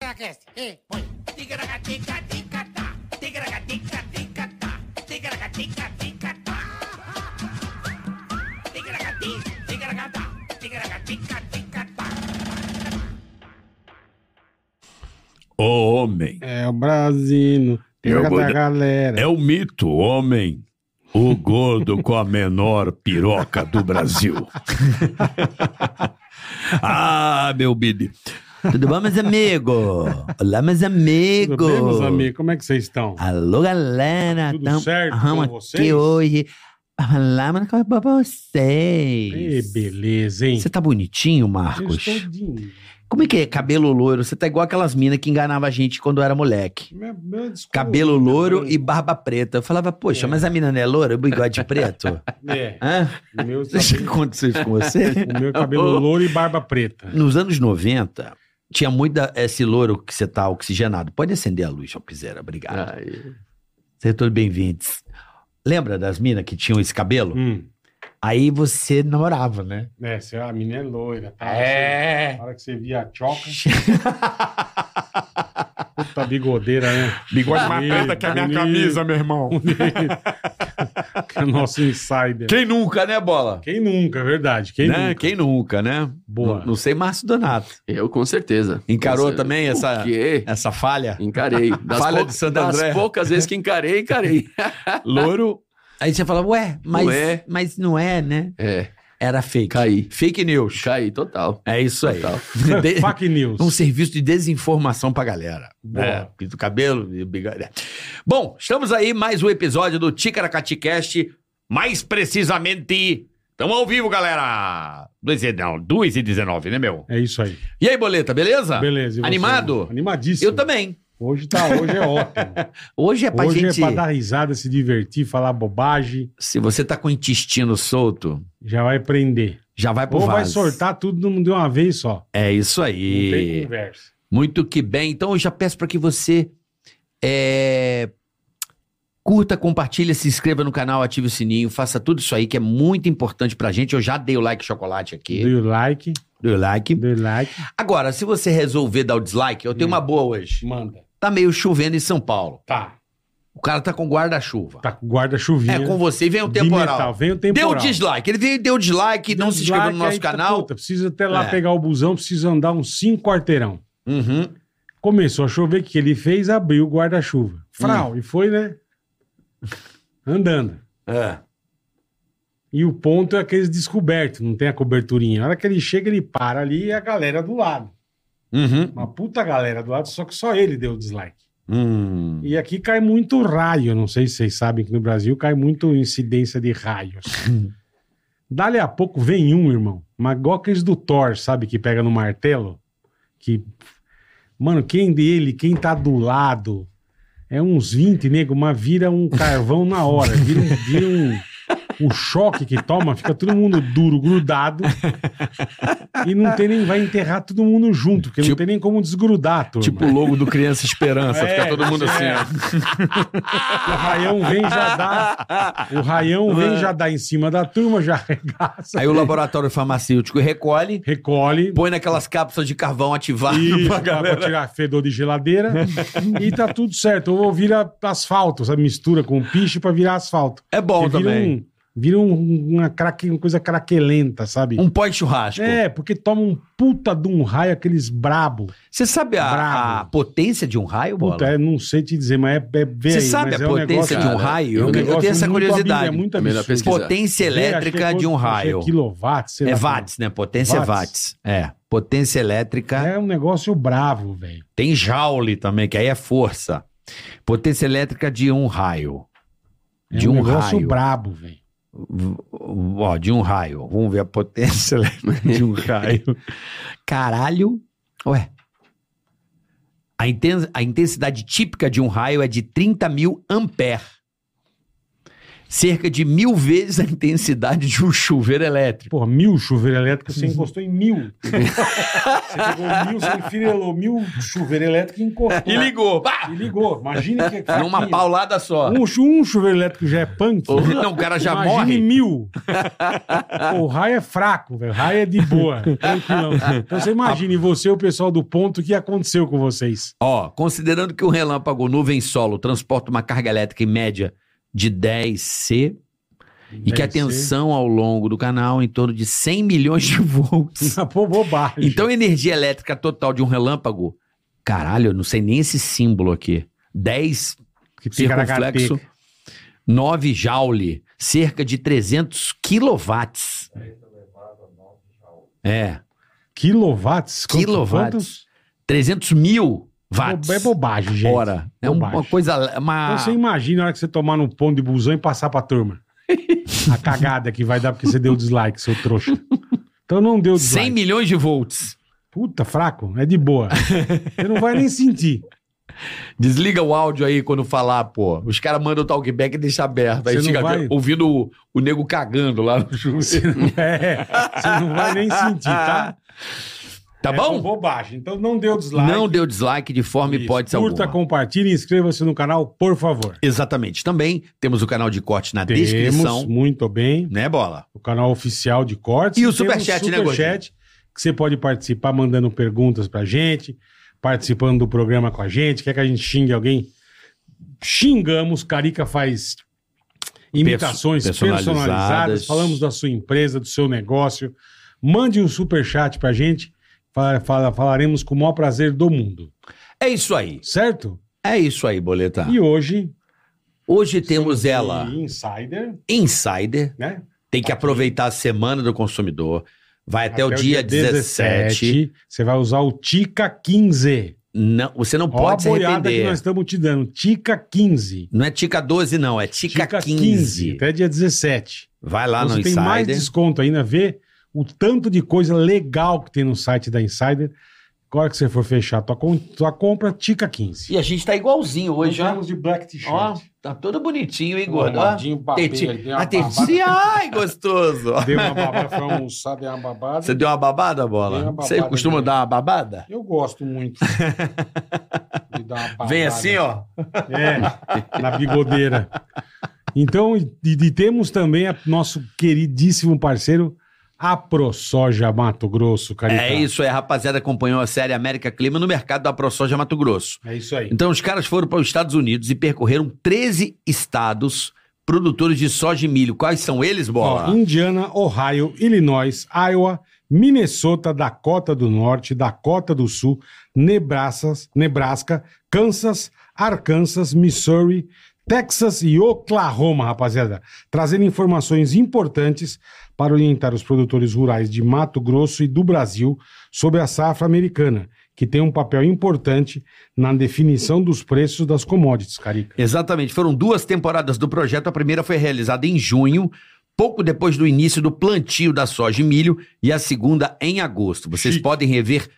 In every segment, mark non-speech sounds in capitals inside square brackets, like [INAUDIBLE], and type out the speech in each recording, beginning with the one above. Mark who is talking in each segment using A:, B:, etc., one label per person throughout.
A: Ticaracast. E põe.
B: Ticaracatica-ticatá, ticaracatica-ticatá, ticaracatica-ticatá. Ticaracati, ticaracatá, ticaracatica-ticatá.
C: O homem.
D: É o Brasino.
C: Eu
D: Pega
C: vou
D: da
C: dar-
D: galera.
C: É o mito, o homem. O gordo com a menor piroca
E: [LAUGHS]
C: do Brasil. ah, meu Billy.
E: Tudo bom, meus amigos? Olá, meus
D: Tudo
E: amigos.
D: bem, meus amigos? Como é que vocês estão?
E: Alô,
C: Ah,
E: galera.
D: Tudo
E: Tamo-
D: certo com
E: Arramos
D: vocês?
E: aqui hoje. Lá, mano, como é pra
D: Ê,
E: vocês?
D: beleza, hein?
E: Você tá bonitinho,
D: Eu
E: Marcos?
D: estou de-
E: Como é que é? Cabelo loiro. Você tá igual aquelas minas que enganavam a gente quando era moleque.
D: Minha- minha desculpa.
E: Cabelo louro e barba preta. Eu falava, poxa,
D: É.
E: mas a mina não é loura? O bigode preto?
D: [LAUGHS] É,
E: Hã?
D: o meu,
E: Deixa
D: cabelo-
E: acontecer isso com você.
D: o meu cabelo louro e barba preta.
E: Nos anos 90, tinha muito da- esse louro que você tá oxigenado. Pode acender a luz, Alpizeira. Obrigado. Sejam todos bem-vindos. Lembra das minas que tinham esse cabelo?
D: Hum.
E: Aí você namorava, né?
D: É, você, a mina é loira, tá? Na
E: É.
D: hora que você via a choca, puta bigodeira, né?
F: Bigode mais
D: Bonito,
F: preta que a minha
D: bonito.
F: camisa, meu irmão.
D: [LAUGHS] Que é o nosso insider.
C: Quem nunca, né, Bola?
D: Quem nunca, é verdade. Quem
C: né?
D: nunca?
C: Quem nunca, né?
D: Boa.
C: Não, não sei, Márcio Donato.
G: Eu, com certeza.
C: Encarou
G: Com certeza.
C: também essa-
G: O quê?
C: Essa falha.
G: Encarei. Das
C: Falha
G: pou-
C: de Santo
G: das
C: André.
G: poucas vezes que
C: [LAUGHS]
G: encarei, encarei.
C: Louro.
E: Aí você falava, ué, mas,
G: Ué.
E: mas não é, né?
G: É,
E: Era fake.
G: caí.
C: Fake news.
G: Caí, total.
C: É isso aí.
G: Total.
C: [LAUGHS] De-
D: Fake news.
C: Um serviço de desinformação pra galera.
D: Boa.
C: É, pinta o cabelo e o bigode. é. Bom, estamos aí, mais um episódio do Ticaracaticast. Mais precisamente, estamos ao vivo, galera. 2 e, não, 2 e 19, né, meu?
D: É isso aí.
C: E aí, Boleta, beleza?
D: Beleza. e você?
C: Tá. Animado?
D: Animadíssimo.
C: Eu também.
D: Hoje tá, hoje é
C: [LAUGHS]
D: ótimo.
E: Hoje é pra
D: hoje
E: gente.
D: é pra dar risada, se divertir, falar bobagem,
C: Se você tá com o intestino solto,
D: já vai prender.
C: já vai pro
D: Ou vai
C: vaso.
D: soltar tudo de uma vez só.
C: É isso
D: Não tem
C: aí.
D: conversa.
C: Muito que bem. Então eu já peço para que você é, curta, compartilha, se inscreva no canal, ative o sininho, faça tudo isso aí que é muito importante pra gente. Eu já dei o like chocolate aqui.
D: Dê o like,
C: Dei o like.
D: dê o like,
C: Agora, se você resolver dar o dislike, eu tenho
D: Hum.
C: uma boa hoje.
D: manda.
C: Tá meio chovendo em São Paulo.
D: Tá,
C: O cara tá com guarda-chuva.
D: tá com guarda-chuvinha.
C: É com você e vem o
D: de metal,
C: temporal.
D: Vem o
C: Deu
D: temporal.
C: o dislike. Ele veio e deu o dislike, é não se inscreveu no
D: Dislike,
C: nosso
D: aí, tá
C: canal.
D: Puta, precisa até lá
C: É.
D: pegar o busão, precisa andar uns cinco quarteirão.
C: Uhum.
D: Começou a chover, o que ele fez? Abriu o guarda-chuva. Frau, e foi, né? Andando.
C: É.
D: E o ponto é aqueles descobertos, não tem a coberturinha. A hora que ele chega, ele para ali e a galera do lado.
C: Uhum.
D: Uma puta galera do lado, só que só ele deu o dislike.
C: Hum.
D: E aqui cai muito raio. Não sei se vocês sabem que no Brasil cai muito incidência
C: [LAUGHS]
D: de raios. Dali a pouco vem um, irmão. Mas igual aqueles do Thor, sabe? Que pega no martelo. Que. Mano, quem dele, quem tá do lado. É uns 20, nego, mas vira um carvão na hora. Vira, um- vira um. O choque que toma, fica todo mundo duro, grudado. E não tem nem. Vai enterrar todo mundo junto, porque não
C: Tipo-
D: tem nem como desgrudar, turma.
C: Tipo o logo do Criança [LAUGHS] Esperança.
D: É,
C: Fica todo mundo assim,
D: é.
C: ó.
D: O raião vem já dá. O raião vem já dá em cima da turma, já arregaça.
C: é. Aí o laboratório farmacêutico recolhe,
D: Recolhe.
C: põe naquelas cápsulas de carvão ativado
D: E
C: pra
D: pra, pra
C: galera.
D: tirar fedor de geladeira e tá tudo certo. Ou vira asfalto, sabe? Mistura com piche pra virar asfalto.
C: [LAUGHS] É bom
D: Porque vira
C: também.
D: um- vira um- uma, craque- uma coisa craquelenta, sabe?
C: Um, pós-churrasco.
D: É, porque toma um puta de um raio, aqueles brabo.
C: Você sabe a,
D: Bravo.
C: a potência de um raio, Bola?
D: Puta, é, não sei te dizer, mas é, é vê
C: Você
D: aí,
C: sabe
D: mas
C: a
D: é um
C: potência de um
D: negócio-
G: cara,
C: raio?
G: é
C: Eu-
G: um
C: eu,
D: negócio
C: tenho essa
D: muito
C: curiosidade.
D: absurdo, É muito
G: É melhor
D: absurdo.
G: pesquisar.
C: potência
D: Vê, acho que
C: elétrica
D: é
C: de um
D: quanto- acho que
C: raio.
D: É quilowatts, sei
C: É
D: lá.
C: watts, né? Potência é
D: Watts?
C: watts. É. Potência elétrica.
D: É um negócio bravo, velho.
C: Tem joule também, que aí é força. Potência elétrica de um raio.
D: É
C: De
D: um,
C: um
D: negócio
C: raio.
D: brabo, velho.
C: V- Ó, de um raio. Vamos ver a potência elétrica de um raio. [LAUGHS] Caralho. Ué. A, inten- a intensidade típica de um raio é de 30 mil ampere. cerca de mil vezes a intensidade de um chuveiro elétrico.
D: Porra, mil chuveiro elétrico, você encostou em
C: [LAUGHS]
D: mil. você pegou mil, você enfirelou mil chuveiro elétrico e encostou.
C: E ligou. pá!
D: E ligou. Imagina que...
C: Numa paulada só.
D: Um, chu- um chuveiro elétrico já é punk.
C: Não, o cara já
D: Imagine
C: morre. [LAUGHS]
D: mil. Pô, o raio é fraco, velho. O raio é de boa. Tranquilão. Então você imagine você e o pessoal do ponto, o que aconteceu com vocês?
C: Ó, considerando que o relâmpago nuvem solo transporta uma carga elétrica em média de 10 C e que a
D: Deve ser
C: tensão ao longo do canal é em torno de 100 milhões de
D: [LAUGHS]
C: volts.
D: Uma bo- bobagem.
C: Então a energia elétrica total de um relâmpago, caralho, eu não sei nem esse símbolo aqui. 10
D: que
C: circunflexo, 9 joule, cerca de 300 quilowatts. É,
D: Quilowatts? Quanto-
C: Quilowatts. 300 mil
D: quantos?
C: watts.
D: Bo- É bobagem, gente.
C: Hora. É um- uma
D: Bobagem.
C: coisa. Uma...
D: Então você imagina a hora que você tomar no pão de busão e passar pra turma. a cagada que vai dar porque você deu dislike, seu trouxa. Então não deu
C: 100
D: dislike.
C: milhões de volts.
D: Puta, fraco. É de boa. Você não vai nem sentir.
C: Desliga o áudio aí quando falar, pô. Os caras mandam o talkback e deixa aberto. Aí
D: Você não
C: fica
D: vai?
C: ouvindo o, o nego cagando lá no
D: Você
C: chute.
D: não, é, você não vai nem sentir, tá?
C: Tá
D: É uma
C: bom?
D: bobagem. Então não deu dislike.
C: Não deu dislike de forma
D: Isso.
C: hipótese
D: Curta,
C: alguma.
D: compartilhe e inscreva-se no canal, por favor.
C: Exatamente. Também temos o canal de corte na descrição.
D: muito bem.
C: Né, Bola?
D: o canal oficial de cortes.
C: E o
D: Temos
C: Superchat, né,
D: Superchat, que você pode participar mandando perguntas pra gente, participando do programa com a gente, quer que a gente xingue alguém? Xingamos, Carica faz imitações
C: personalizadas.
D: personalizadas. falamos da sua empresa, do seu negócio. Mande um superchat pra gente, fa- fala- falaremos com o maior prazer do mundo,
C: É isso aí.
D: certo?
C: É isso aí, Boleta.
D: E hoje
C: Hoje temos ela,
D: Insider,
C: Insider.
D: né?
C: Tem que aproveitar a semana do consumidor. Vai até, o dia, 17.
D: Você vai usar o Tica 15.
C: Não, você não
D: Olha a
C: pode se
D: boiada que
C: arrepender.
D: nós estamos te dando. Tica 15.
C: Não é Tica 12, não, é Tica, 15.
D: Até dia 17.
C: Vai lá
D: Então
C: no
D: tá? você tem mais
C: Insider.
D: desconto ainda. Vê o tanto de coisa legal que tem no site da Insider. Agora que você for fechar tua, con- tua compra, Tica 15.
C: E a gente tá igualzinho hoje, ó.
D: de black t-shirt.
C: Ó, tá todo bonitinho, hein,
D: Um
C: gordo? Ó.
D: arrumadinho, babei,
C: Teti...
D: dei uma
C: A teti... Ai, gostoso. ó.
D: Deu uma babada, foi almoçar, deu uma
C: [LAUGHS]
D: babada.
C: Você deu uma babada,
D: Dei
C: bola?
D: uma
C: Você
D: babada
C: costuma
D: nele.
C: dar uma babada?
D: Eu
C: [LAUGHS]
D: gosto muito de dar uma babada.
C: Vem assim, ó. [LAUGHS]
D: É, na bigodeira. Então, e, e temos também a- nosso queridíssimo parceiro, a ProSoja Mato Grosso, Carica.
C: É isso aí, a rapaziada acompanhou a série América Clima no mercado da ProSoja Mato Grosso.
D: É isso aí.
C: Então os caras foram para os Estados Unidos e percorreram 13 estados produtores de soja e milho. Quais são eles,
D: Ó,
C: bola?
D: Indiana, Ohio, Illinois, Iowa, Minnesota, Dakota do Norte, Dakota do Sul, Nebraska, Nebraska Kansas, Arkansas, Missouri, Texas e Oklahoma, rapaziada. Trazendo informações importantes para orientar os produtores rurais de Mato Grosso e do Brasil sobre a safra americana, que tem um papel importante na definição dos preços das commodities, Carica.
C: Exatamente, foram duas temporadas do projeto. A primeira foi realizada em junho, pouco depois do início do plantio da soja e milho, e a segunda em agosto. Vocês
D: Chique.
C: podem rever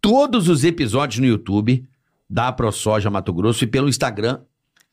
C: todos os episódios no YouTube da ProSoja Mato Grosso e pelo Instagram,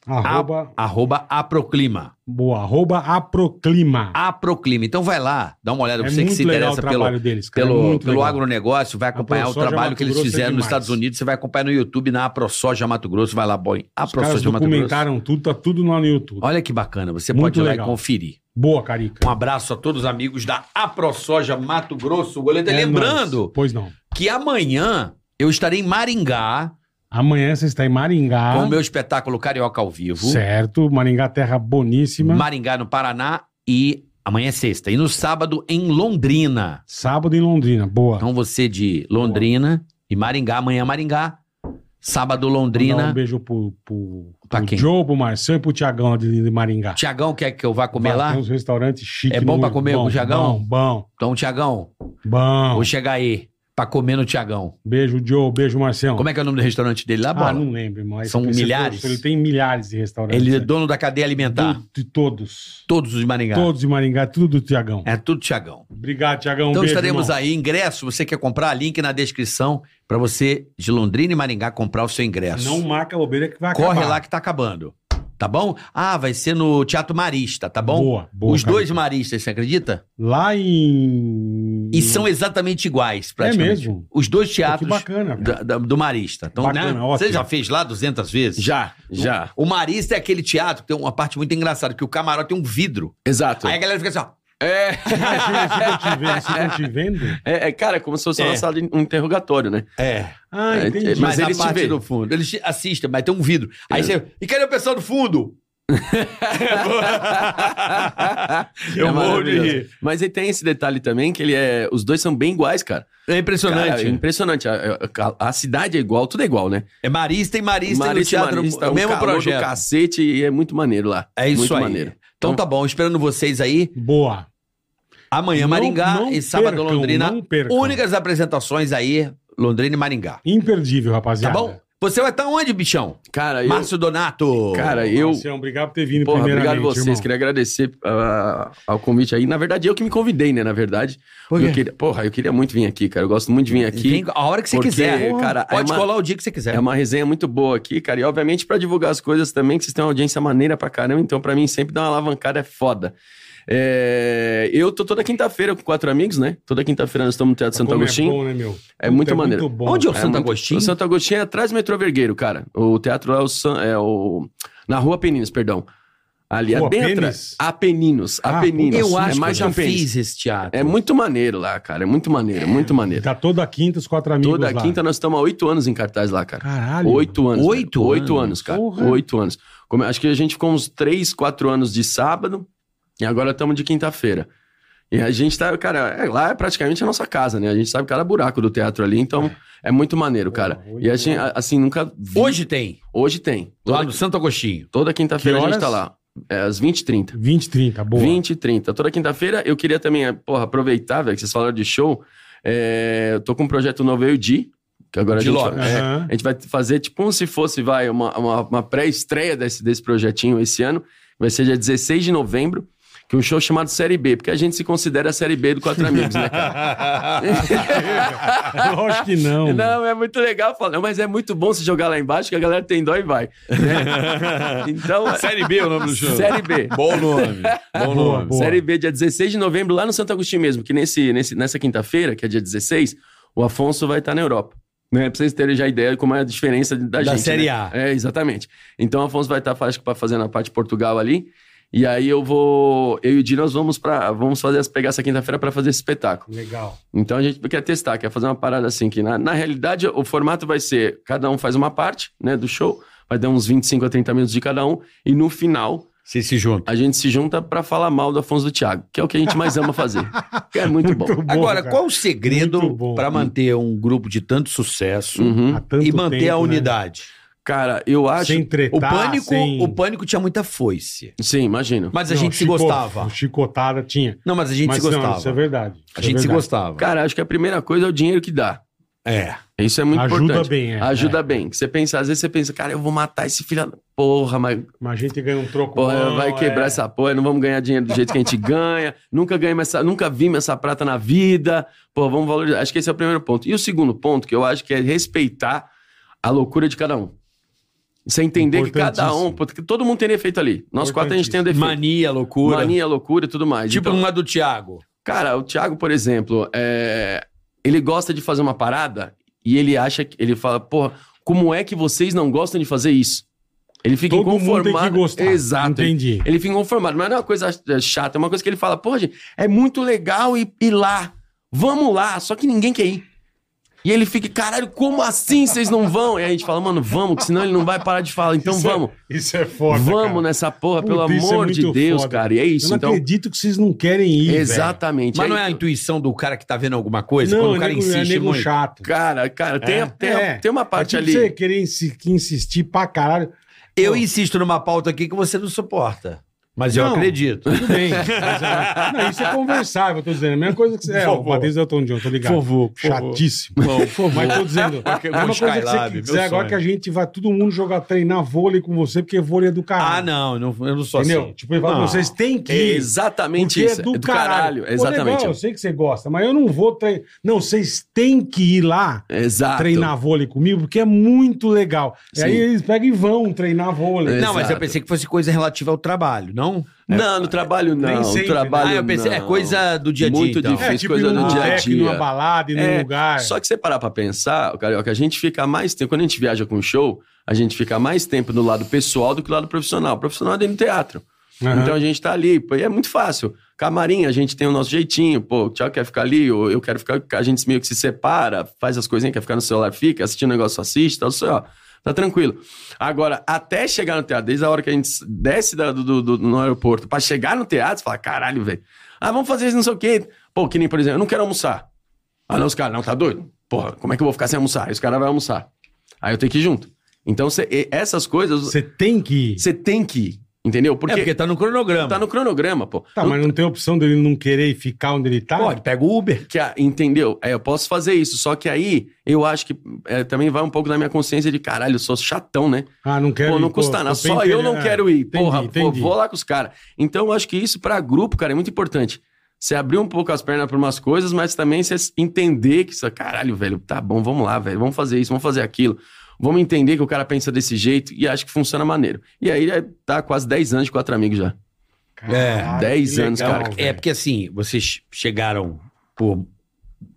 D: Arroba,
C: arroba Aproclima.
D: boa, arroba Aproclima.
C: Aproclima. Então vai lá, dá uma olhada,
D: É
C: você que se interessa pelo,
D: deles, cara. É
C: pelo,
D: muito
C: pelo
D: legal.
C: agronegócio, vai acompanhar o
D: ProSoja
C: trabalho
D: Mato
C: que eles
D: Grosso é
C: fizeram nos
D: demais.
C: Estados Unidos. Você vai acompanhar no YouTube na ProSoja Mato Grosso. Vai lá, boy.
D: Os caras
C: AproSoja Mato Grosso.
D: documentaram tudo, tá tudo lá no YouTube.
C: Olha que bacana, você
D: Muito
C: pode ir lá e
D: legal.
C: conferir.
D: Boa, Carica.
C: Um abraço a todos os amigos da AproSoja Mato Grosso. Goleta,
D: É
C: tá lembrando
D: nóis. Pois não.
C: que amanhã eu estarei em Maringá
D: Amanhã você está em Maringá.
C: com o meu espetáculo Carioca ao Vivo.
D: Certo. Maringá, terra boníssima.
C: Maringá no Paraná e amanhã é sexta. E no sábado em Londrina.
D: Sábado em Londrina. Boa.
C: Então você de Londrina e Maringá, amanhã é Maringá. Sábado Londrina.
D: Mandar Um beijo pro, pro,
C: Pra
D: pro
C: quem?
D: Joe, pro Marcelo e pro Tiagão de, de Maringá.
C: Tiagão quer que eu vá comer
D: Vai,
C: lá?
D: Tem uns restaurantes chiques.
C: É bom
D: no-
C: pra comer com o Tiagão?
D: Bom,
C: Então, Tiagão,
D: bom. bom.
C: vou chegar aí pra comer no Tiagão.
D: Beijo, Joe. Beijo, Marcelo.
C: Como é que é o nome do restaurante dele lá, Bola?
D: Ah, não lembro, irmão. Esse
C: São
D: esse-
C: milhares?
D: Ele tem milhares de restaurantes.
C: Ele é tá.
D: né?
C: dono da cadeia alimentar.
D: Do- De todos.
C: Todos os de Maringá.
D: Todos de Maringá, tudo do Tiagão.
C: É tudo Tiagão.
D: Obrigado, Tiagão. Um
C: então
D: beijo,
C: estaremos
D: irmão.
C: aí. Ingresso, você quer comprar? Link na descrição pra você de Londrina e Maringá comprar o seu ingresso.
D: Não marca bobeira que vai
C: Corre
D: acabar.
C: lá que tá acabando. tá bom? Ah, vai ser no Teatro Marista, tá bom?
D: Boa, boa.
C: Os
D: cara.
C: dois maristas, você acredita?
D: Lá em.
C: E são exatamente iguais,
D: É
C: praticamente.
D: mesmo.
C: Os dois
D: Pô, Que
C: teatros
D: bacana.
G: [LAUGHS]
D: velho.
C: da- da- do Marista. Então,
D: Bacana,
C: né?
D: ótimo.
C: Você já fez lá 200 vezes?
G: Já, já.
C: O Marista é aquele teatro que tem uma parte muito engraçada, que o camarote tem um vidro.
G: Exato.
C: Aí a galera fica assim, ó.
G: É,
D: Imagina, eles ficam te vendo, eles ficam te vendo.
G: [LAUGHS] é, é, cara, é como se fosse
C: É.
G: uma sala de um
C: [LAUGHS]
G: interrogatório, né?
C: É.
D: Ah,
G: É,
D: entendi.
G: mas-
C: Mas,
G: eles
C: eles
G: te
C: a parte
G: veem.
C: do fundo. Eles te assistem, mas tem um vidro. Aí
G: É.
C: você. E cadê o pessoal do fundo? Eu
G: [LAUGHS] É
C: É, morro de
G: maravilhoso.
C: rir.
G: Mas ele tem esse detalhe também que ele é. Os dois são bem iguais, cara.
C: É impressionante.
G: Cara, [LAUGHS] é impressionante. A, a- a cidade é igual, tudo é igual, né?
C: É marista e marista, e no teatro.
G: Marista, um
C: é o mesmo
G: calor
C: projeto.
G: do cacete e é muito maneiro lá.
C: É isso
G: muito
C: aí.
G: maneiro.
C: Então tá bom, esperando vocês aí.
D: Boa.
C: Amanhã,
D: Não-
C: Maringá
D: não
C: e sábado,
D: percam,
C: Londrina.
D: não percam.
C: Únicas apresentações aí, Londrina e Maringá.
D: Imperdível,
C: Tá
D: rapaziada.
C: bom? Você vai estar onde, bichão?
G: Cara, eu.
C: Márcio Donato.
G: cara, eu.
D: Marcião, obrigado por ter vindo
G: Porra, obrigado a
D: primeiramente,
G: vocês.
D: irmão.
G: Queria agradecer ah, ao convite aí. Na verdade, eu que me convidei, né? Na verdade.
C: Por quê?
G: Eu queria- porra, eu queria muito vir aqui, cara. Eu gosto muito de vir aqui.
C: Vem a hora que você
G: porque,
C: quiser.
G: cara, é
C: Pode
G: uma-
C: colar o dia que você quiser.
G: É uma resenha muito boa aqui, cara. E obviamente pra divulgar as coisas também, que vocês têm uma audiência maneira pra caramba. Então, pra mim, sempre dar uma alavancada é foda. É, Eu tô toda quinta-feira com quatro amigos, né? Toda quinta-feira nós estamos no Teatro Santo
D: Como
G: Agostinho.
D: É, bom, né, meu?
G: É
D: Puta,
G: muito maneiro.
D: Muito bom.
C: Onde é o Santo
G: muito-
C: Agostinho?
G: O Santo Agostinho é atrás do metrô Vergueiro, cara. O teatro lá é o, San- é o- na Rua Peninos, perdão. Ali é
D: Rua
G: adentro.
D: Peninos?
G: Apeninos,
D: Ah,
G: Apeninos.
C: Eu
G: é
C: acho
G: mais
C: que eu já
G: Apeninos.
C: fiz esse teatro.
G: É muito maneiro lá, cara. É muito maneiro, muito maneiro.
D: Tá toda quinta, os quatro amigos
G: Toda
D: lá.
G: quinta nós estamos há oito anos em cartaz lá, cara.
D: Caralho.
G: Oito anos.
C: Oito
G: velho.
C: anos?
G: Oito anos, cara.
D: Porra.
G: Oito anos. Como- acho que a gente ficou uns três, quatro anos de sábado e agora estamos de quinta-feira. E a gente tá, cara, é- lá é praticamente a nossa casa, né? A gente sabe cada buraco do teatro ali, então é muito maneiro, cara.
D: Porra, oito
G: E a gente, a- assim, nunca vi.
C: Hoje tem,
G: Hoje tem.
C: lá
G: Toda,
C: no Santo Agostinho.
G: toda quinta-feira a
D: Que
G: gente tá
D: horas?
G: lá. É, às 20h30.
D: 20, 30, boa.
G: 20 e 30. Toda quinta-feira eu queria também, eh, porra, aproveitar, velho, que vocês falaram de show. É, eu tô com um projeto novo, eu e o Di, que agora
C: Di
G: a gente.
C: Lopes.
G: é, [LAUGHS]
D: Aham. [LAUGHS]
G: a gente vai fazer tipo um se fosse, vai, uma, uma, uma pré-estreia desse, desse projetinho esse ano. Vai ser dia 16 de novembro, que é um show chamado Série B, porque a gente se considera a Série B do Quatro Amigos,
C: [LAUGHS]
G: né, cara?
D: Lógico que não.
G: Não, é muito legal falar, mas é muito bom se jogar lá embaixo, que a galera tem dó e vai. né?
C: [LAUGHS]
G: Então,
C: Série B é o nome do
G: [LAUGHS] Série B.
C: Bom nome. Bom
D: Boa,
C: nome.
D: boa.
G: Série B, dia 16 de novembro, lá no Santo Agostinho mesmo, que nesse, nesse, nessa quinta-feira, que é dia 16, o Afonso vai estar na Europa. Né? Pra vocês terem já ideia de como é a diferença da, gente.
C: Série
G: né?
C: A.
G: É, exatamente. Então o Afonso vai estar acho que, pra fazer na parte de Portugal ali. E aí eu vou. Eu e o Di, nós vamos para vamos fazer as- pegar essa quinta-feira para fazer esse espetáculo.
D: Legal.
G: Então a gente quer testar, quer fazer uma parada assim, que na, na realidade o formato vai ser: cada um faz uma parte né, do show, vai dar uns 25 a 30 minutos de cada um, e no final
C: Vocês se juntam.
G: a gente se junta pra falar mal do Afonso do Thiago, que é o que a gente mais ama fazer. Que é muito bom.
D: Muito bom,
C: Agora,
D: cara.
C: qual o
D: Muito
C: segredo
D: bom.
C: para manter um grupo de tanto sucesso
G: Uhum.
D: Há tanto
C: e manter
D: tempo,
C: a
D: né? tá,
C: unidade?
G: Cara, eu acho.
D: Sem tretar,
C: O pânico,
D: sem...
C: o pânico tinha muita foice,
G: Sim, imagino.
C: mas a
D: Não,
C: gente se
D: chico-
C: gostava.
D: Chicotada tinha.
C: Não, mas a gente
D: Mas
C: se
D: não,
C: gostava.
D: isso é verdade. Isso
C: A
D: é
C: gente se
D: verdade.
C: gostava.
G: Cara, acho que a primeira coisa é o dinheiro que dá.
C: É.
G: Isso é muito
D: Ajuda
G: importante.
D: bem, é.
G: Ajuda
D: É.
G: bem. Você pensa, às vezes você pensa, cara, eu vou matar esse filho. da- Porra, mas
D: Mas a gente ganha um troco.
G: porra,
D: bom,
G: vai quebrar
D: é.
G: essa porra, não vamos ganhar dinheiro do jeito que a
D: [LAUGHS]
G: gente ganha. Nunca ganhamos essa, nunca vimos essa prata na vida. Pô, vamos valorizar. Acho que esse é o primeiro ponto. E o segundo ponto, que eu acho que é respeitar a loucura de cada um. Você entender que cada um,
D: Importantíssimo.
G: porque todo mundo tem defeito ali. Nós quatro a gente tem um defeito.
C: Mania, loucura.
G: Mania, loucura e tudo mais.
C: Tipo
G: Então,
C: uma do Thiago.
G: Cara, o Thiago, por exemplo, é, ele gosta de fazer uma parada e ele acha que. Ele fala, porra, como é que vocês não gostam de fazer isso? Ele fica
D: Todo mundo
G: inconformado.
D: tem que gostar.
G: Exato.
D: Entendi.
G: Ele fica inconformado, mas não é uma coisa é, chata, é uma coisa que ele fala, porra, gente, é muito legal ir, ir lá. Vamos lá, só que ninguém quer ir. E ele fica, caralho, como assim vocês não vão? E a gente fala, mano, vamos, que senão ele não vai parar de falar. Então
D: Isso é-
G: vamos.
D: Isso é foda,
G: vamos
C: né?
D: cara.
G: nessa porra,
D: Puta,
G: pelo
D: isso é
G: amor de
D: muito
G: Deus,
D: foda.
G: cara. E é
D: Eu
G: isso,
D: não
G: então.
D: acredito que vocês não querem ir, velho.
G: Exatamente.
C: Mas
G: Aí
C: não é a
G: tu-
C: intuição do cara que tá vendo alguma coisa?
D: Não,
C: quando
D: é
C: o cara
D: nego, é
C: insiste
D: nego
C: muito.
D: chato.
G: Cara, cara, tem,
D: É?
G: tem,
D: É.
G: tem uma parte
D: É tipo
G: ali.
D: Você querer insi- que insistir pra caralho.
C: Eu insisto numa pauta aqui que você não suporta.
E: Mas eu
D: Não.
E: acredito.
D: Tudo bem. Mas, é, não, isso é conversável, eu tô dizendo. A mesma coisa que você. É,
E: Por
D: o
E: favor.
D: Matheus Elton John, tô ligado.
E: favor, por favor.
D: Chatíssimo. [LAUGHS] Mas tô dizendo. A mesma
E: Vamos
D: coisa que
E: Skylab,
D: você quiser
E: meu
D: dizer agora
E: sonho.
D: que a gente vai todo mundo jogar treinar vôlei com você, porque vôlei é do
E: Ah,
D: caralho.
E: não, eu não- eu não sou
D: Entendeu?
E: assim.
D: Tipo, ele fala,
E: Não.
D: vocês têm que
G: É
D: ir.
G: exatamente
D: Porque
G: isso. É do, caralho.
D: Pô,
G: Exatamente.
D: legal, eu sei que você gosta, mas eu não vou treinar. Não, vocês têm que ir lá
G: Exato.
D: treinar vôlei comigo, porque é muito legal. E aí
G: Sim.
D: eles pegam e vão treinar vôlei.
G: É.
E: Não, mas eu
G: Exato.
E: pensei que fosse coisa relativa ao trabalho, não?
G: Não, no trabalho não.
D: Nem
G: No
D: sempre,
G: trabalho
D: né?
E: Ah, eu pensei, é
G: não.
E: coisa do dia a dia.
G: Muito
E: então.
G: difícil.
D: É,
G: fez
D: tipo,
G: coisa
D: ir
G: do
D: num
G: dia a
D: boteco,
G: dia.
D: numa balada, e num
G: É,
D: lugar.
G: Só que você parar pra pensar, Carioca, a gente fica mais tempo. Quando a gente viaja com show, a gente fica mais tempo do lado pessoal do que do lado profissional. O profissional é dentro do teatro.
D: Aham.
G: Então a gente tá ali, pô, e é muito fácil. Camarim, a gente tem o nosso jeitinho, pô, o Thiago quer ficar ali, ou eu quero ficar, a gente meio que se separa, faz as coisinhas, quer ficar no celular, fica, assistir um negócio, assiste, tal, só, ó, tá tranquilo. Agora, até chegar no teatro, desde a hora que a gente desce da- do, do- do- no aeroporto, pra chegar no teatro, você fala, caralho, velho, ah, vamos fazer isso, não sei o quê. Pô, que nem, por exemplo, eu não quero almoçar. Ah, não, os caras, não, tá doido? Porra, como é que eu vou ficar sem almoçar? Aí os caras vão almoçar. Aí eu tenho que ir junto. Então, cê- e- essas coisas,
D: Você tem que ir.
G: você tem que ir, entendeu?
E: É porque tá no cronograma.
G: Tá no cronograma, pô.
D: Tá, mas não tem opção dele não querer e ficar onde ele tá?
E: Pode, pega o Uber.
G: Que a- entendeu? É, eu posso fazer isso, só que aí eu acho que é, também vai um pouco na minha consciência de caralho, eu sou chatão, né?
D: Ah, não quero
G: Pô, não
D: ir,
G: custa
D: tô-
G: nada,
D: tô bem
G: só eu não
D: inteira-
G: quero ir.
D: entendi,
G: Porra, pô,
D: entendi.
G: vou lá com os caras. Então eu acho que isso pra grupo, cara, é muito importante. Você abrir um pouco as pernas pra umas coisas, mas também você entender que isso, caralho, velho, tá bom, vamos lá, velho, vamos fazer isso, vamos fazer aquilo. Vamos entender que o cara pensa desse jeito e acho que funciona maneiro. E aí é, tá quase 10 anos de quatro amigos já.
D: Caralho,
G: 10
D: que
G: anos, cara,
E: É
D: velho.
E: porque assim, vocês chegaram por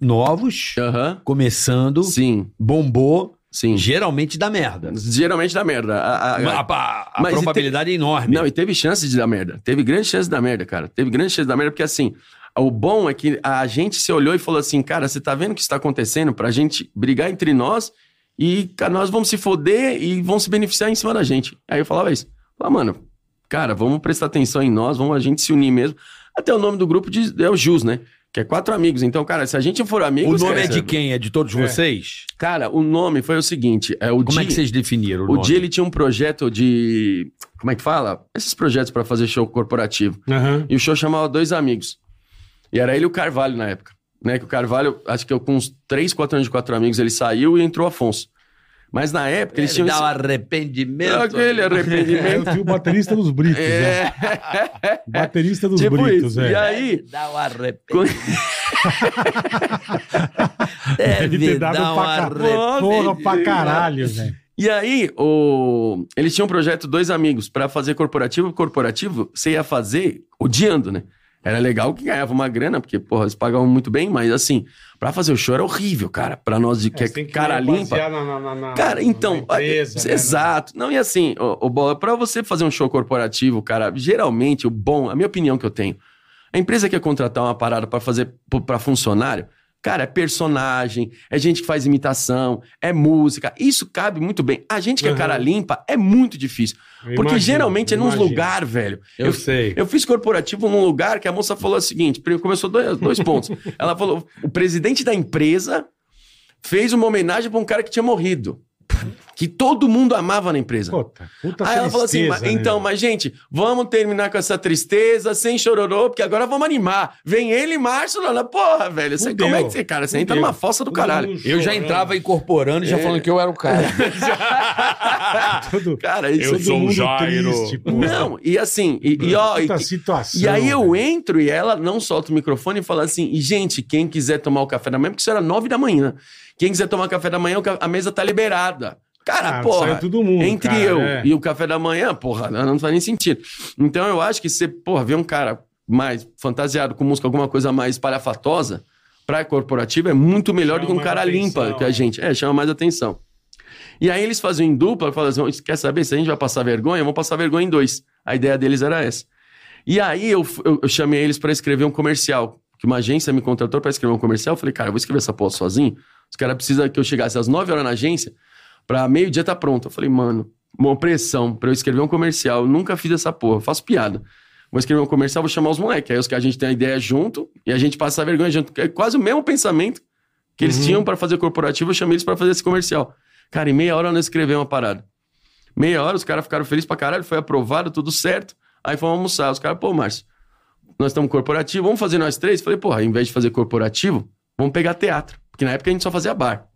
E: novos,
G: Aham.
E: começando,
G: Sim,
E: bombou,
G: sim.
E: geralmente dá merda.
G: Geralmente dá merda. A- a-
E: A, a- a
G: Mas e
E: probabilidade é enorme.
G: Não, e teve chance de dar merda. Teve grande chance de dar merda, cara. Teve grande chance de dar merda, porque assim, o bom é que a gente se olhou e falou assim, cara, você tá vendo o que está acontecendo pra gente brigar entre nós e, cara, nós vamos se foder e vão se beneficiar em cima da gente. Aí eu falava isso. Falei, mano, cara, vamos prestar atenção em nós, vamos a gente se unir mesmo. Até o nome do grupo diz- é o Jus, né? Que é quatro amigos. Então, cara, se a gente for
E: o
G: amigos...
E: nome
G: cara,
E: é de quem? É de todos
D: É.
E: vocês?
G: Cara, o nome foi o seguinte, é o
E: Como
G: dia...
E: é que vocês definiram o,
G: O
E: nome?
G: dia ele tinha um projeto de. Como é que fala? Esses projetos pra fazer show corporativo.
D: Aham.
G: E o show chamava Dois Amigos. E era ele e o Carvalho na época. Né? Que o Carvalho, acho que eu, com uns 3, 4 anos de quatro amigos, ele saiu e entrou o Afonso. Mas na época eles
E: Ele
G: tinham.
E: dá um
G: esse- É
E: arrependimento.
G: [LAUGHS]
E: né?
G: Aquele arrependimento.
D: É, eu fui o baterista dos Britos, né?
G: é,
D: Baterista dos
G: tipo
D: Britos,
G: isso.
D: é.
G: E aí.
E: Dá um arrependimento.
G: quando-
E: Deve
D: ter dado
E: dar um
D: pra ca-
E: arrependimento.
D: Porra pra caralho, velho.
G: E aí, o... eles tinham um projeto dois amigos pra fazer corporativo. Corporativo, você ia fazer odiando, né? Era legal que ganhava uma grana, porque, porra, eles pagavam muito bem, mas assim, pra fazer o show era horrível, cara. Pra nós de que é, cara limpa.
D: Na, na, na, na,
G: Cara, então.
D: Na empresa,
G: é-
D: né?
G: exato. Não, e assim, o, Bola, pra você fazer um show corporativo, cara, geralmente o bom, a minha opinião que eu tenho, a empresa quer contratar uma parada pra fazer para funcionário, cara, é personagem, é gente que faz imitação, é música. Isso cabe muito bem. A gente que é
D: Uhum.
G: cara limpa é muito difícil.
D: Eu
G: porque
D: imagino,
G: geralmente é
D: eu
G: nos
D: imagino.
G: lugar, velho.
D: Eu, sei.
G: Eu fiz corporativo num lugar que a moça falou o seguinte: primeiro começou dois, dois
D: [LAUGHS]
G: pontos. Ela falou: o presidente da empresa fez uma homenagem pra um cara que tinha morrido. Que todo mundo amava na empresa.
D: Puta, puta
G: né? Aí ela falou assim:
D: tristeza,
G: "Mas-
D: né?
G: então, mas gente, vamos terminar com essa tristeza sem chororô, porque agora vamos animar. Vem ele e Márcio lá na porra, velho. Você,
D: Fudeu.
G: como é que você, cara? Você entra
D: Fudeu.
G: numa fossa do
D: Todo
G: caralho.
D: mundo
E: Eu já
D: chorando.
E: entrava incorporando
C: É.
E: e já falando que eu era o
C: [LAUGHS]
E: cara. Tipo,
G: [LAUGHS]
D: Todo-
G: Cara, isso
D: Ah,
G: é
D: todo mundo triste, pô.
G: um Não, e assim, e, e ó, e-
D: Puta situação.
G: E aí eu
D: velho.
G: entro e ela não solta o microfone e fala assim: e, gente, quem quiser tomar o café da manhã, porque isso era nove da manhã. Quem quiser tomar café da manhã, o ca- a mesa tá liberada. Cara,
D: Ah,
G: porra.
D: saiu todo mundo,
G: entre
D: cara,
G: eu
D: é.
G: e o café da manhã, porra, né? não, não faz nem sentido. Então eu acho que você, porra, ver um cara mais fantasiado com música, alguma coisa mais palhafatosa, pra corporativa é muito melhor
D: Chama
G: do que um
D: mais
G: cara
D: atenção,
G: limpa que a
D: é.
G: gente. É, chama mais atenção. E aí eles faziam em dupla, falavam assim, "Ó, quer saber, se a gente vai passar vergonha, vamos passar vergonha em dois. A ideia deles era essa. E aí eu, f- eu- eu chamei eles pra escrever um comercial. Que uma agência me contratou pra escrever um comercial. Eu falei, cara, eu vou escrever essa porra sozinho. Os caras precisam que eu chegasse às 9 horas na agência pra meio-dia tá pronto. Eu falei, mano, uma pressão pra eu escrever um comercial. Eu nunca fiz essa porra, eu faço piada. Vou escrever um comercial, vou chamar os moleques. Aí os que a gente tem a ideia junto e a gente passa a vergonha junto. É quase o mesmo pensamento que eles tinham pra fazer corporativo, eu chamei eles pra fazer esse comercial. Cara, em meia hora eu não escrevi uma parada. Meia hora, os caras ficaram felizes pra caralho, foi aprovado, tudo certo. Aí fomos almoçar. Os caras, pô, Márcio, nós estamos corporativo, vamos fazer nós três? Falei, porra, ao invés de fazer corporativo, vamos pegar teatro. Porque na época a gente só fazia bar.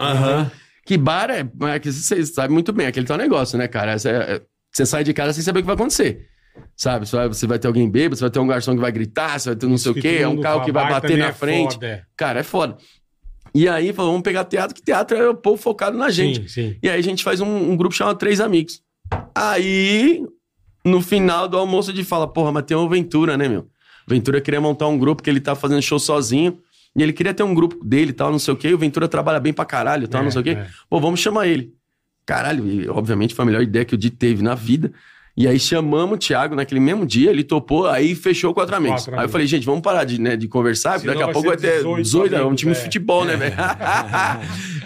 C: Aham.
G: Que bar é, é que vocês sabem muito bem, aquele tal negócio, né, cara? Você, é- você sai de casa sem saber o que vai acontecer. Sabe? Você vai, você vai ter alguém bêbado, você vai ter um garçom que vai gritar, você vai ter não sei o quê, é um carro que vai bater na frente. Cara, é foda. E aí falou, vamos pegar teatro, que teatro é o povo focado na gente.
D: Gente, sim, sim.
G: E aí a gente faz um, um grupo chamado Três Amigos. Aí, no final do almoço, a gente fala, porra, mas tem o Ventura, né, meu? O Ventura queria montar um grupo que ele tá fazendo show sozinho. E ele queria ter um grupo dele e tal, não sei o quê. E o Ventura trabalha bem pra caralho e tal, não sei o quê.
D: É,
G: Pô, vamos chamar ele. Caralho, e, obviamente foi a melhor ideia que o Di teve na vida. E aí chamamos o Thiago naquele mesmo dia, ele topou, aí fechou quatro amigos.
D: Quatro
G: aí eu
D: amigos.
G: falei, gente, vamos parar de, né, de conversar, porque
D: Senão
G: daqui a
D: vai
G: pouco
D: ser
G: vai ter
D: 18
G: 18, é um
D: amigos,
G: time
D: é.
G: de futebol, né, velho? [LAUGHS]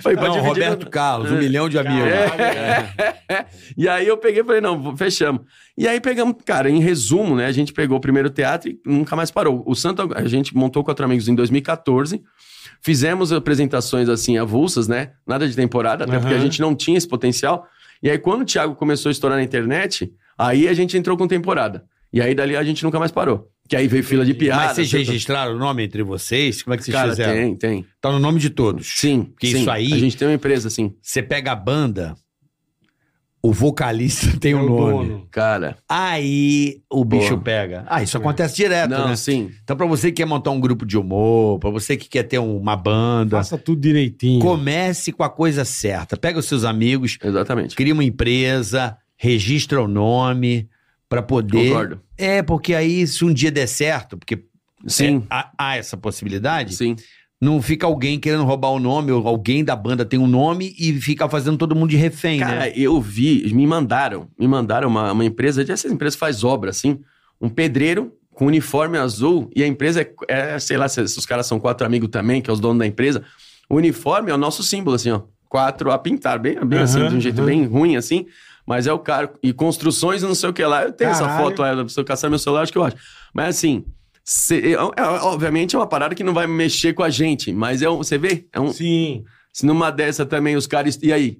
G: falei,
C: Não,
G: dividir-
C: Roberto Carlos, um milhão de
D: É.
C: amigos.
G: né?
C: é.
D: Caralho,
G: E aí eu peguei e falei, não, vou- fechamos. E aí pegamos, cara, em resumo, né? A gente pegou o primeiro teatro e nunca mais parou. O Santo, a gente montou Quatro Amigos em 2014. Fizemos apresentações assim, avulsas, né? Nada de temporada, até
D: Aham.
G: porque a gente não tinha esse potencial. E aí, quando o Thiago começou a estourar na internet, aí a gente entrou com temporada. E aí dali a gente nunca mais parou. Que aí veio fila de piada.
C: Mas vocês
G: etc.
C: registraram o nome entre vocês? Como é que vocês
G: Cara,
C: fizeram?
G: tem, tem.
C: Tá no nome de todos.
G: Sim,
C: Porque
G: sim.
C: isso aí-
G: A gente tem uma empresa, assim.
C: Você pega a banda, o vocalista [LAUGHS] tem
D: é
C: um
D: o
C: nome.
D: dono.
G: Cara,
C: Aí o bicho
G: Boa.
C: pega. Ah, isso acontece direto,
G: não,
C: né?
G: sim.
C: Então, pra você que quer montar um grupo de humor, pra você que quer ter um, uma banda,
D: Faça tudo direitinho.
C: comece com a coisa certa. Pega os seus amigos,
G: Exatamente.
C: cria uma empresa, registra o nome pra poder.
G: Concordo.
C: É, porque aí se um dia der certo, porque
G: Sim,
C: é, há, há essa possibilidade,
G: sim.
C: não fica alguém querendo roubar o nome, ou alguém da banda tem um nome e fica fazendo todo mundo de refém, né?
G: Cara, eu vi, me mandaram, me mandaram uma, uma empresa, de- essas empresas faz obra, assim, um pedreiro com uniforme azul, e a empresa é, é, sei lá, se, se os caras são quatro amigos também, que é os donos da empresa, o uniforme é o nosso símbolo, assim, ó, quatro a pintar, bem, bem
D: Aham,
G: assim, de um jeito
D: aham.
G: bem ruim, assim, mas é o cara, e construções, não sei o que lá, eu tenho essa
D: Caralho.
G: foto, lá, se eu caçar meu celular, acho que eu acho, mas assim... cê- é- é- obviamente é uma parada que não vai mexer com a gente, mas é um, você vê, é um,
D: Sim.
G: se numa dessa também os caras. E aí?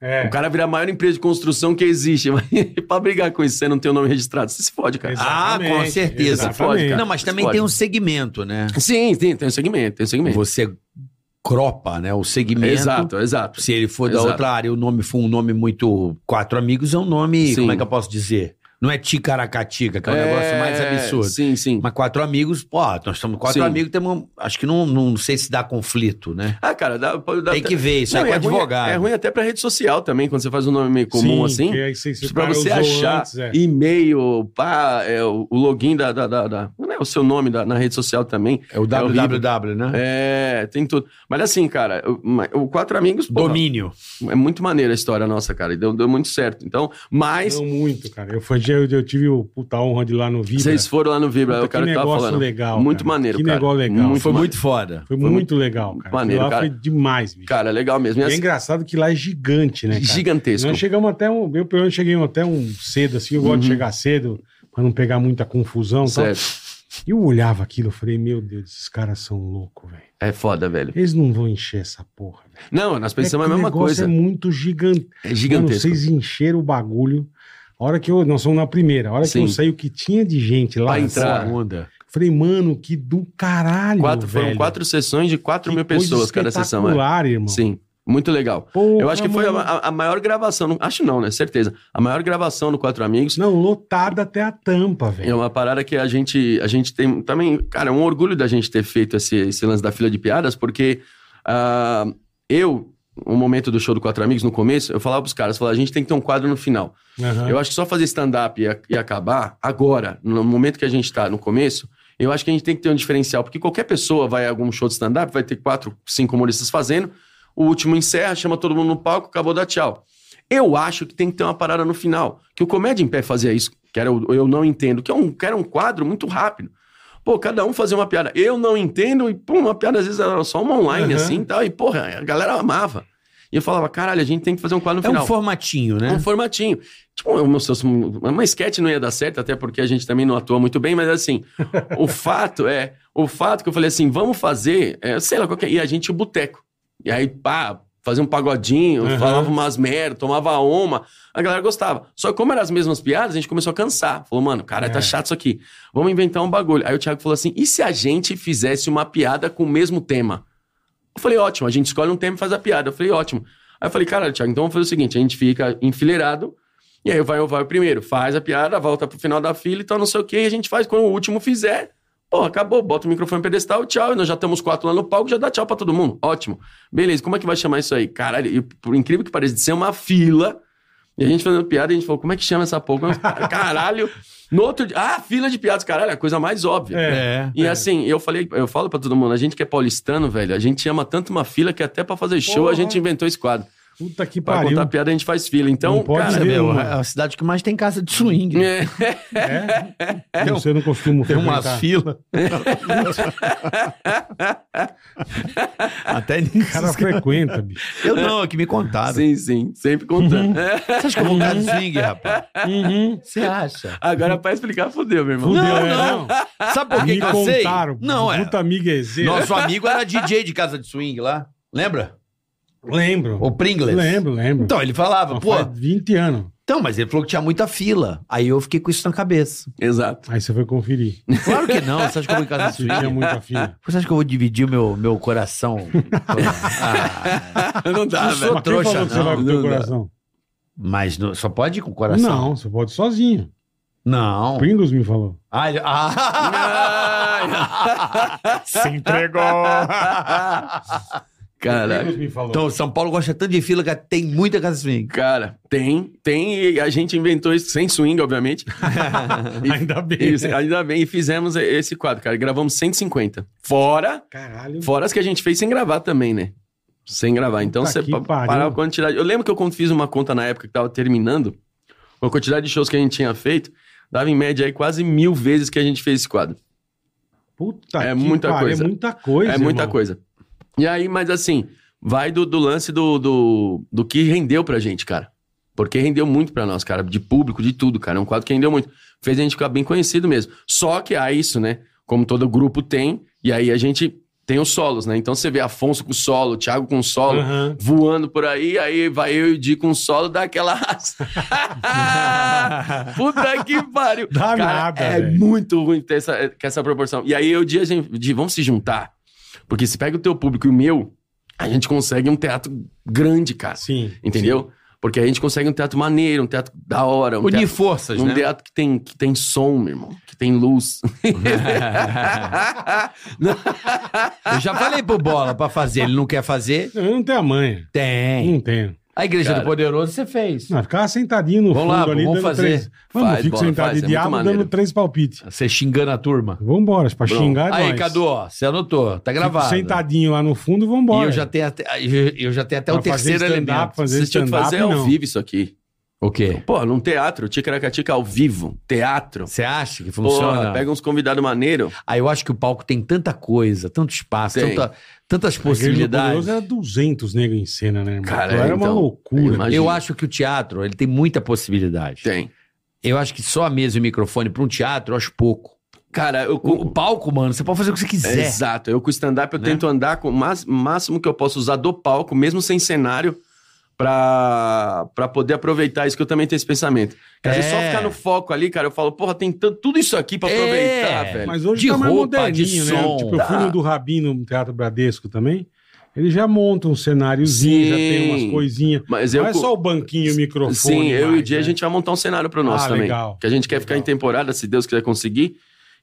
D: É.
G: O cara vira a maior empresa de construção que existe. [LAUGHS] Mas pra brigar com isso, você não tem o nome registrado. Você se fode, cara.
C: Ah, com
D: Exatamente,
C: certeza.
D: exatamente.
C: Não, mas também
G: Pode.
C: tem um segmento, né?
G: Sim, tem, tem um segmento, tem um segmento.
C: Você cropa, né? O segmento.
G: Exato, exato.
C: Se ele for da
G: Exato.
C: outra área, e o nome for um nome muito. Quatro amigos é um nome.
G: Sim.
C: Como é que eu posso dizer? Não é ticaracatica, que é o negócio mais absurdo.
G: Sim, sim.
C: Mas quatro amigos, pô, nós estamos quatro
G: Sim.
C: amigos, temos. um, Acho que não, não sei se dá conflito, né?
G: Ah, cara, dá, pode dar
C: Tem que ver, isso
G: Não,
C: aí é com
G: é, ruim,
C: advogado.
G: é ruim até pra rede social também, quando você faz um nome meio comum
D: Sim,
G: assim.
D: que é aí se- se o
G: pra
D: cara
G: você
D: usou
G: achar
D: antes, é.
G: e-mail, pá, é, o o login da. da, da, da- não é o seu nome da- na rede social também.
C: É o www, né?
G: É, tem tudo. Mas assim, cara, o, ma- o Quatro Amigos. porra,
C: Domínio.
G: É muito maneira a história nossa, cara. E deu, deu muito certo. Então, mas
D: Não muito, cara. Eu, fui, eu, eu tive o puta honra de ir lá no um Vibra.
G: vocês foram lá no Vibra, é
D: Puta,
G: o cara
D: que
G: que tava
D: negócio
G: falando.
D: legal,
G: muito
D: cara.
G: maneiro,
D: Que
G: cara.
D: negócio legal.
G: Muito
C: Foi
G: maneiro.
C: muito foda.
D: Foi,
G: Foi
D: muito, legal, cara.
G: maneiro,
D: lá
G: cara.
D: foi demais, bicho.
G: Cara, legal mesmo.
D: E
G: E
D: é
G: assim,
D: engraçado que lá é gigante, né, cara?
G: gigantesco.
D: Nós chegamos até um. Eu, pelo menos, cheguei até um cedo, assim. Eu gosto de chegar cedo pra não pegar muita confusão. e tal.
G: Uhum. Certo.
D: E eu olhava aquilo, eu falei, meu Deus, esses caras são loucos, velho.
G: É foda, velho.
D: Eles não vão encher essa porra, velho.
G: Não, nós pensamos
D: É que
G: a
D: o
G: mesma
D: negócio
G: coisa.
D: É muito gigante.
G: É
D: Mano,
G: gigantesco.
D: vocês encheram o bagulho. A hora que eu. Nós somos na primeira. A hora
G: Sim.
D: que eu saí, o que tinha de gente lá.
G: Pra entrar.
D: fora,
C: Onda.
D: Falei, mano, que do caralho.
G: Quatro,
D: velho.
G: foram quatro sessões de quatro
D: Que
G: mil
D: coisa
G: pessoas cada sessão. é.
D: espetacular, irmão.
G: Sim, muito legal.
D: Porra,
G: Eu acho que foi
D: mano.
G: a, a maior gravação. não- acho não, né? Certeza. A maior gravação do Quatro Amigos.
D: Não, lotada até a tampa,
G: É
D: velho.
G: uma parada que a gente, a gente tem também, cara, é um orgulho da gente ter feito esse, esse lance da fila de piadas, porque ah, eu, no momento do show do Quatro Amigos, no começo, eu falava pros caras, falava, a gente tem que ter um quadro no final.
D: Aham.
G: Eu acho que só fazer stand-up e, a- e acabar, agora, no momento que a gente tá no começo, eu acho que a gente tem que ter um diferencial, porque qualquer pessoa vai a algum show de stand-up, vai ter quatro, cinco humoristas fazendo, o último encerra, chama todo mundo no palco, acabou, dá tchau. Eu acho que tem que ter uma parada no final, que o Comédia em Pé fazia isso, que era o Eu Não Entendo, que, é um, que era um quadro muito rápido. Pô, cada um fazia uma piada. Eu não entendo, e pum, uma piada às vezes era só uma online,
D: Aham.
G: assim, e tal, e porra, a galera amava. E eu falava, caralho, a gente tem que fazer um quadro no
C: É
G: final.
C: um formatinho, né?
G: É um formatinho. Tipo, uma, uma, uma sketch não ia dar certo, até porque a gente também não atua muito bem, mas assim, o fato é, o fato que eu falei assim, vamos fazer, é, sei lá, qualquer, e a gente o boteco. E aí, pá, fazia um pagodinho,
D: Uhum.
G: falava umas merda, tomava uma. A galera gostava. Só que como eram as mesmas piadas, a gente começou a cansar. Falou, mano, cara,
D: É.
G: tá chato isso aqui. Vamos inventar um bagulho. Aí o Thiago falou assim: e se a gente fizesse uma piada com o mesmo tema? Eu falei, ótimo, a gente escolhe um tema e faz a piada. Eu falei, ótimo. Aí eu falei, caralho, Thiago, então vamos fazer o seguinte: a gente fica enfileirado, e aí vai ou vai o primeiro, faz a piada, volta pro final da fila e tal, não sei o quê, e a gente faz. Quando o último fizer, Pô, acabou, bota o microfone no pedestal, tchau. E nós já estamos quatro lá no palco, já dá tchau pra todo mundo. Ótimo. Beleza, como é que vai chamar isso aí? Caralho, e por incrível que pareça, de ser uma fila. E a gente fazendo piada, e a gente falou, como é que chama essa porra? [LAUGHS] Caralho. No outro dia, ah, fila de piadas, caralho, é a coisa mais óbvia.
D: É.
G: E assim, eu falei, eu falo pra todo mundo, a gente que é paulistano, velho, a gente ama tanto uma fila que até pra fazer show
D: Porra.
G: a gente inventou esse quadro.
D: Puta que
G: Pra
D: pariu.
G: contar piada a gente faz fila. Então,
D: Não pode
G: cara,
D: ver.
C: Meu,
D: uma.
C: é a cidade que mais tem casa de swing. né?
G: é, [LAUGHS]
D: É.
G: um-
D: Não sei, eu não costumo
C: Tem uma
D: frequentar.
C: fila. Até
D: O
C: nisso.
D: cara frequenta, bicho.
C: Eu não, é que me contaram.
G: sim, sim,
D: [LAUGHS]
G: sempre contando. É.
C: Você acha que eu vou ficar de swing, rapaz?
D: Uhum.
C: Você acha?
G: Agora pra explicar, fodeu, meu irmão.
D: Fudeu,
C: Não,
D: é,
C: não.
D: não.
C: Sabe por que
D: Me
C: que eu sei?
D: contaram.
C: Não, é.
D: Puta amiguezeira.
C: Nosso amigo era DJ de casa de swing lá. Lembra?
D: Lembro.
C: O Pringles.
D: Lembro, lembro.
C: Então, ele falava,
D: Mas
C: pô.
D: faz 20 anos.
C: Então, mas ele falou que tinha muita fila. Aí eu fiquei com isso na cabeça.
D: [LAUGHS]
G: Exato.
D: Aí você foi conferir.
C: Claro que não. Você acha que eu vou em casa de
D: Se tinha
C: swing?
D: muita fila.
C: Você acha que eu vou dividir o meu, meu coração? [LAUGHS] Ah,
G: Não dá,
C: Não sou
D: Mas
G: velho.
D: quem
C: trouxa,
D: falou que você
C: não,
D: vai com o teu
G: é não dá.
D: coração?
C: mas não- só pode ir com o coração?
D: Não, você pode ir sozinho.
C: Não.
D: O Pringles me falou.
C: Ah, ele- ah!
D: [LAUGHS]
C: Se entregou!
D: O
G: Cara,
D: Pringles me falou.
C: Então, São Paulo gosta tanto de fila que tem muita casa de swing.
G: cara, tem, tem, e a gente inventou isso sem swing, obviamente.
D: [LAUGHS] Ainda bem.
G: E,
D: né?
G: ainda bem, e fizemos esse quadro, cara. Gravamos 150. Fora,
D: Caralho.
G: fora as que a gente fez sem gravar também, né? Sem gravar. Então
D: Puta
G: você
D: que
G: pa-
D: pariu.
G: parar a quantidade. Eu lembro que eu quando fiz uma conta na época que tava terminando, a quantidade de shows que a gente tinha feito, dava em média aí quase mil vezes que a gente fez esse quadro.
D: Puta
G: É
D: que
G: muita
D: pariu,
G: coisa.
D: É muita coisa.
G: é muita
D: irmão.
G: coisa. E aí, mas assim, vai do, do lance do, do, do que rendeu pra gente, cara. Porque rendeu muito pra nós, cara. De público, de tudo, cara. É um quadro que rendeu muito. Fez a gente ficar bem conhecido mesmo. Só que há isso, né? Como todo grupo tem. E aí a gente tem os solos, né? Então você vê Afonso com solo, Thiago com solo. [LAUGHS]
D: Aham.
G: Voando por aí, aí vai eu e o Di com
D: [LAUGHS]
G: solo daquela. [LAUGHS] Puta que pariu!
D: Dá
G: Cara,
D: nada,
G: é
D: velho.
G: muito ruim ter essa, ter essa proporção. E aí eu dia a gente, Di, vamos se juntar. Porque se pega o teu público e o meu, a gente consegue um teatro grande, cara.
D: Sim.
G: Entendeu? Porque a gente consegue um teatro maneiro, um teatro da hora, um
C: Unir
G: teatro,
C: forças,
G: um
C: né?
G: teatro que tem, que tem som, meu irmão, que tem luz.
C: [LAUGHS] Eu já falei pro Bola pra fazer. Ele não quer fazer?
D: Eu não tenho a manha.
C: Tem.
D: Não tenho.
C: A Igreja
G: Cara.
C: do Poderoso você fez.
D: Não, ficava sentadinho no
C: Vamos
D: fundo
C: lá,
D: ali,
C: vamos
D: dando
C: fazer.
D: três. Mano,
G: Faz,
D: eu fico
G: bola,
D: sentado
G: faz,
D: de
G: é muito
D: diabo
G: maneiro.
D: dando três palpites.
C: Você xingando a turma.
D: Vambora, pra xingar é
C: Aí,
D: nóis.
C: Cadu, ó, você anotou. Tá
D: Fico
C: gravado.
D: sentadinho lá no fundo,
C: E
D: vambora.
C: eu já tenho até, eu já tenho até o
D: Pra fazer
C: terceiro
D: stand-up,
C: elemento.
D: fazer
G: Vocês tinham que
D: stand-up,
G: fazer ao
D: não.
G: vivo isso aqui.
C: O quê?
G: Pô, num teatro, Ticaracatica ao vivo, teatro.
C: Você acha que funciona?
G: Porra, pega uns convidados maneiros.
C: Aí eu acho que o palco tem tanta coisa, tanto espaço,
G: Tem.
C: tanta- tantas
D: A Igreja é do Poderoso
C: possibilidades.
D: era 200 negros em cena, né, irmão?
G: Cara,
D: era uma
G: então,
D: loucura.
G: imagina.
C: Eu acho que o teatro, ele tem muita possibilidade.
G: Tem.
C: Eu acho que só a mesa e o microfone para um teatro, eu acho pouco.
G: Cara, eu,
C: O, o palco, mano, você pode fazer o que você quiser.
G: É Exato. Eu com stand-up eu
C: Né?
G: tento andar com o mas- máximo que eu posso usar do palco, mesmo sem cenário, pra, pra poder aproveitar isso que eu também tenho esse pensamento. Quer dizer, só
C: É.
G: ficar no foco ali, cara, eu falo, porra, tem tanto, tudo isso aqui pra
C: É.
G: aproveitar, velho.
D: Mas hoje
C: De
D: tá mais
C: roupa,
D: moderninho,
C: de
D: né?
C: som.
D: Tipo, eu fui
G: Tá.
D: no do Rabino, no Teatro Bradesco também. Ele já monta um cenáriozinho, já tem
G: Sim.
D: umas coisinhas.
G: Mas eu.
D: Não é
G: co-
D: só o banquinho e o microfone.
G: Sim, eu e o
D: mais,
G: Dia a
D: né?
G: gente vai montar um cenário pro nosso
D: Ah,
G: também.
D: legal.
G: Que a gente quer ficar em
D: Legal.
G: temporada, se Deus quiser conseguir.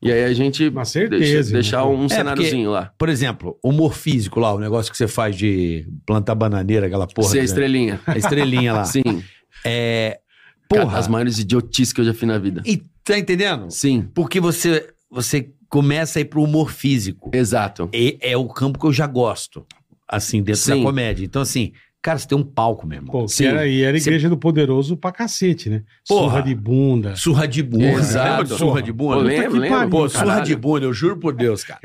G: E aí a gente
D: Uma certeza.
G: deixa,
D: né?
G: deixar um cenáriozinho lá.
C: Por exemplo, humor físico lá, o negócio que você faz de plantar bananeira, aquela porra.
G: Ser a
C: né?
G: estrelinha.
C: [LAUGHS] A estrelinha lá.
G: é [LAUGHS] Sim.
C: É.
G: Cara,
C: Porra.
G: as maiores idiotices que eu já fiz na vida.
C: E tá entendendo?
G: Sim,
C: Porque você, você começa a ir pro humor físico.
G: exato.
C: E é o campo que eu já gosto, assim, dentro
G: Sim.
C: da comédia. Então, assim, cara, você tem um palco, meu irmão.
D: Pô, que
G: Sim.
D: era, e era a
C: Cê-
D: Igreja do Poderoso pra cacete, né?
C: Porra.
D: Surra de bunda.
C: Surra de bunda.
G: Exato.
C: Lembra de surra de
G: Pô,
C: bunda?
G: lembro,
D: que
G: lembro.
D: pariu,
C: Pô, surra
G: caralho.
C: de bunda, eu juro por Deus, cara.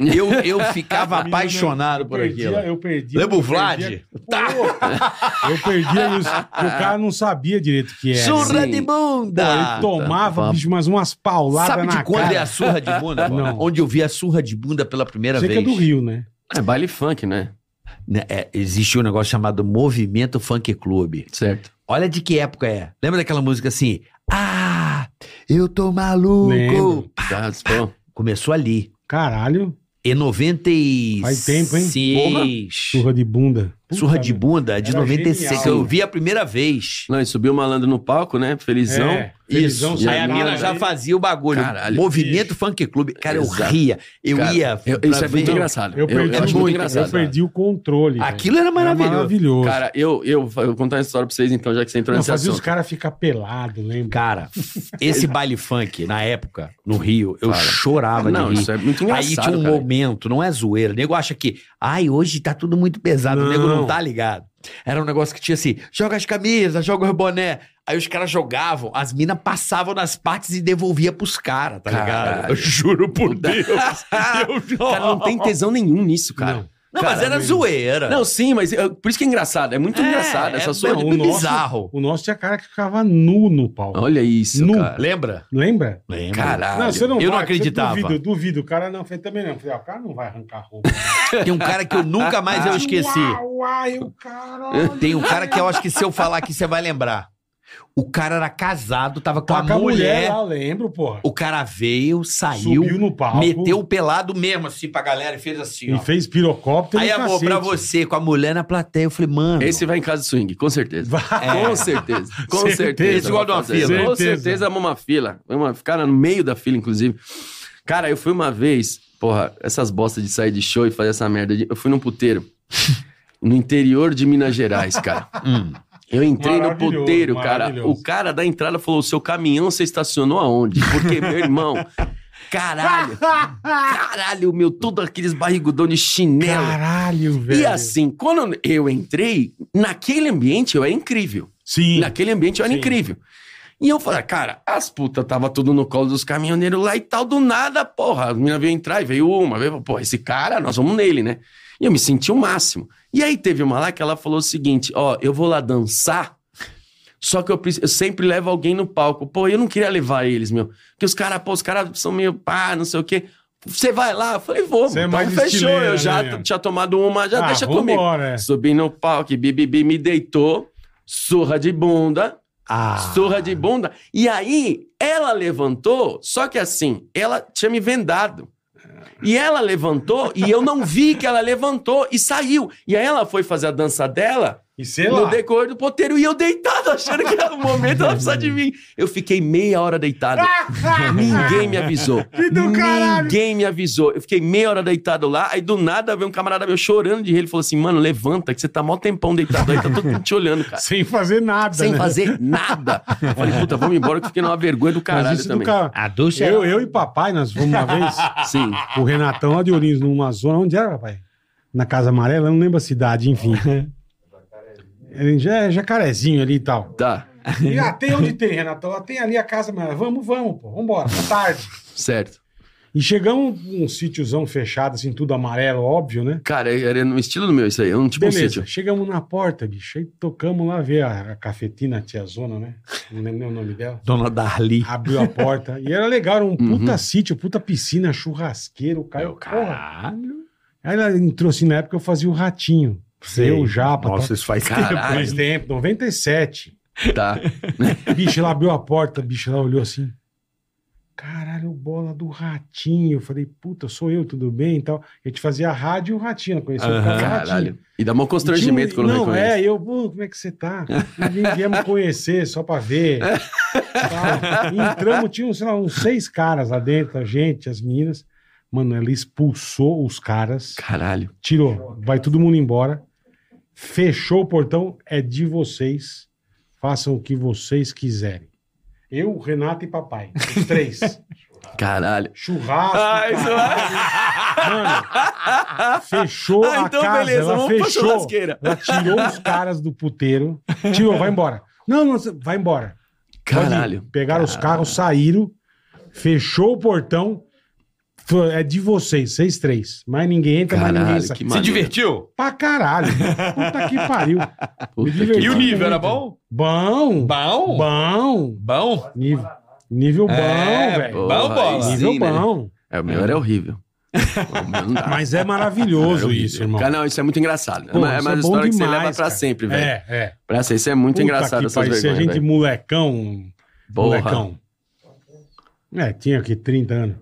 C: Eu, eu ficava
D: [LAUGHS] A menina-
C: apaixonado por
D: perdi
C: aquilo.
D: a- Eu perdi.
C: Lembra o
D: eu perdi a-
C: Vlad? Tá.
D: Pô, Eu perdi a luz. e o cara não sabia direito o que
G: é
D: era. né?
C: Surra
G: Sim.
C: de
D: Pô,
C: bunda!
D: ele tomava,
G: tá.
D: bicho, mais umas pauladas
C: Sabe
D: na
C: de quando
D: cara.
C: é a surra
D: [LAUGHS]
C: de bunda?
D: Não.
C: Onde eu vi a surra de bunda pela primeira
D: Sei que é
C: vez.
D: do Rio, né?
G: É baile funk, né?
C: né, é, existiu um negócio chamado Movimento Funk Clube.
G: Certo.
C: Olha de que época é. Lembra daquela música assim? Ah, eu tô maluco.
D: Lembro.
G: Tá, pô.
C: Começou ali.
D: Caralho,
C: Em 96.
D: Faz tempo,
G: hein?
D: surra de bunda. Puta
C: Surra de
D: merda.
C: bunda é de
D: Era
C: 96.
D: genial.
C: que Eu vi a primeira vez.
G: Não, e subiu o malandro no palco, né? Felizão.
D: É, felizão, né?
G: Isso. E
C: Aí a
D: sarado
C: mina já
D: ali.
C: fazia o bagulho.
G: Caralho.
C: Movimento Funk Clube. Cara, eu
G: Exato.
C: ria. Eu
G: Cara,
C: ia.
G: Eu-
C: pra
G: isso é muito
C: ver-
G: engraçado.
D: Eu perdi,
G: acho
D: muito,
G: muito engraçado.
D: eu perdi o controle. velho.
C: Aquilo era é maravilhoso.
D: Era maravilhoso.
G: Cara, eu, eu vou contar uma história pra vocês então, já que você entrou
D: Não,
G: nesse
D: fazia os
G: assunto.
D: caras ficar pelado, lembra? [LAUGHS]
C: Cara, esse baile funk, na época, no Rio, eu
G: Cara.
C: chorava
G: Não,
C: de rir.
G: isso é muito
C: Aí
G: engraçado.
C: tinha um
G: cara.
C: momento, não é zoeira. O nego acha que, ai, hoje tá tudo muito pesado, o nego não
D: Não.
C: tá ligado. Era um negócio que tinha assim: joga as camisas, joga os boné. Aí os caras jogavam, as minas passavam nas partes e devolvia pros caras, tá ligado?
G: Caralho.
C: Eu juro
G: [LAUGHS]
C: por Deus.
G: Cara, não tem tesão nenhum nisso, cara.
D: Não.
C: Não, mas era
D: Caralho.
C: zoeira.
G: Não, sim, mas eu- por isso que é engraçado. É muito
C: É,
G: engraçado
C: é
G: essa
C: Foi
G: sua.
C: bem-
D: Não,
C: muito
D: o nosso-
C: bizarro.
D: O nosso tinha cara que ficava nu no palco.
G: Olha isso,
D: Nu.
G: cara.
C: Lembra?
D: Lembra?
C: Lembra.
G: Caralho.
D: você
C: eu não
D: vai, você
C: acreditava.
D: Duvido, eu duvido. O cara não fez também não. Eu Falei, ah, o cara não vai arrancar a roupa.
C: Tem um cara que eu nunca mais
G: [LAUGHS]
C: eu esqueci.
D: Ah, Uau, uai, o caralho.
C: Tem um cara que eu acho que se eu falar aqui, você vai lembrar. O cara era casado, tava com
D: Tá
C: a mulher.
D: lá, lembro, porra.
C: O cara veio, saiu,
D: Subiu no palco.
C: meteu o pelado mesmo, assim, pra galera e fez assim,
D: E
C: ó.
D: fez pirocóptero
C: Aí,
D: e
C: amor,
D: cacete.
C: pra você, com a mulher na plateia, eu falei, mano.
G: Esse vai em casa de swing, com certeza.
D: Vai. É.
G: Com certeza. Com
D: Certeza.
G: certeza.
C: Esse igual de uma
G: vou fazer.
D: fila.
G: Com
D: Certeza.
G: certeza amou uma fila. Uma, ficaram no meio da fila, inclusive. Cara, eu fui uma vez, porra, essas bostas de sair de show e fazer essa merda. de- Eu fui
D: [LAUGHS]
G: num puteiro. no interior de Minas Gerais, cara.
C: Hum.
G: Eu entrei no
D: Maravilhoso,
G: puteiro, cara.
D: maravilhoso.
G: O cara da entrada falou: seu caminhão você estacionou aonde? Porque, meu irmão,
D: [LAUGHS]
G: caralho, caralho, meu, todo aqueles barrigudão de chinelo.
D: Caralho, velho.
G: E assim, quando eu entrei, naquele ambiente eu era incrível.
D: Sim.
G: Naquele ambiente eu era
D: Sim.
G: incrível. E eu falei, cara, as putas tava tudo no colo dos caminhoneiros lá e tal, do nada, porra. As meninas veio entrar e veio uma, veio, porra, esse cara, nós vamos nele, né? E eu me senti o máximo. E aí teve uma lá que ela falou o seguinte: ó, eu vou lá dançar, só que eu, preciso- eu sempre levo alguém no palco. Pô, eu não queria levar eles, meu. Porque os caras, pô, os caras são meio pá, não sei o quê. Você vai lá? Eu falei, vou,
D: Você é
G: mano.
D: mais
G: então fechou.
D: estileira,
G: Eu já
D: né, meu?
G: tinha tomado uma, já
D: Ah,
G: deixa comigo.
D: vambora, é.
G: Subi no palco, Bibi me deitou, surra de bunda,
C: Ah.
G: surra de bunda. E aí, ela levantou, só que assim, ela tinha me vendado. E ela levantou, e eu não vi que ela levantou e saiu. E aí ela foi fazer a dança dela
D: E sei
G: no
D: lá. [LAUGHS]
G: decorrer do ponteiro e eu deitado, achando que era o momento ela precisava de mim. Eu fiquei meia hora deitado. Ninguém me avisou.
D: Tá, [LAUGHS] Que do caralho.
G: Ninguém me avisou. Eu fiquei meia hora deitado lá, aí do nada veio um camarada meu chorando de rir. Ele falou assim: mano, levanta, que você tá mó tempão deitado aí, tá todo mundo te olhando,
D: [LAUGHS]
G: cara.
D: Sem fazer nada,
G: Sem
D: né?
G: fazer nada. Eu falei, puta, vamos embora, que eu fiquei numa vergonha do
D: Mas
G: caralho
D: isso
G: também.
D: do cara...
C: A Dulce é
D: Eu, eu e papai, nós fomos uma vez,
G: Sim.
D: o Renatão lá de Ourinhos, numa zona, onde era, papai? Na Casa Amarela, eu não lembro a cidade, enfim. Era em Ja- Jacarezinho ali e tal.
G: Tá,
D: E ah, tem
G: [LAUGHS]
D: onde tem, Renatão? Ah, Tem ali a Casa Amarela. Vamos, vamos, pô, vambora, tá tarde.
G: certo.
D: E chegamos num sítiozão fechado, assim, tudo amarelo, óbvio, né?
G: Cara, era no estilo do meu isso aí. Eu não tipo um
D: Beleza,
G: sítio.
D: chegamos na porta, bicho, aí tocamos lá ver a, a cafetina, a tiazona, né? Não lembro nem o nome dela.
C: Dona Darli.
D: Abriu a porta. e era legal, era um
G: Uhum.
D: puta sítio, puta piscina, churrasqueiro, o cara. porra.
C: Caralho.
D: Aí ela entrou assim, na época eu fazia o ratinho. Eu, japa.
C: Nossa, isso faz
G: Caralho.
D: tal. Faz tempo, 97. [LAUGHS]
G: Tá.
D: Bicho, ela abriu a porta, bicho, ela olhou assim. Caralho, bola do ratinho. Eu falei, puta, sou eu, tudo bem e tal. Eu te fazia a rádio e o ratinho, eu conheci o cara do ratinho.
G: Caralho. E dá mó
D: E
G: constrangimento
D: tinha um-
G: quando
D: Não,
G: reconhece.
D: é, eu, pô, como é que você tá? E vim- Viemos conhecer só pra ver. tal. E Entramos, tinha, sei lá, uns seis caras lá dentro, a gente, as meninas. Mano, ela expulsou os caras,
G: Caralho.
D: tirou, vai todo mundo embora, fechou o portão, é de vocês, façam o que vocês quiserem. Eu, Renato e papai, os
G: [LAUGHS]
D: três.
G: Caralho.
D: Churrasco.
G: Ah, isso
D: Mano, fechou
G: Ah,
D: a
G: então
D: casa,
G: beleza,
D: ela
G: vamos pra
D: fechou.
G: churrasqueira.
D: Ela tirou os caras do puteiro. Tirou, vai embora. Não, não, você- vai embora. Pode ir.
G: Caralho.
D: Pegaram os carros, saíram, fechou o portão. Falou, É de vocês, vocês três. Mais ninguém entra, mais ninguém
G: Caralho,
D: sai.
G: que maneiro.
C: divertiu?
D: Pra
G: [LAUGHS]
D: caralho. Puta que pariu.
G: Puta que
D: divertiu.
G: pariu.
D: E o
C: tá
D: nível era bom? Bom.
C: Bom?
D: Bom.
C: Bom?
D: Nível, nível bom,
C: É,
D: velho.
C: Bom, bola.
G: aí sim,
D: Nível
G: né?
D: bom. [LAUGHS]
G: É, o meu era horrível. Não dá.
D: Mas é maravilhoso isso, irmão.
G: Cara, não, isso é muito engraçado.
D: Pô,
G: é
D: isso é
G: uma
D: bom
G: história que você
D: demais,
G: leva pra
D: cara.
G: sempre, velho.
D: É, é.
G: Pra ser, isso é muito
D: Puta
G: engraçado
D: que
G: essas
D: pariu,
G: vergonhas,
D: Se a gente
G: velho.
D: molecão,
G: Porra.
D: molecão. É, tinha aqui 30 anos.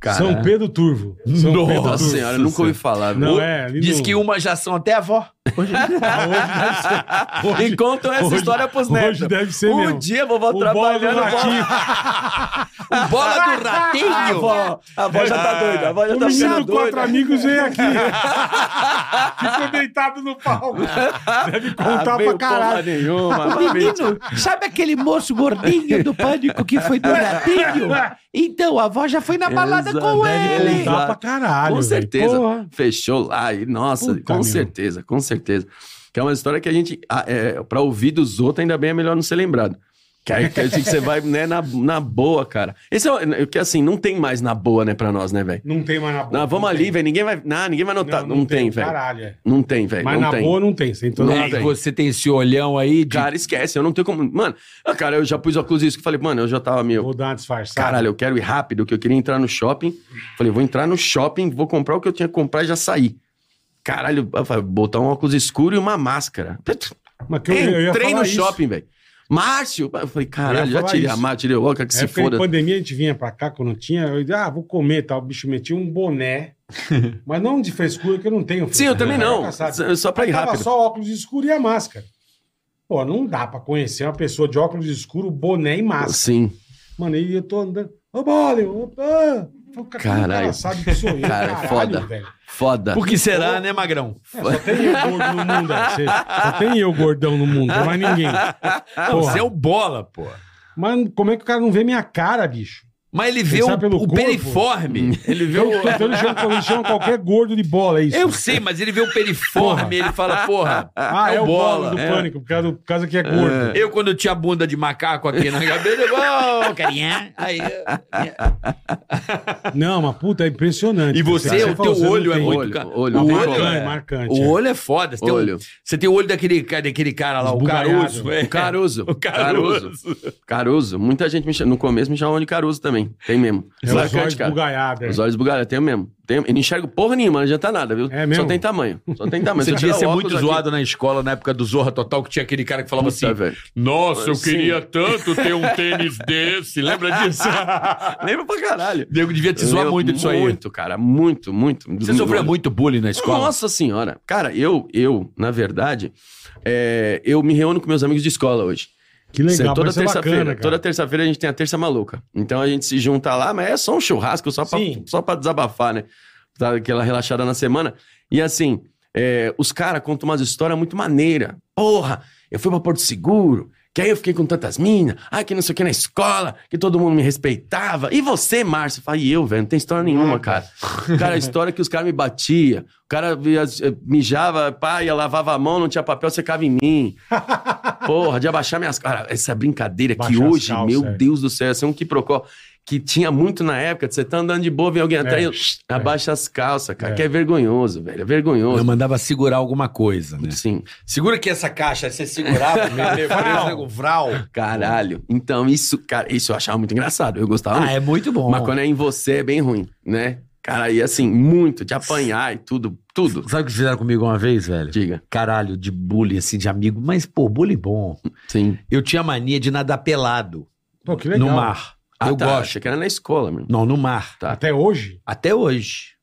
G: Cara,
D: São Pedro Turvo. São é um Pedro
G: Nossa senhora, eu nunca ouvi falar. velho.
D: Não é, ali
C: Diz
D: no-
C: que
D: [LAUGHS]
C: uma já são até avó.
D: Ah, hoje deve ser.
G: [LAUGHS] E contam essa
D: hoje-
G: história pros netos.
D: Hoje deve ser
G: um
D: mesmo.
G: dia vovó
D: O bola do
G: trabalhando, bola,
D: ratinho.
C: [LAUGHS]
G: bola do ratinho. A avó, a avó já tá doida, a avó já
D: Ah. O
G: tá
D: menino
G: ficando
D: do Quatro
G: doida.
D: Amigos veio
G: [LAUGHS]
D: aqui. Ficou deitado no palco. Deve contar pra
G: Ah, veio porra
D: caralho. [LAUGHS]
G: nenhuma.
C: Menino, sabe aquele moço gordinho do pânico que foi do ratinho? Então, a avó já foi na balada com
G: Exatamente.
C: ele.
D: Contar pra caralho. velho.
G: com certeza.
D: Porra.
G: Fechou lá. E, nossa,
D: Puta,
G: com
D: meu.
G: certeza, com certeza. Que é uma história que a gente, ah, é, pra ouvir dos outros, ainda bem é melhor não ser lembrado. Que aí que aí você vai, né, na, na boa, cara. Esse é o- que assim, não tem mais na boa, né, pra nós, né, velho?
D: Não tem mais na boa.
G: Não, vamos ali, velho. Ninguém vai. Não, ninguém vai notar. Não, tem, velho.
D: Caralho. é.
G: Não tem, velho.
D: Mas
G: Não
D: na
G: tem.
D: boa não tem. Sem toda
G: Não
D: razão.
G: tem.
C: Você tem esse olhão aí de
G: Cara, esquece. Eu não tenho como. Mano, ah, cara, eu já pus óculos isso que falei, mano, eu já tava meio.
D: Vou dar uma disfarçada.
G: Caralho, eu quero ir rápido, que eu queria entrar no shopping. Falei, vou entrar no shopping, vou comprar o que eu tinha que comprar e já sair. Caralho, eu falei, botar um óculos escuro e uma máscara.
D: Mas que eu, eu ia
G: Entrei
D: falar
G: no
D: isso.
G: shopping, velho. Márcio! Eu falei,
D: Eu
G: caralho,
D: ia
G: já
D: falar
G: tirei
D: isso.
G: a máscara, tirei o óculos, que
D: É
G: se
D: porque em
G: foda.
D: pandemia a gente vinha pra cá quando tinha. Eu ia, ah, vou comer e tal. O bicho metia um
G: [LAUGHS]
D: boné. mas não de frescura, que eu não tenho.
G: Sim, eu também não.
D: Sabe?
G: Só pra
D: Aí
G: ir
D: É tava
G: rápido.
D: só óculos escuro e a máscara. Pô, não dá pra conhecer uma pessoa de óculos escuro, boné e máscara.
G: Sim.
D: Mano, e eu tô andando. Ô, Bole! Opa! um
G: Caralho.
D: Sabe que sou eu,
G: Cara, é
D: caralho,
G: foda.
D: velho.
G: Foda.
C: Por que será, né, Magrão?
D: É, só tem eu gordo no mundo. aí. Você- Só tem eu gordão no mundo, não tem mais ninguém. Porra.
C: Você é o bola, pô.
D: Mano, como é que o cara não vê minha cara, bicho?
C: Mas ele vê
D: Pensar
C: o,
D: pelo
C: o
D: corpo.
C: periforme. Ele vê o.
D: Então ele chama, ele chama qualquer gordo de bola, é isso?
C: Eu sei, mas ele vê o periforme,
D: Porra.
C: ele fala, porra,
D: ah, é, o bola, do
C: É.
D: pânico, por causa, por causa que é gordo.
C: Eu, quando eu tinha bunda de macaco aqui na cabeça, eu vou, carinha. Aí,
D: Não, mas puta, é impressionante.
C: E você,
D: Cara,
C: o
D: falou,
C: teu
D: não
C: olho é
D: tem.
C: muito.
G: olho,
C: ca-
G: olho,
C: o
D: Não,
G: tem
C: olho,
G: como.
D: marcante,
C: é.
D: marcante.
C: O olho é foda. Você tem,
G: Olho.
C: O, você tem o olho daquele, ca- daquele cara lá, o
D: Esbugalhado.
C: Caruso. é.
G: O Caruso.
C: O Caruso.
G: Caruso. Muita gente me chama. No começo me chamava de Caruso também. Tem mesmo.
D: É os olhos
G: Marcante, cara.
D: bugaiados. é.
G: Os olhos bugalhados, tenho mesmo. Tenho, e não enxergo porra nenhuma, não adianta nada, viu?
D: É mesmo?
G: Só tem tamanho. Só
C: [LAUGHS]
G: tem tamanho. Se
C: Você
G: eu
C: devia
G: tirar
C: ser
G: o
C: muito
G: óculos [LAUGHS]
C: zoado na escola, na época do Zorra Total, que tinha aquele cara que falava
G: aqui- Tá,
C: assim:
G: velho.
C: Nossa, eu
G: Sim.
C: queria tanto ter um tênis
G: [LAUGHS]
C: desse. Lembra disso?
G: Lembra Ah, pra caralho.
C: Diego devia te zoar
G: Eu-
C: muito disso aí.
G: Muito, cara. Muito, muito.
C: Você sofreu muito bullying na escola?
G: Nossa senhora. Cara, eu, eu na verdade, é, eu me reúno com meus amigos de escola hoje.
D: Que legal,
G: Cê- toda
D: mas é bacana,
G: terça-feira.
D: cara.
G: Toda terça-feira a gente tem a terça maluca. Então a gente se junta lá, mas é só um churrasco, só pra,
D: Sim.
G: só pra desabafar, né? Dar aquela relaxada na semana. E assim, é, os caras contam umas histórias muito maneira. Porra, eu fui pra Porto Seguro, que aí eu fiquei com tantas minas, ah, que não sei o que na escola, que todo mundo me respeitava. E você, Márcio? Eu falei, e eu, velho? Não tem história nenhuma, cara. Cara, a história que os caras me batia, o cara via- eh, mijava, pá, ia lavava a mão, não tinha papel, secava em mim. Porra, de abaixar minhas. Cara, essa brincadeira que
D: Baixar as
G: hoje,
D: calças,
G: meu
D: é.
G: Deus do céu, essa é um quiprocó que tinha muito na época, de você tá andando de boa, vem alguém atrás, e- abaixa as calças, cara,
D: É.
G: que é vergonhoso, velho, é
C: Eu
G: vergonhoso.
C: mandava segurar alguma coisa, né?
G: Sim,
C: Segura aqui essa caixa, você segurava, [LAUGHS] ficava meio preso, né, com o vral.
G: caralho. Então, isso, cara, isso eu achava muito engraçado, eu gostava
C: Ah,
G: muito.
C: é muito bom.
G: Mas quando é em você, é bem ruim, né? Cara, e assim, muito, de apanhar e tudo, tudo.
C: Sabe o que fizeram comigo uma vez, velho?
G: Diga.
C: Caralho, de bullying, assim, de amigo. Mas, pô, bullying bom.
G: Sim.
C: Eu tinha mania de nadar pelado
D: Pô, que legal.
C: no mar.
G: Ah,
C: eu
G: tá,
C: gosto.
G: achei que era na escola, meu.
C: Não, no mar.
G: Tá.
D: Até hoje?
C: Até hoje.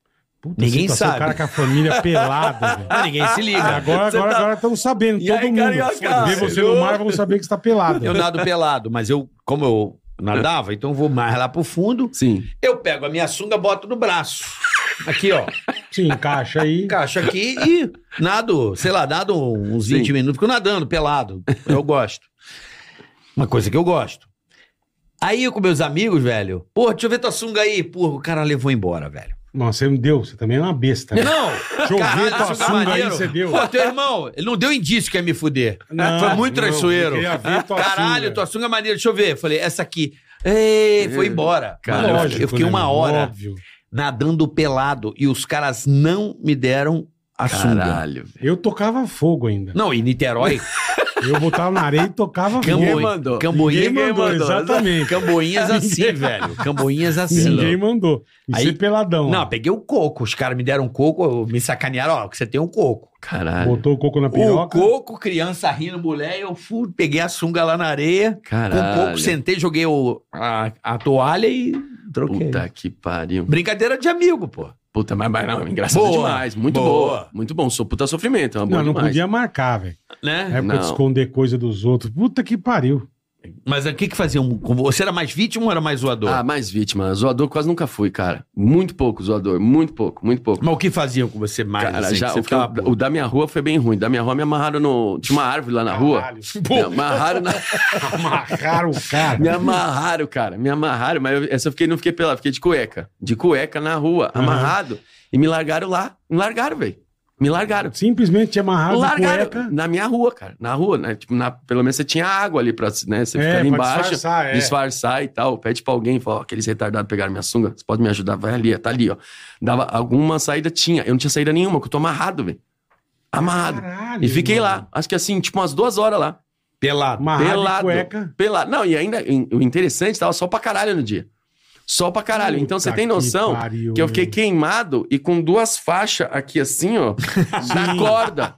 D: Puta,
C: Ninguém
D: situação,
C: sabe.
D: O cara com a família pelada, velho.
C: Mas Ah, ninguém se
D: E
C: liga.
D: Ah, agora,
G: Você
D: agora,
G: tá-
D: agora estamos sabendo,
G: E
D: todo
G: aí,
D: mundo.
G: carioca?
D: Ver você no mar, vão saber que você tá pelado.
C: Eu nado pelado, mas eu, como eu nadava, então eu vou mais lá pro fundo.
G: Sim.
C: Eu pego a minha sunga, boto no braço. Aqui, ó.
D: Se encaixa aí.
C: Encaixa aqui e nado, sei lá, nado uns 20
G: Sim.
C: minutos, fico nadando, pelado. Eu gosto. Uma coisa que eu gosto. Aí eu com meus amigos, velho, pô, deixa eu ver tua sunga aí. Porra, o cara levou embora,
D: [LAUGHS]
C: velho.
D: Nossa, você não deu, você também é uma besta. Né?
C: Não!
D: Deixa eu ver tua sunga aí,
C: maneiro.
D: você deu.
C: Pô, teu irmão, ele não deu indício que ia me fuder.
D: Não,
C: Foi muito
D: não,
C: traiçoeiro.
D: eu queria ver tua
C: Caralho,
D: sunga.
C: tua sunga é maneira, deixa eu ver. Falei, essa aqui. Ei, foi embora.
G: Cara,
C: Mano, eu
D: Lógico,
C: fiquei- eu fiquei
D: né,
C: uma
D: meu?
C: hora
D: Óbvio.
C: nadando pelado e os caras não me deram a sunga.
G: Caralho.
D: Eu tocava fogo ainda.
C: Não, e
G: [LAUGHS]
C: Niterói,
D: Eu botava na areia e tocava
C: Camboinha,
D: fogo.
G: mandou?
C: Camboinha,
D: Ninguém mandou, exatamente.
C: Camboinhas assim, velho. Camboinhas assim.
D: Ninguém mandou. E
C: Aí-
D: ser peladão.
C: Não, peguei o coco. Os caras me deram um coco, me sacanearam. Ó, que você tem um coco.
G: Caralho.
D: Botou o coco na
C: O
D: piroca.
C: coco, criança rindo, mulher, eu fui, peguei a sunga lá na areia, com o coco,
G: Caralho.
C: sentei, joguei o- a, a toalha e troquei.
G: Puta que pariu.
C: Brincadeira de amigo, pô.
G: Puta, mas, mas não, engraçado
C: Boa.
G: demais. Muito
C: Boa.
G: boa. Muito bom. Sou puta sofrimento. É uma boa
D: Não, não
G: demais.
D: podia marcar, velho.
C: Né?
D: Época de
G: Não.
D: esconder coisa dos outros. Puta que pariu.
C: Mas o que que faziam com você? Era mais vítima ou era mais zoador?
G: Ah, mais vítima. Zoador quase nunca fui, cara. Muito pouco zoador. Muito pouco, muito pouco.
C: Mas o que faziam com você mais?
G: Cara,
C: assim, que
G: já,
C: você
G: o, que eu-
C: ficava-
G: o da minha rua foi bem ruim. Da minha rua me amarraram no. Tinha uma árvore lá na rua.
D: Caralho.
G: Me amarraram na.
D: Amarraram o cara.
G: Me amarraram, cara. Me amarraram, mas eu, essa eu fiquei, não fiquei pelado, fiquei de cueca. De cueca na rua,
D: Aham.
G: amarrado. E me largaram lá. Me largaram, velho. Me largaram.
D: Simplesmente te amarraram Ah, de
G: largaram
D: cueca.
G: na minha rua, cara. Na rua, né? Tipo, na, pelo menos você tinha água ali pra né? você
D: É,
G: ficar ali
D: pra
G: embaixo.
D: disfarçar, é.
G: disfarçar e tal. Pede pra alguém, fala, ó, aqueles retardados pegaram minha sunga, você pode me ajudar? Vai ali, ó, tá ali, ó. Dava alguma saída, tinha. Eu não tinha saída nenhuma, que eu tô amarrado, velho. Amarrado.
D: Caralho,
G: E fiquei
D: mano.
G: lá, acho que assim, tipo umas duas horas lá.
C: Pelado.
D: Amarrado
G: Pelado.
D: de cueca.
G: Pelado. Não, e ainda em- o interessante, tava sol pra caralho no dia. Sol pra caralho. Então você
D: Puta
G: tem
D: que
G: noção
D: pariu,
G: que, eu fiquei
D: meu.
G: queimado e com duas faixas aqui
D: [LAUGHS]
G: assim, ó, na corda.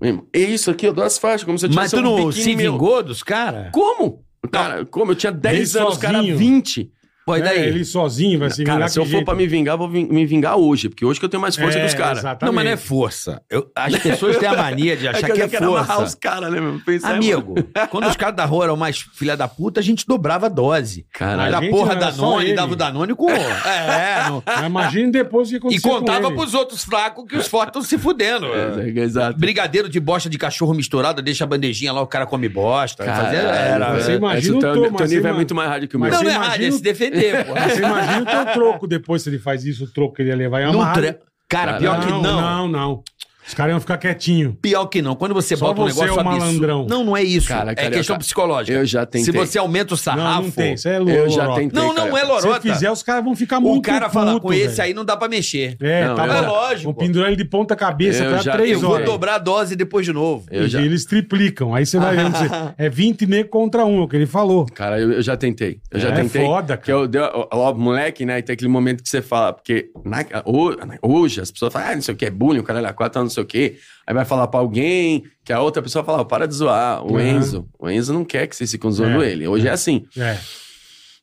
G: Mesmo. É isso aqui, ó, duas faixas, como se eu
C: Mas
G: tivesse
C: tu
G: um
C: não
G: biquíni
C: se
G: meu.
C: vingou dos caras?
G: Como? Cara, como? Eu tinha 10
D: Ele
G: anos, cara,
D: sozinho.
G: 20.
C: Pô, e
D: É,
C: daí?
D: ele sozinho vai se
G: Cara,
D: vingar
G: se eu
D: que
G: for
D: jeito.
G: pra me vingar, vou vin- me vingar hoje, porque hoje que eu tenho mais força
D: É,
G: que os caras.
D: exatamente.
C: Não, mas não é força. Eu- as pessoas têm a mania
G: [LAUGHS]
C: de achar
G: eu
C: que
G: já
C: é
G: quero amarrar os
C: força.
G: caras, né, meu? Pensar, mano.
C: Amigo, quando os caras da rua eram mais filha da puta, a gente dobrava a dose.
G: Caralho.
D: Mas
C: Da
D: gente,
C: porra
D: não, era só
C: Danone,
D: ele.
C: dava o Danone com... É, não-
D: Mas Imagina depois o que
C: E
D: aconteceu
C: contava
D: com ele.
C: pros outros fracos que os fortes estão se fudendo.
G: É, é, Exato.
C: Brigadeiro de bosta de cachorro misturada, deixa a bandejinha lá, o cara come bosta.
G: Caralho,
C: Fazia- era,
D: você
G: é,
D: imagina
G: é,
D: o
G: teu,
D: Thomas,
G: teu
D: você
G: nível é
D: ima-
G: muito mais rádio que o meu.
D: Mas
C: Não,
D: você
C: não é rádio, é
D: imagina-
C: se defender, pô.
D: Você imagina o teu troco depois se ele faz isso, o troco que ele ia levar. É
C: Não
D: amarrado.
C: tre- Cara,
G: Cara,
C: pior que não.
D: Não, não. Os caras iam ficar quietinho.
C: Pior que não. Quando você
D: Só
C: bota um
D: você
C: negócio
D: é o
C: absurdo.
D: malandrão.
C: Não, não é isso.
G: Cara,
C: é
G: cara,
C: questão
G: eu-
C: psicológica.
G: Eu já tentei.
C: Se você aumenta o sarrafo.
D: Não, não tem. Isso é louco.
G: Ah, Eu já tentei.
C: Não, não
G: cara.
C: é
D: Se
C: lorota.
D: fizer, os caras vão ficar muito
C: o cara fala
D: puto,
C: com esse
D: velho.
C: aí, não dá pra mexer.
D: É,
G: Não,
D: tá
G: eu-
C: é
D: bom. Vão
C: lógico.
D: pendurar ele de ponta cabeça
G: Eu
D: até
G: já-
D: três
C: Eu vou
D: horas.
C: dobrar a dose depois de novo.
G: Eu
D: e
G: já-
D: eles triplicam. Aí você vai vendo.
G: [LAUGHS]
D: você- É 20 e meio contra um, é o que ele falou.
G: Cara, eu, eu já tentei. Eu já
D: É
G: tentei.
D: foda,
G: Que eu deu, ó, ó, moleque, né? E tem aquele momento que você fala, porque na- ho- hoje as pessoas falam, ah, não sei o que, é bullying, o cara é quatro, não sei o que. Aí vai falar pra alguém, que a outra pessoa fala, ó, para de zoar. O
D: Uhum.
G: Enzo, o Enzo não quer que vocês ficam zoando
D: É,
G: ele. Hoje é. assim.
D: É.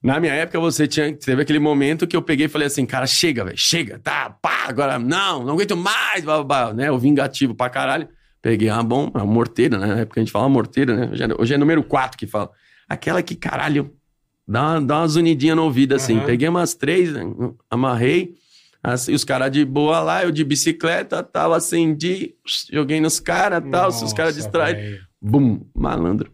G: Na minha época, você tinha, teve aquele momento que eu peguei e falei assim, cara, chega, velho, chega, tá, pá, agora não, não aguento mais, blá, blá, blá, né? O vingativo pra caralho. Peguei uma bom, uma morteira, né? Na época a gente fala morteira, né? Hoje é, hoje é número 4 que fala. Aquela que, caralho, dá, uma- dá umas unidinhas no ouvido, assim.
D: Aham.
G: Peguei umas três, né? amarrei, assim, os caras de boa lá, eu de bicicleta, tal, acendi, joguei nos caras, tal, Tá, se os caras
D: Nossa,
G: distraem,
D: velho.
G: bum, malandro.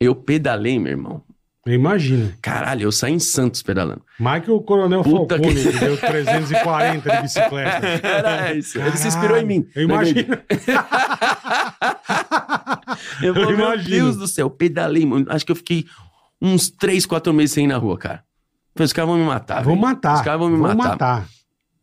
G: Eu pedalei, meu irmão.
D: Eu imagino.
G: Caralho, eu saí em Santos pedalando.
D: [LAUGHS] Michael Coronel
G: Puta
D: Falcone, que... deu 340 de bicicleta.
G: Era isso. Ele se inspirou em mim.
D: É Eu imagino.
G: Eu,
D: Eu
G: falei, meu
D: imagino.
G: Deus do céu, pedalei. muito. Acho que eu fiquei uns 3, 4 meses sem ir na rua, cara. Falei, os caras vão me matar.
D: Vou
G: velho.
D: matar.
G: Os caras vão me matar.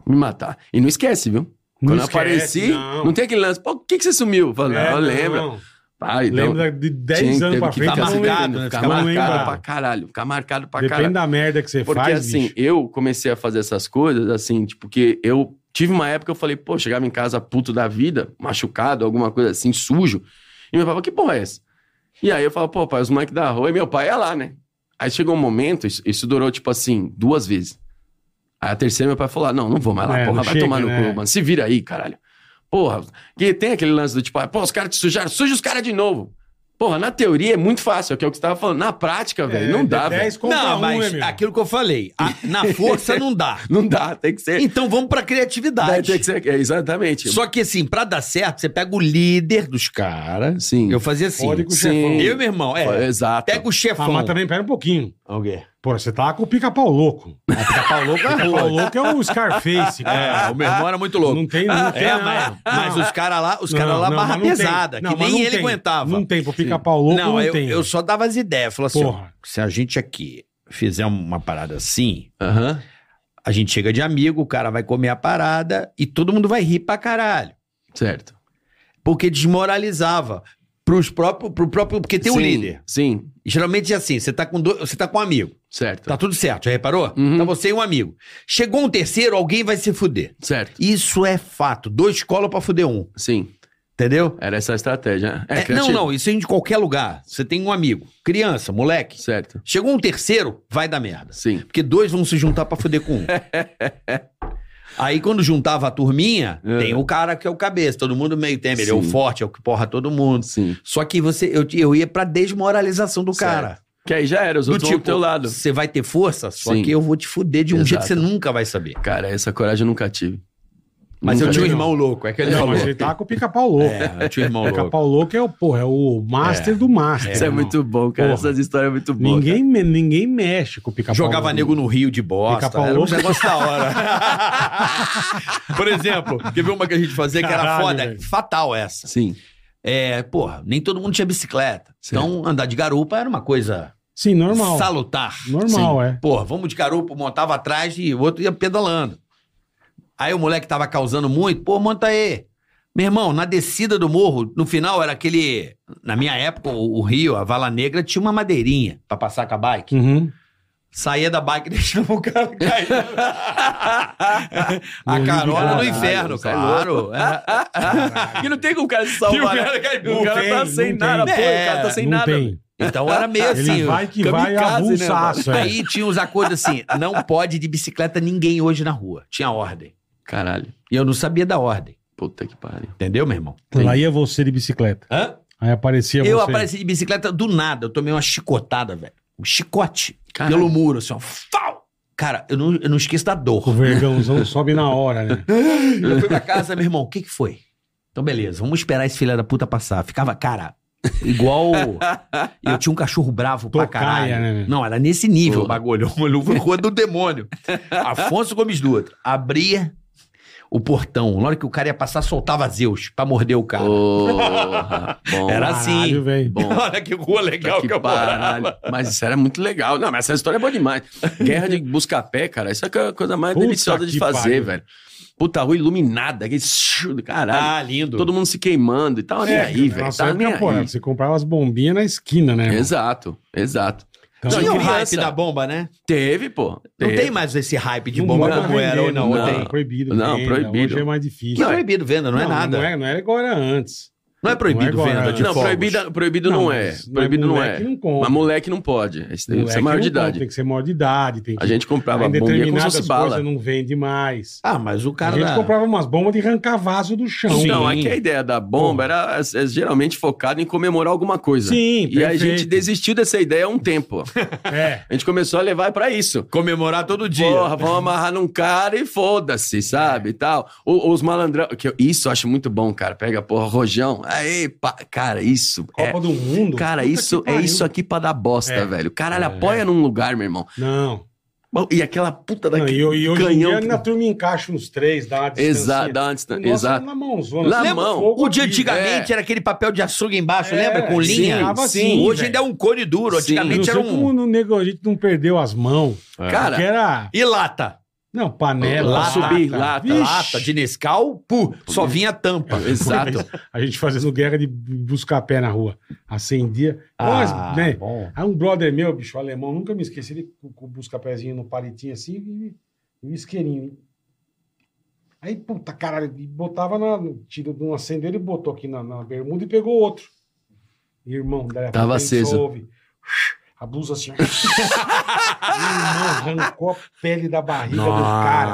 G: Me matar. E não esquece, viu?
D: Não
G: Quando
D: esquece,
G: eu apareci,
D: não.
G: não. tem aquele lance. Pô, por que, que você sumiu? Eu falei,
D: É,
G: não, lembra.
D: não.
G: Pai, então,
D: Lembra de 10
G: tinha-
D: anos
G: teve
D: pra
G: que
D: frente.
G: ficar
D: não lembra.
G: marcado,
C: lembra,
G: ficar
D: ficava
G: marcado
D: lembrado.
G: pra caralho. Ficar marcado pra
D: Depende
G: caralho.
D: da merda que você
G: Porque
D: faz,
G: assim,
D: bicho.
G: eu comecei a fazer essas coisas, assim, tipo, porque eu tive uma época que eu falei, pô, eu chegava em casa puto da vida, machucado, alguma coisa assim, sujo. E meu pai falou, que porra é essa? E aí eu falo, pô, pai, os moleques da rua, e meu pai ia lá, né? Aí chegou um momento, isso, isso durou, tipo assim, duas vezes. Aí a terceira, meu pai falou, ah, não, não vou mais lá,
D: É,
G: porra,
D: não
G: vai
D: chega,
G: tomar no
D: né?
G: cu, mano, se vira aí, caralho. Porra, que tem aquele lance do tipo, ah, pô, os caras te sujaram, suja os caras de novo. Porra, na teoria é muito fácil, é o que eu estava falando. Na prática, velho, não
D: É,
G: dá,
D: de
G: velho.
D: 10 contra
C: não,
D: um, é,
C: mas
D: meu?
C: aquilo que eu falei. a- na força não
G: [LAUGHS]
C: dá.
G: Não dá, tem que ser.
C: Então vamos pra
G: Daí tem que
C: criatividade.
G: ser- é, exatamente.
C: Só que assim, pra dar certo, você pega o líder dos caras.
G: Sim.
C: Eu fazia assim.
D: Fode com o
G: sim.
D: chefão.
C: Eu, meu irmão,
G: É,
C: é.
G: Exato.
C: Pega o
D: Ah,
C: chefão. É
D: mas também pera um pouquinho. Pô, você tá com o pica-pau louco.
C: Ah, pica-pau louco é
D: O
C: ruim.
D: pau louco é o Scarface,
C: É,
D: cara.
C: o meu irmão era muito louco.
D: Não tem, não tem.
C: É,
D: não.
C: mas, mas
D: Não,
C: os caras lá, os caras lá
D: não,
C: barra
D: mas não tem.
C: pesada,
D: Não,
C: que
D: mas
C: nem
D: não
C: ele
D: tem.
C: aguentava.
D: Não tem, pro pica-pau louco não,
C: não, eu,
D: tem.
C: eu só dava as ideias. Falava assim, ó,
D: Porra.
C: se a gente aqui fizer uma parada assim,
G: Aham.
C: a A gente chega de amigo, o cara vai comer a parada e todo mundo vai rir pra caralho.
G: Certo.
C: Porque desmoralizava pros próprios, pro próprio. Porque tem um
G: Sim,
C: líder.
G: Sim,
C: E geralmente é assim: você tá com dois, você tá com um amigo.
G: certo.
C: Tá tudo certo, já reparou?
G: Uhum.
C: Então você e um amigo. Chegou um terceiro, alguém vai se fuder.
G: Certo.
C: Isso é fato. Dois colam pra fuder um.
G: Sim.
C: Entendeu?
G: Era essa a estratégia. É,
C: É, não,
G: criativo.
C: não, isso é em qualquer lugar. Você tem um amigo, criança, moleque.
G: Certo.
C: Chegou um terceiro, vai dar merda.
G: Sim.
C: Porque dois vão se juntar pra fuder
G: [LAUGHS]
C: com um. Aí quando juntava a turminha,
G: É.
C: tem o cara que é o cabeça, todo mundo meio tem, ele é o
G: Sim.
C: forte, é o que porra todo mundo.
G: Sim.
C: Só que você, eu, eu ia pra desmoralização do cara.
G: Que aí já era, os
C: Do tipo,
G: outros vão pro teu lado.
C: você vai ter força, só
G: Sim.
C: que eu vou te fuder de um jeito
G: Exato.
C: que você nunca vai saber.
G: Cara, essa coragem eu nunca tive.
C: Mas eu
G: Nunca
C: tinha um
G: tive.
C: irmão louco, é que ele
D: Não,
C: falou.
D: mas ele tava com o pica-pau louco.
C: É, eu tinha um irmão
D: o
C: louco.
D: pica-pau louco é o, porra, é o master do master.
G: Isso é
D: irmão.
G: muito bom, cara.
D: Porra.
G: Essas histórias é muito boas.
D: Ninguém, me- ninguém mexe com o pica-pau
C: Jogava
D: louco.
C: nego no rio de bosta.
D: Pica-pau
C: Era um
D: louco.
C: negócio da hora. [LAUGHS] Por exemplo, teve uma que a gente fazia que era
D: Caralho,
C: foda,
D: velho.
C: fatal essa.
G: Sim.
C: É, porra, nem todo mundo tinha bicicleta.
G: Certo.
C: Então, andar de garupa era uma coisa
D: Sim, normal.
C: salutar.
D: Normal, é.
C: Porra, vamos de garupa, um montava atrás e o outro ia pedalando. Aí o moleque tava causando muito, pô, monta aí. Meu irmão, na descida do morro, no final era aquele. Na minha época, o, o Rio, a Vala Negra, tinha uma madeirinha pra passar com a bike.
D: Uhum.
C: Saía da bike e [LAUGHS] deixava o cara
D: [LAUGHS]
C: cair. a carola no
D: Caralho,
C: inferno,
G: sai
C: claro. É.
D: [LAUGHS]
G: [LAUGHS] E não tem como o cara se
C: E o
G: salvar. né?
C: cara cai
G: O cara
D: Não
G: tá
D: tem,
G: sem
D: não
G: nada,
C: tem.
G: pô. O cara tá
C: É,
G: sem
D: não
G: nada.
D: tem.
C: Então era meio
D: Ele
C: assim.
D: vai que
G: kamikaze,
D: vai avulsaço, é.
C: Aí tinha uns acordos assim: não pode de bicicleta ninguém hoje na rua. Tinha ordem.
G: Caralho.
C: E eu não sabia da ordem.
G: Puta que pariu.
C: Entendeu, meu irmão?
D: Lá ia você de bicicleta.
C: Hã?
D: Aí aparecia
C: Eu
D: você.
C: apareci de bicicleta do nada. Eu tomei uma chicotada, velho. Um chicote.
G: Caralho.
C: Pelo muro, assim, ó. Fau! Cara, eu não, eu não esqueço da
D: O
C: dor.
D: vergãozão sobe na hora, né?
C: Eu fui pra casa, meu irmão, o que que foi? Então, beleza, vamos esperar esse filho da puta passar. Ficava, cara, igual. eu tinha um cachorro bravo pra
D: Tocaia,
C: caralho.
D: né, meu?
C: Não, era nesse nível
G: Porra.
C: o bagulho. Uma luva rua do demônio. [LAUGHS] Afonso Gomes Dutra abria o portão. Na hora que o cara ia passar, soltava Zeus pra morder o cara.
G: Porra. Bom.
C: Era assim. [LAUGHS]
D: Caralho, velho.
G: Tá Bom.
C: Olha que rua legal
G: Puta que
C: que eu morava.
G: pariu. Mas isso era muito legal. Não, mas essa história é boa demais. Guerra de busca-pé, cara. Isso é a coisa mais
D: Puta
G: deliciosa de
D: que
G: fazer,
D: pariu.
G: velho. Puta rua iluminada. Aquele... shoo do Caralho.
C: Ah, É, lindo.
G: Todo mundo se queimando e tal. Nem aí, velho.
D: Nossa
G: Tá nem
D: época, pô,
C: né?
G: aí.
D: você comprava as bombinhas na esquina, né? irmão?
G: Exato, exato.
D: Então,
G: Não,
C: Tinha o
G: criança.
C: hype da bomba, né?
G: Teve, pô.
C: Não
G: Teve.
C: tem mais esse hype de
D: não
C: bomba
D: manda
C: como era
D: vender,
C: ou não.
G: não.
C: tem.
D: proibido.
G: Não,
D: venda.
G: proibido.
D: Hoje é mais
C: Que
D: difícil.
C: é proibido venda, não, é nada.
D: Não, é, não era igual era antes.
C: proibido
D: não é agora,
C: venda de
D: né?
G: Não,
C: fogos.
G: proibida, proibido não, é.
D: mas- mas
G: Proibido não é.
D: moleque Não compra.
G: Mas moleque não pode. Isso isso
D: Moleque
G: é maior
D: não
G: de
D: compra,
G: idade.
D: Tem que ser maior de idade. Tem que...
G: A gente comprava
D: Em
G: bombinha como se
D: determinadas
G: fosse
D: coisas
G: bala.
D: não vende mais.
C: Ah, mas o cara...
D: a gente
C: da-
D: comprava umas bombas de arrancar vaso do chão. né?
C: Sim.
G: Não, Então, aqui é a ideia da bomba era é, é, geralmente focada em comemorar alguma coisa.
D: Sim,
G: E a gente
D: perfeito.
G: desistiu dessa ideia há um tempo.
D: É.
G: A gente começou a levar pra isso.
C: Comemorar todo dia.
G: Porra, vamos amarrar num cara e foda-se,
D: É.
G: sabe? E tal. O- os malandrão. Que eu- isso eu acho muito bom, cara. Pega, porra, rojão. Aí, pá, cara, isso. é-
D: Copa do Mundo.
G: Cara,
D: Puta
G: isso
D: que
G: é
D: pariu.
G: isso aqui pra dar bosta,
D: É.
G: velho. Caralho,
D: É.
G: apoia num lugar, meu irmão.
D: Não.
G: Bom, E aquela puta
D: não
G: daquele
D: e, e hoje
G: canhão.
D: em dia na turma encaixa uns três, dá uma distância.
G: Exato, dá uma distância.
D: Nossa,
G: Exato.
D: na mãozona.
G: Na
D: Lembra
G: mão.
D: fogo
C: O dia
D: aqui.
C: antigamente
G: é.
C: era aquele papel de açúcar embaixo,
D: É,
C: lembra? Com
G: sim,
C: linha.
D: ficava assim,
C: Hoje
D: velho.
C: ainda é um cone duro.
G: Sim.
D: Eu Não
C: Antigamente era
D: sei
C: um...
D: como o nego, a gente não perdeu as mãos.
G: Cara,
D: que era...
C: E lata.
D: Não, panela.
G: Lá subir, lata,
D: Vixe.
C: Lata de Nescau, pu, só vinha
D: [LAUGHS]
C: tampa.
G: Exato.
D: A gente fazendo guerra de buscar pé na rua. Acendia.
G: Ah.
D: Nós, né?
C: Ah, bom.
D: Aí um brother meu, bicho alemão, nunca me esqueci, ele com com o busca-pezinho no palitinho assim e, e o isqueirinho. Aí, puta caralho, e botava na. Tirou de um acender, ele botou aqui na, na bermuda e pegou outro. Irmão, galera,
G: Tava aceso.
D: A blusa [LAUGHS] assim. irmão, arrancou a pele da barriga do cara.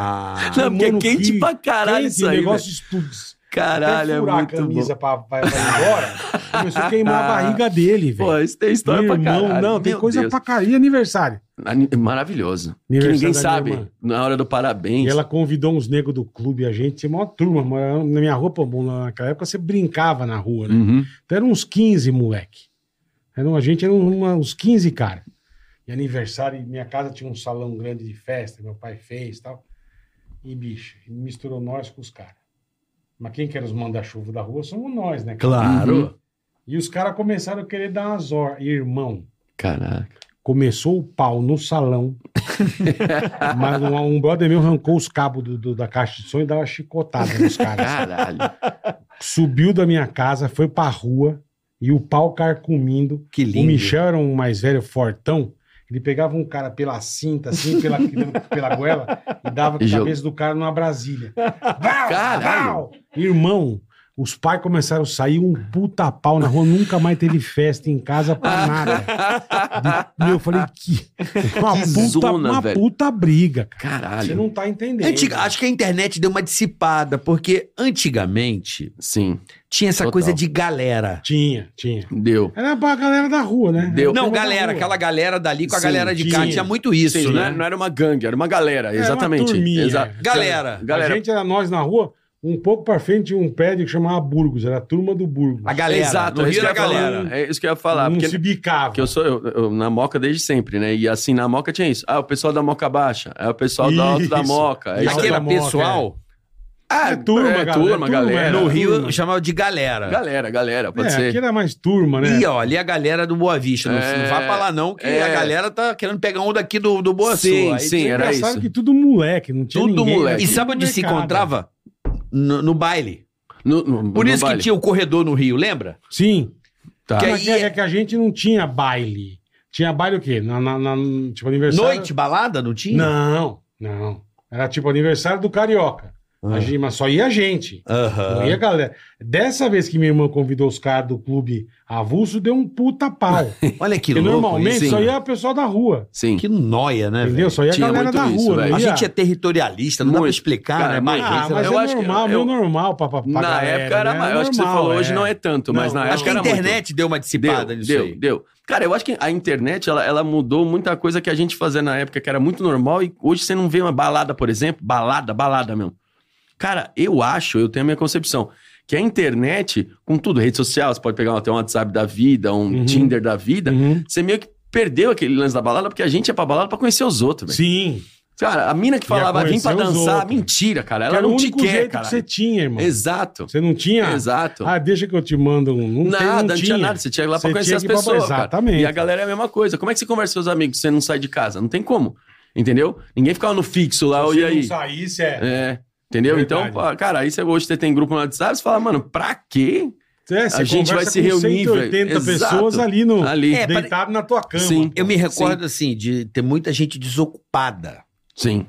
C: Nossa.
G: Não, porque
D: um
G: é
D: Mano,
G: quente
D: que
G: pra caralho
D: Quente,
G: isso aí.
D: negócio estudos.
G: velho. Caralho, é
D: furar
G: muito
D: a
G: bom.
D: camisa pra, pra, pra ir embora, começou a queimar a barriga dele, velho.
G: Pô, isso tem história
D: Meu
G: pra
D: irmão,
G: caralho.
D: não, tem
G: Meu
D: coisa
G: Deus.
D: pra caralho. E aniversário?
G: Ani- Maravilhoso. Que
D: Aniversário
G: ninguém
D: da
G: sabe.
D: minha irmã.
G: Na hora do
D: E
G: parabéns.
D: ela convidou uns negros do clube, a gente, tinha uma turma, morava na minha rua, pô, naquela época você brincava na rua, né?
G: Uhum.
D: Então eram uns 15 moleque. Eram, a gente era um, uma- uns 15 cara. E aniversário, e minha casa tinha um salão grande de festa, meu pai fez e tal. E bicho, misturou nós com os caras. Mas quem que era os manda-chuva da rua somos nós, né? cara?
C: Claro.
G: Uhum.
D: E os caras começaram a querer dar umas horas. Irmão,
G: Caraca.
D: Começou o pau no salão, mas um, um brother meu arrancou os cabos do- do- da caixa de som e dava chicotada nos caras.
G: Caralho.
D: Subiu da minha casa, foi pra rua e o pau carcomindo.
C: Que
D: O
C: lindo.
D: Michel era um mais velho, fortão. Ele pegava um cara pela cinta, assim,
G: [LAUGHS]
D: pela, pela goela, e dava com a
G: E jogo.
D: cabeça do cara numa
G: [LAUGHS]
D: Brasília. Vau,
G: Caralho!
D: vau! Irmão, os pais começaram a sair um puta pau na rua, nunca mais teve festa em casa
G: [LAUGHS]
D: pra nada. E eu falei, que. Uma,
G: Que
D: puta,
G: zona,
D: uma
G: velho.
D: puta briga. cara. Você
G: Caralho.
D: não tá entendendo.
C: Antiga- acho que a internet deu uma dissipada, porque antigamente
G: Sim,
C: tinha essa
G: Total.
C: coisa de galera.
D: Tinha, tinha.
G: deu.
D: Era pra galera da rua, né?
G: Deu.
D: Era
C: Não,
D: o tema da
C: galera,
D: rua.
C: aquela galera dali com a
G: Sim,
C: galera de cá,
D: tinha.
C: tinha muito isso,
G: Sim, não,
C: né?
G: era, não era uma gangue, era uma galera,
D: é- Era uma
G: exatamente.
D: turminha.
C: Galera,
G: Galera,
D: A gente era nós na rua, um pouco pra frente tinha um prédio que chamava Burgos, era a turma do Burgos.
C: A galera,
G: Exato,
C: no
G: é isso,
C: Rio
G: que eu
C: era
G: ia
C: a galera.
G: falar, é isso que eu ia falar.
D: não
G: Porque,
D: se bicava.
G: porque eu sou eu, eu na Moca desde sempre, né? E assim, na Moca tinha isso. Ah, o pessoal da Moca Baixa, é o pessoal da Alto da
D: Isso.
G: Moca. É
C: E
G: isso.
C: aquele
D: Aquele- da moca,
C: pessoal,
G: Ah,
D: é turma, galera,
G: turma,
D: é turma,
G: galera.
D: era
C: no Rio,
D: turma.
C: chamava de galera.
G: Galera, galera, pode
D: É,
G: ser.
D: aqui era mais turma, né?
C: E olha, e a galera do Boa Vista. Não,
G: É,
C: não vai pra lá, não, que
G: é.
C: a galera tá querendo pegar um daqui do, do Boa
G: Sim,
C: Sul. Aí
G: sim,
C: tinha-
G: era
D: Engraçado
G: isso.
D: que tudo moleque, não tinha
G: Tudo
D: ninguém.
G: moleque.
D: era
C: E
D: tudo
C: sabe onde se
D: molecada.
C: encontrava? No, no baile.
G: No- no-
C: Por
G: no
C: isso
G: baile.
C: que tinha o corredor no Rio, lembra?
D: Sim.
G: Tá.
D: Que
C: Que
D: é,
C: aí-
D: que, é que a gente não tinha baile. Tinha baile o quê? Na, na- na- tipo aniversário...
C: Noite, balada, não tinha?
D: Não, não. Era tipo aniversário do Carioca. A gente- mas só ia a gente.
C: Aham.
D: Não ia a galera. Dessa vez que minha irmã convidou os caras do clube avulso, deu um puta pau.
C: Olha que
D: Porque
C: louco.
D: normalmente
C: isso, hein?
D: só ia o pessoal da rua.
G: Sim.
C: Que noia, né?
D: entendeu?
C: velho?
D: Só ia a
G: Tinha
D: galera
G: muito
D: da
G: isso,
D: rua.
G: velho.
D: não
C: A
D: ia-
C: gente é territorialista, não dá pra
G: Muito.
C: explicar,
G: Cara, um
C: né?
G: mas-
D: Ah,
C: Mas,
D: mas
G: Eu
D: é
G: acho que-
D: normal,
G: eu-
D: meio normal pra, pra pra
G: Na
D: galera,
G: época era
D: né?
G: mais. Eu acho que você
D: Normal,
G: falou hoje não é tanto, mas
D: Não,
G: na
D: não.
C: a
G: época era muito.
C: internet deu uma dissipada
G: deu,
C: nisso
G: deu,
C: aí.
G: deu. Cara, eu acho que a internet, ela, ela mudou muita coisa que a gente fazia na época, que era muito normal, e hoje você não vê uma balada, por exemplo, balada, balada mesmo. Cara, eu acho, eu tenho a minha concepção, que a internet, com tudo, rede social, você pode pegar até um WhatsApp da vida, um
D: Uhum.
G: Tinder da vida,
D: Uhum.
G: você meio que perdeu aquele lance da balada, porque a gente ia pra balada pra conhecer os outros, velho.
D: Sim.
G: Cara, a mina que falava, vim pra
D: conhecer os
G: dançar,
D: outros.
G: mentira, cara,
D: que
G: ela
D: era o
G: não te
D: único
G: quer,
D: jeito
G: cara.
D: que você tinha, irmão.
G: Exato,
D: Você não tinha.
G: exato.
D: Ah, deixa que eu te mando um. Não tem,
G: nada, não tinha nada. Você tinha lá pra
D: Você
G: conhecer
D: tinha
G: as
D: que ir pra-
G: pessoas. cara.
D: Exatamente.
G: E a galera é a mesma coisa. Como é que você conversa com seus amigos se você não sai de casa? Não tem como. Entendeu? Ninguém ficava no fixo lá,
D: Se
G: e
D: não
G: aí?
D: saísse, é.
G: É. Entendeu?
D: Verdade.
G: Então, pô, cara, aí você hoje você tem grupo no WhatsApp, você fala, mano, pra quê?
D: É,
G: a gente vai se reunir, velho.
D: 180
G: Exato.
D: pessoas ali no.
G: Ali.
C: É,
D: deitado na tua cama.
G: Sim.
C: Eu me recordo, assim, de ter muita gente desocupada.
G: Sim.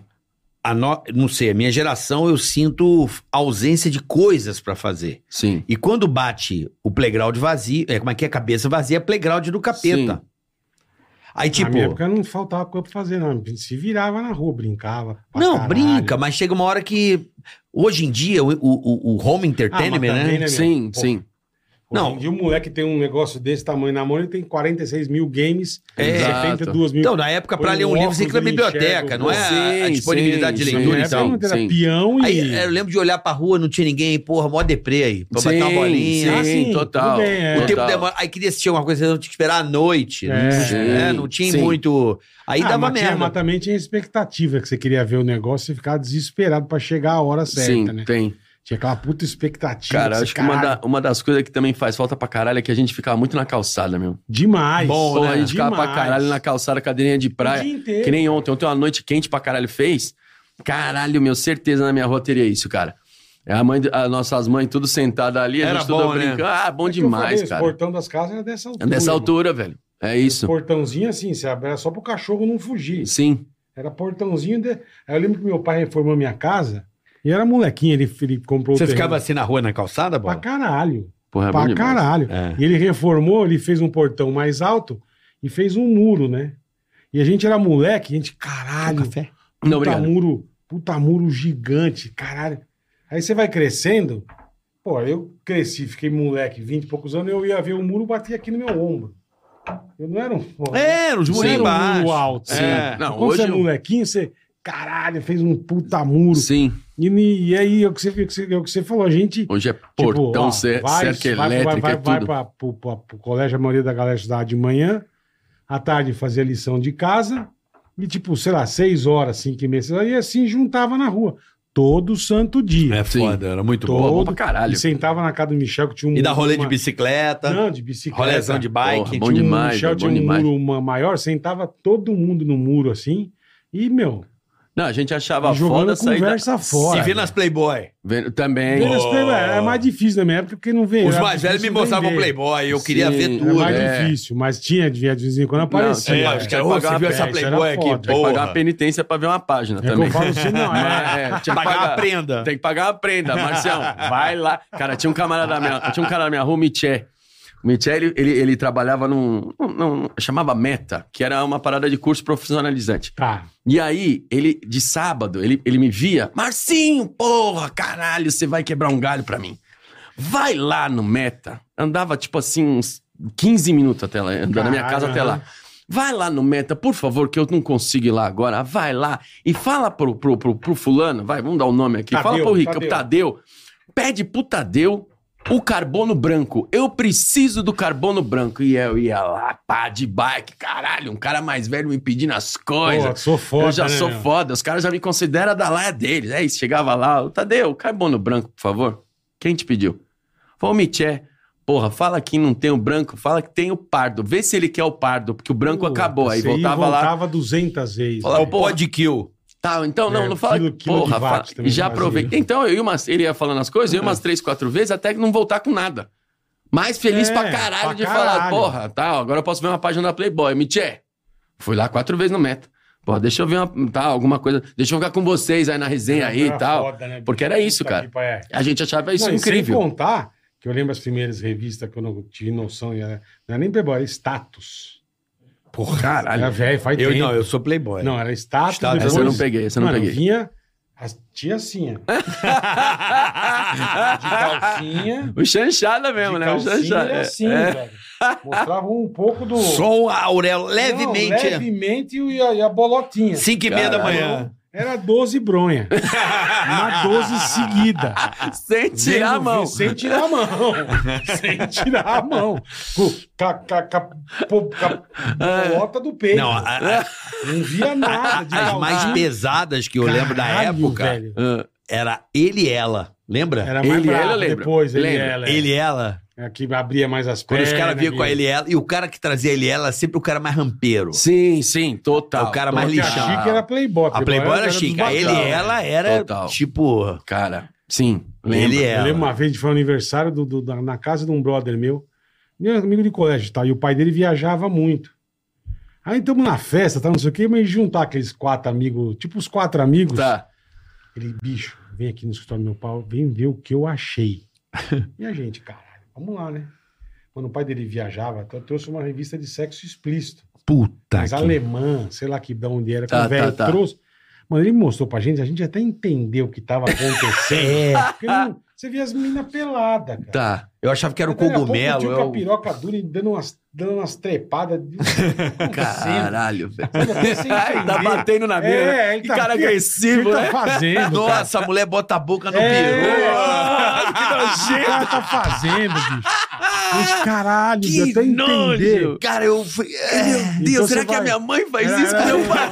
C: A no- Não sei, a minha geração eu sinto ausência de coisas pra fazer.
G: Sim.
C: E quando bate o playground vazio, é, como é que é? Cabeça vazia, é playground do capeta. Aí,
D: Na minha
C: tipo,
D: época não faltava coisa pra fazer, não. A gente se virava na rua, brincava. pra
C: não,
D: caralho.
C: brinca, mas chega uma hora que. Hoje em dia, o, o- o home
D: Ah, mas
C: entertainment,
D: também,
C: né?
D: meu?
G: Sim,
D: Pô,
G: sim.
C: Não.
D: Hoje em dia, um moleque tem um negócio desse tamanho na mão, ele tem 46 mil games,
C: É.
D: 72 mil.
C: Então, na época, pra
D: Põe
C: ler
D: um
C: um livro, você tem
D: óculos,
C: que ir na
D: ele enxerga
C: biblioteca,
D: o
C: não é a- a
G: Sim,
C: disponibilidade
G: sim,
C: de
D: Na
C: leitura e
D: minha época
C: tal.
D: né? não era
G: sim. é,
D: peão
C: Aí
D: e.
C: eu lembro de olhar pra rua, não tinha ninguém, porra, mó deprê aí, pra
G: Sim,
C: bater uma bolinha.
G: sim,
D: Ah, sim,
G: total.
D: tudo bem, é.
C: O tempo
G: Total.
C: demora. Aí queria assistir alguma coisa, eu tinha que esperar à noite.
D: É.
C: Não, tinha, né?
G: Sim,
C: Não tinha
G: sim.
C: muito. Aí
D: Ah,
C: dava
D: mas tinha-
C: merda.
D: Mas também tinha expectativa que você queria ver o negócio e ficava desesperado pra chegar a hora certa,
G: Sim,
D: né?
G: tem.
D: Tinha aquela puta expectativa.
G: Cara,
D: desse
G: acho que uma,
D: caralho.
G: da- uma das coisas que também faz falta pra caralho é que a gente ficava muito na calçada, meu.
D: Demais.
C: Bom,
G: Pô,
C: né?
G: a gente ficava pra
D: é Demais.
G: caralho na calçada, cadeirinha de praia.
D: O dia inteiro.
G: Que nem é ontem, ontem uma noite quente pra caralho fez. Caralho, meu, certeza na minha rua teria isso, cara. É A mãe, as nossas mães tudo sentada ali, a
C: Era
G: gente
C: bom,
G: tudo
C: né?
G: brincando. Ah, bom
D: É que eu
G: demais,
D: falei, Os
G: cara.
D: portão das casas era dessa altura.
G: Nessa
D: mano.
G: altura, velho. É
D: Os
G: isso.
D: Portãozinho assim, você abre- era só pro cachorro não fugir.
G: Sim.
D: Era portãozinho. De... Aí eu lembro que meu pai reformou minha casa e era molequinho, ele, ele comprou
C: Você
D: o terreno.
C: ficava assim na rua, na calçada,
D: né? Pra
C: bola?
D: caralho.
G: Porra, é bom
D: pra
G: demais.
D: caralho.
C: É.
D: E ele reformou, ele fez um portão mais alto e fez um muro, né? E a gente era moleque, a gente, caralho,
C: Café.
D: puta
G: Não, obrigado.
D: muro, puta muro gigante, caralho. Aí você vai crescendo, pô, eu cresci, fiquei moleque, 20 e poucos anos, eu ia ver o muro bater aqui no meu ombro. Eu não era um. pô,
C: É, os
D: não
C: muros
D: era um
C: embaixo.
D: muro alto.
G: Sim.
C: É.
G: Não,
D: Quando
G: hoje
D: você é
G: eu-
D: molequinho, você. Caralho, fez um puta muro.
G: Sim.
D: E, ni- e aí, é o que você, é o que você- é o que você falou, a gente.
G: Hoje é
D: Tipo,
G: portão,
D: ó,
G: cer-
D: vai-
G: cerca
D: vai- Vai, vai,
G: elétrica, é
D: vai
G: tudo.
D: pra- pro- pra- pro colégio, a maioria da galera estudava de manhã, à tarde fazia lição de casa, e tipo, sei lá, seis horas, cinco e meia, seis horas, e assim juntava na rua. Todo santo dia.
E: É foda, era muito
D: Todo-
E: boa. Bom pra caralho.
D: E sentava na casa do Michel que tinha um.
E: E da rolê de
D: uma-
E: bicicleta,
D: Não, de bicicleta.
E: rolezão de bike.
G: Porra, bom
D: Tinha um-
G: demais, é
D: Michel
G: bom
D: tinha um
G: demais.
D: muro uma maior, sentava todo mundo no muro assim. E, meu,
G: Não, a gente achava
D: jogando
G: foda sair da...
D: conversa fora.
E: Se vê nas Playboy.
G: Vendo- Também.
D: Vênus
E: Pô.
D: Playboy Era é, mais difícil na minha época porque não veio.
E: Os
D: era
E: mais velhos me
D: difícil
E: mostravam
D: É, vender.
E: Playboy, eu queria
G: Sim,
E: ver
D: Era
E: tudo.
D: mais
G: é.
D: difícil, mas tinha de de vez em quando aparecia.
G: tinha,
E: É,
D: é,
E: os
G: tinha
E: caras,
G: que
E: "Ô,
G: pagar
E: você viu
G: a
E: essa
D: peça, era
E: Playboy
D: foda.
E: aqui?
G: Tem que
E: Porra.
G: pagar a penitência pra ver uma página
D: que
G: também. [LAUGHS]
D: eu falo assim, não, é.
G: É, tinha que
E: Pagar a
G: pagar.
E: prenda.
G: Tem que pagar a prenda, Marcião. Vai lá. Cara, tinha um camarada meu, tinha um cara na minha rua, o Miché. O Miché, ele, ele, ele trabalhava num, num- num- Chamava Meta, que era uma parada de curso profissionalizante.
D: Tá.
G: E aí, ele, de sábado, ele, ele me via, Marcinho, porra, caralho, você vai quebrar um galho pra mim. Vai lá no Meta. Andava, tipo assim, uns 15 minutos até lá, andando da minha casa até lá. Vai lá no Meta, por favor, que eu não consigo ir lá agora. Vai lá e fala pro, pro, pro, pro fulano, vai, vamos dar o nome aqui. fala
D: Tadeu,
G: pro Rica,
D: Tadeu.
G: pro Tadeu. Pede pro Tadeu o carbono branco. Eu preciso do carbono branco. E eu ia lá, pá, de bike, caralho, um cara mais velho me pedindo as coisas.
D: Pô, sou foda.
G: Eu já
D: né,
G: sou
D: meu?
G: foda, os caras já me consideram a dalaia deles. É isso, chegava lá, "Ô, Tadeu, carbono branco, por favor. Quem te pediu? Foi o Miché. Porra, fala que não tem o branco, fala que tem o pardo. Vê se ele quer o pardo, porque o branco
D: Puta,
G: acabou. Aí
D: você ia e
G: voltava lá.
D: voltava 200 vezes.
G: Falava,
D: né?
G: pô,
E: Pod kill.
G: Tá, então, não,
D: É,
G: não fala.
D: quilo- quilo de
G: porra, fala.
D: watts também É.
G: Já
D: fazia.
G: aproveitei. Então, eu ia umas, ele ia falando as coisas, eu ia umas três, quatro vezes, até que não voltar com nada. Mais feliz
D: É,
G: pra caralho
D: pra
G: de falar,
D: caralho.
G: porra, tá, agora eu posso ver uma página da Playboy. Mitchê, fui lá quatro vezes no meta. Porra, deixa eu ver uma, tá, alguma coisa, deixa eu ficar com vocês aí na resenha aí e
D: É, Era
G: tal.
D: foda, né,
G: porque
D: bicho?
G: era isso,
D: Puta
G: cara.
D: que pa- é.
G: A gente achava isso
D: Não, e Sem
G: incrível.
D: contar que eu lembro as primeiras revistas que eu não tive noção, e era- não era nem Playboy, era status.
E: Porra,
D: Era velho, faz
E: Eu
D: tempo.
E: não, eu sou Playboy.
D: [LAUGHS] Não, era status.
E: Status,
G: Essa eu não peguei, essa eu não
D: Mano,
G: peguei.
D: vinha, as- tinha assim, ó. de
G: [LAUGHS]
D: calcinha,
G: O chanchada
D: de
G: mesmo, né? O
D: calcinha
G: chanchada.
D: era
G: é.
D: assim, velho. Mostrava um pouco do...
E: Som Aurel, levemente. é.
D: Não, levemente e a, e a bolotinha.
E: 5 e meia da
G: Caralho.
E: manhã.
D: Era 12 bronha. Na
E: [LAUGHS]
D: 12 seguida.
G: [LAUGHS] Sem tirar a
D: Vendo-
G: mão.
D: Sem tirar a mão. sem tirar a mão. Com ca, ca, ca, po- ca- bolota do peito.
E: Não,
D: Não,
E: a- a- [LAUGHS]
D: via nada. de
E: as mais
D: calcinha.
E: pesadas que eu lembro da
D: Caralho,
E: época
D: velho.
G: Ah,
E: era ele e ela. Lembra?
D: Era mais
G: Ele e ela,
D: brava
G: eu lembro.
D: depois, ele e
G: Lembro.
D: ela.
E: Ele e ela.
D: É, que abria mais as
E: Quando
D: pernas.
E: os caras vinham com a
D: que-
E: ele e ela. E o cara que trazia ele e ela era sempre o cara mais rampeiro.
G: [LAUGHS] Sim, sim, total.
E: É o cara mais
D: Porque
G: total.
D: a
E: lixado.
D: Chique era Playboy.
E: A Playboy era
D: dos
E: chique. A ele
D: bacana.
E: e ela era
G: Total.
E: tipo.
G: Cara, sim, lembro.
E: Ele e
C: É.
D: Eu lembro
E: ela.
D: uma vez que foi um aniversário do- do- da- na casa de um brother meu, meu amigo de colégio, tá? E o pai dele viajava muito. Aí estamos na festa, tá? Não sei o quê, mas juntar aqueles quatro amigos, tipo os quatro amigos.
G: Tá.
D: Ele, bicho, vem aqui no escritório do meu pau, vem ver o que eu achei. e a gente, caralho, vamos lá, né? Quando o pai dele viajava, eu trouxe uma revista de sexo explícito.
E: Puta
D: Mas
E: que.
D: alemã, sei lá que de onde era, que
G: Tá,
D: o velho
G: tá, tá.
D: trouxe. Mano, ele mostrou pra gente, a gente até entendeu o que tava
G: [LAUGHS]
D: acontecendo.
E: É.
D: Porque não- você via as meninas peladas, cara.
G: Tá. é
E: Eu achava que era o
D: Daqui a é pouco
E: cogumelo.
D: tinha
E: eu-
D: com a piroca dura e dando umas, dando umas trepadas.
G: [LAUGHS]
D: [LAUGHS]
G: Caralho, velho.
D: Ai,
G: Tá batendo na mesa. né?
D: É, ele
G: que
D: tá-
G: cara
D: que- O que
G: agressivo,
D: ele
G: né?
D: tá fazendo? cara?
E: Nossa, a mulher bota a boca no
D: É.
E: peru.
D: [LAUGHS] O que ela tá fazendo, bicho? Os caralho,
E: Que
D: eu até entender.
E: nojo. Cara, eu fui. É, Meu Deus,
D: Então
E: será
D: você
E: que a
D: vai-
E: minha mãe faz
D: Era-
E: isso com
D: era-
E: meu pai?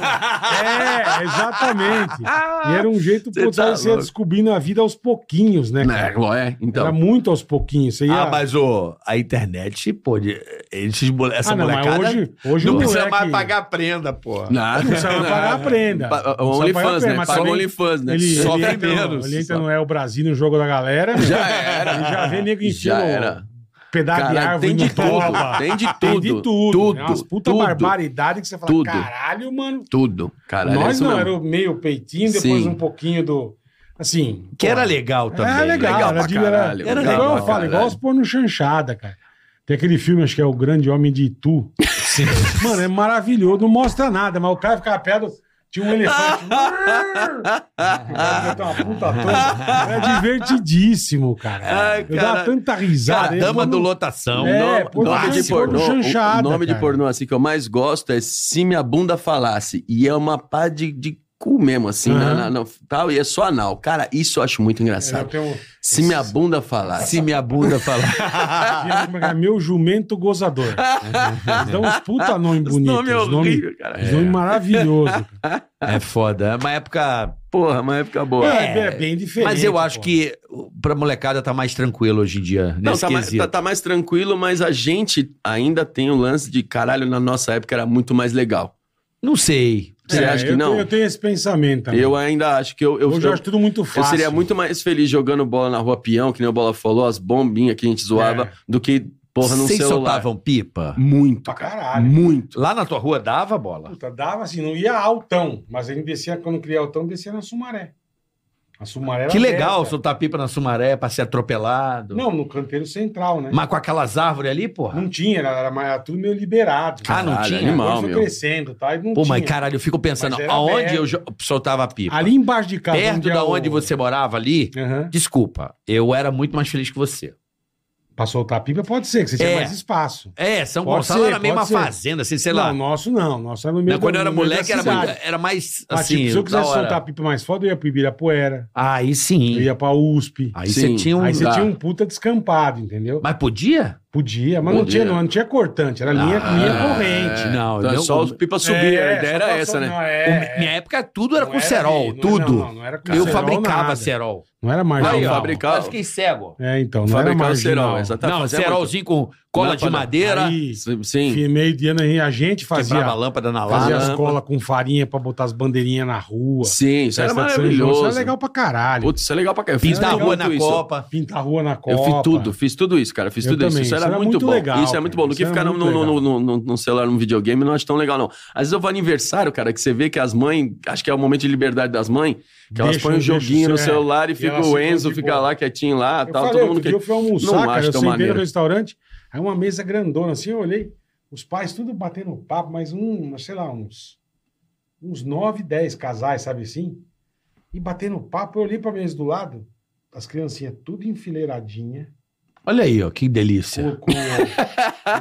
D: É, exatamente. E era um jeito
G: Você
D: pro
G: tá
D: você ia
G: louco.
D: descobrindo a vida aos pouquinhos, né, cara?
G: É, é, então.
D: Era muito aos pouquinhos. Você ia...
E: Ah, mas ô, a internet, pô, de- esses mole- essa
D: Ah, não, mas
E: molecada
D: hoje, hoje
E: não
D: o
E: precisa
D: moleque-
E: mais pagar prenda, pô.
G: Nada.
D: Não precisa mais pagar a prenda.
G: Pa-
D: Não precisa
G: O
D: pagar a
G: OnlyFans,
D: prenda,
G: né?
D: mas
G: Paga o
D: também
G: OnlyFans, né?
D: Ele,
E: Só
D: ele
E: vem
D: entra, no-
E: menos.
D: ele entra
E: Só.
D: no El Brasil no jogo da galera.
G: Já era.
D: E já vê nego
G: Já
D: enfiando
G: era.
D: pedaço de
G: Caralho,
D: árvore
G: tem de
D: no toba.
G: tudo. Tem de
D: Tem
G: tudo.
D: de tudo.
G: Tudo.
D: né? Umas puta
G: tudo,
D: barbaridade que você fala,
G: Tudo.
D: caralho, mano.
G: Tudo. Caralho, é
D: Nós
G: isso
D: não,
G: mesmo.
D: era o meio peitinho, depois
G: Sim.
D: um pouquinho do. Assim.
E: Que
D: pô,
E: era legal também.
D: Era legal,
G: pra
D: era, de- era,
G: caralho,
D: era
E: legal
D: igual
E: pra
D: eu falo,
G: caralho.
D: igual os porno chanchada, cara. Tem aquele filme, acho que é O Grande Homem de Itu. [LAUGHS] Mano, é maravilhoso, não mostra nada, mas o cara ficava perto. Tinha um elefante.
G: [LAUGHS]
D: O cara botou uma puta toda. Era divertidíssimo, cara.
G: Ai,
D: eu dava
G: cara.
D: tanta risada.
E: Cara,
D: ele
E: dama do
D: mandou-
E: lotação.
D: É,
G: nome,
D: porno
G: nome de
D: chanchada, porno
G: pornô, o-
D: chanchada,
G: o nome de
D: cara.
G: pornô assim que eu mais gosto é Se Minha Bunda Falasse. E é uma pá de, de cu mesmo, assim,
D: Aham.
G: na, na- na- tal, e é só anal. Cara, isso eu acho muito
D: um
G: engraçado.
D: É,
G: Se minha bunda falar.
C: Se minha bunda falar.
D: Meu jumento
G: [LAUGHS]
D: gozador. Eles dão uns puta nome bonito.
G: Nome
D: uns nome,
G: é horrível, É. cara.
D: uns nome maravilhoso. cara.
C: [LAUGHS] é foda. É uma época.
G: Porra, mas época boa.
D: É, é bem diferente.
C: Mas eu acho
D: pô.
C: que pra molecada tá mais tranquilo hoje em dia.
G: Não,
D: é
C: Nesse
G: tá mais,
C: quesito.
G: tá- tá mais tranquilo, mas a gente ainda tem o lance de caralho, na nossa época era muito mais legal.
C: Não sei.
G: Você
D: É,
G: acha que
D: eu
G: não?
D: tenho- eu tenho esse pensamento. também.
G: Eu ainda acho que eu. eu,
D: Hoje eu
G: eu-
D: acho tudo muito fácil.
G: eu seria muito mais feliz jogando bola na rua peão, que nem o Bola falou, as bombinhas que a gente zoava,
D: É.
G: do que, porra, num
C: Vocês
G: celular.
C: soltavam pipa?
G: Muito,
D: pra
G: cara.
D: caralho.
G: Muito.
C: Lá na tua rua dava bola?
D: Puta, dava assim, não ia altão, mas ele descia, quando cria altão, descia na Sumaré. A Sumaré era
C: que legal
D: aberta.
C: soltar pipa na Sumaré pra ser atropelado.
D: Não, no canteiro central, né?
C: Mas com aquelas árvores ali, porra.
D: Não tinha, era, era, era tudo meio liberado.
C: Ah, não
G: Caralho,
C: tinha?
D: Depois
G: Animal,
D: foi
G: meu.
D: crescendo, tá? E não
C: Pô,
D: tinha.
C: mas caralho, eu fico pensando,
D: Mas era
C: aonde
D: aberto.
C: eu jo- soltava pipa?
D: Ali embaixo de casa. é
C: Perto da onde você morava ali,
D: Aham.
C: desculpa, eu era muito mais feliz que você.
D: Pra soltar a pipa, pode ser, que você tinha
C: É.
D: mais espaço.
C: É, São
D: Pode
C: Gonçalo
D: ser,
C: era meio
D: pode
C: uma
D: ser.
C: fazenda, assim, sei
D: não,
C: lá.
D: nosso não. Nosso era no meio
C: Não, quando eu era
D: da- no meio da
C: moleque, era,
D: cidade.
C: muito- era mais
D: Mas,
C: assim.
D: tipo, se eu
C: da
D: quisesse
C: hora.
D: soltar a pipa mais foda, eu ia pro Ibirapuera,
C: Aí
D: eu
C: sim.
D: ia pra USP.
C: Aí
G: Sim.
C: você tinha um.
D: Aí você
G: dá.
D: tinha um puta descampado, entendeu?
C: Mas podia?
D: Podia, mas não
G: Podia.
D: tinha, não, não tinha cortante, era linha,
C: Ah,
D: linha
C: é.
D: corrente.
C: Não,
G: Então, é
C: não-
G: só os pipa subir,
D: É,
G: a ideia era
D: só-
G: essa,
D: só-
G: né?
D: não, é,
C: Minha época tudo era
D: Não
C: com cerol,
D: não era- né?
C: tudo.
D: Não, não era com
C: eu
D: cerol,
C: fabricava
D: nada.
C: cerol.
D: Não era marginal.
G: assim. Aí,
C: Aí, ó,
G: fabrica- fabricava.
C: Eu fiquei cego.
D: É, então, não era
G: Fabricar o
D: marginal.
G: cerol, Tá exatamente.
C: não,
G: Fazia
C: cerolzinho com cola
G: Lâmpada.
C: de madeira,
D: Aí,
G: muito. Sim.
D: fi- meio de ano aí, a gente
C: quebrava a
D: fazia,
C: lâmpada na
D: fazia
C: lata.
D: as
G: lâmpada.
D: colas com farinha pra botar as bandeirinhas na rua.
G: Sim, isso era
D: Festa de São João,
G: maravilhoso.
D: Isso era legal pra caralho.
G: Putz, isso é legal pra caralho. Eu fiz
C: Pintar a
G: muito
C: rua na
G: isso.
C: Copa.
D: Pintar a rua na copa.
G: Eu fiz tudo, fiz tudo isso, cara. Fiz
D: Eu
G: tudo isso.
D: também,
G: Isso era, muito, bom.
D: legal,
G: isso é muito
D: cara.
G: bom. Do que
D: Isso era
G: ficar no,
D: muito
G: no,
D: legal.
G: no, no, no celular, num videogame, não acho tão legal, não. Às vezes eu vou aniversário, cara, que você vê que as mães. Acho que é o momento de liberdade das mães, que elas
D: Deixa-
G: põem um
D: deixa o
G: joguinho no
D: celular.
G: celular e
D: é. E
G: fica
D: elas
G: o
D: ficam
G: Enzo,
D: de
G: fica
D: boa.
G: lá quietinho lá,
D: Eu
G: tal.
D: falei,
G: Todo mundo
D: outro dia
G: que.
D: eu fui almoçar,
G: Não
D: cara,
G: acho
D: eu
G: tão
D: sentei
G: maneiro.
D: no restaurante, aí uma mesa grandona assim, eu olhei, os pais tudo batendo papo, mas um, sei lá, uns uns 9, 10 casais, sabe assim? E batendo papo, eu olhei pra mesa do lado, as criancinhas tudo enfileiradinha,
C: Olha aí, ó, que delícia.
D: com, com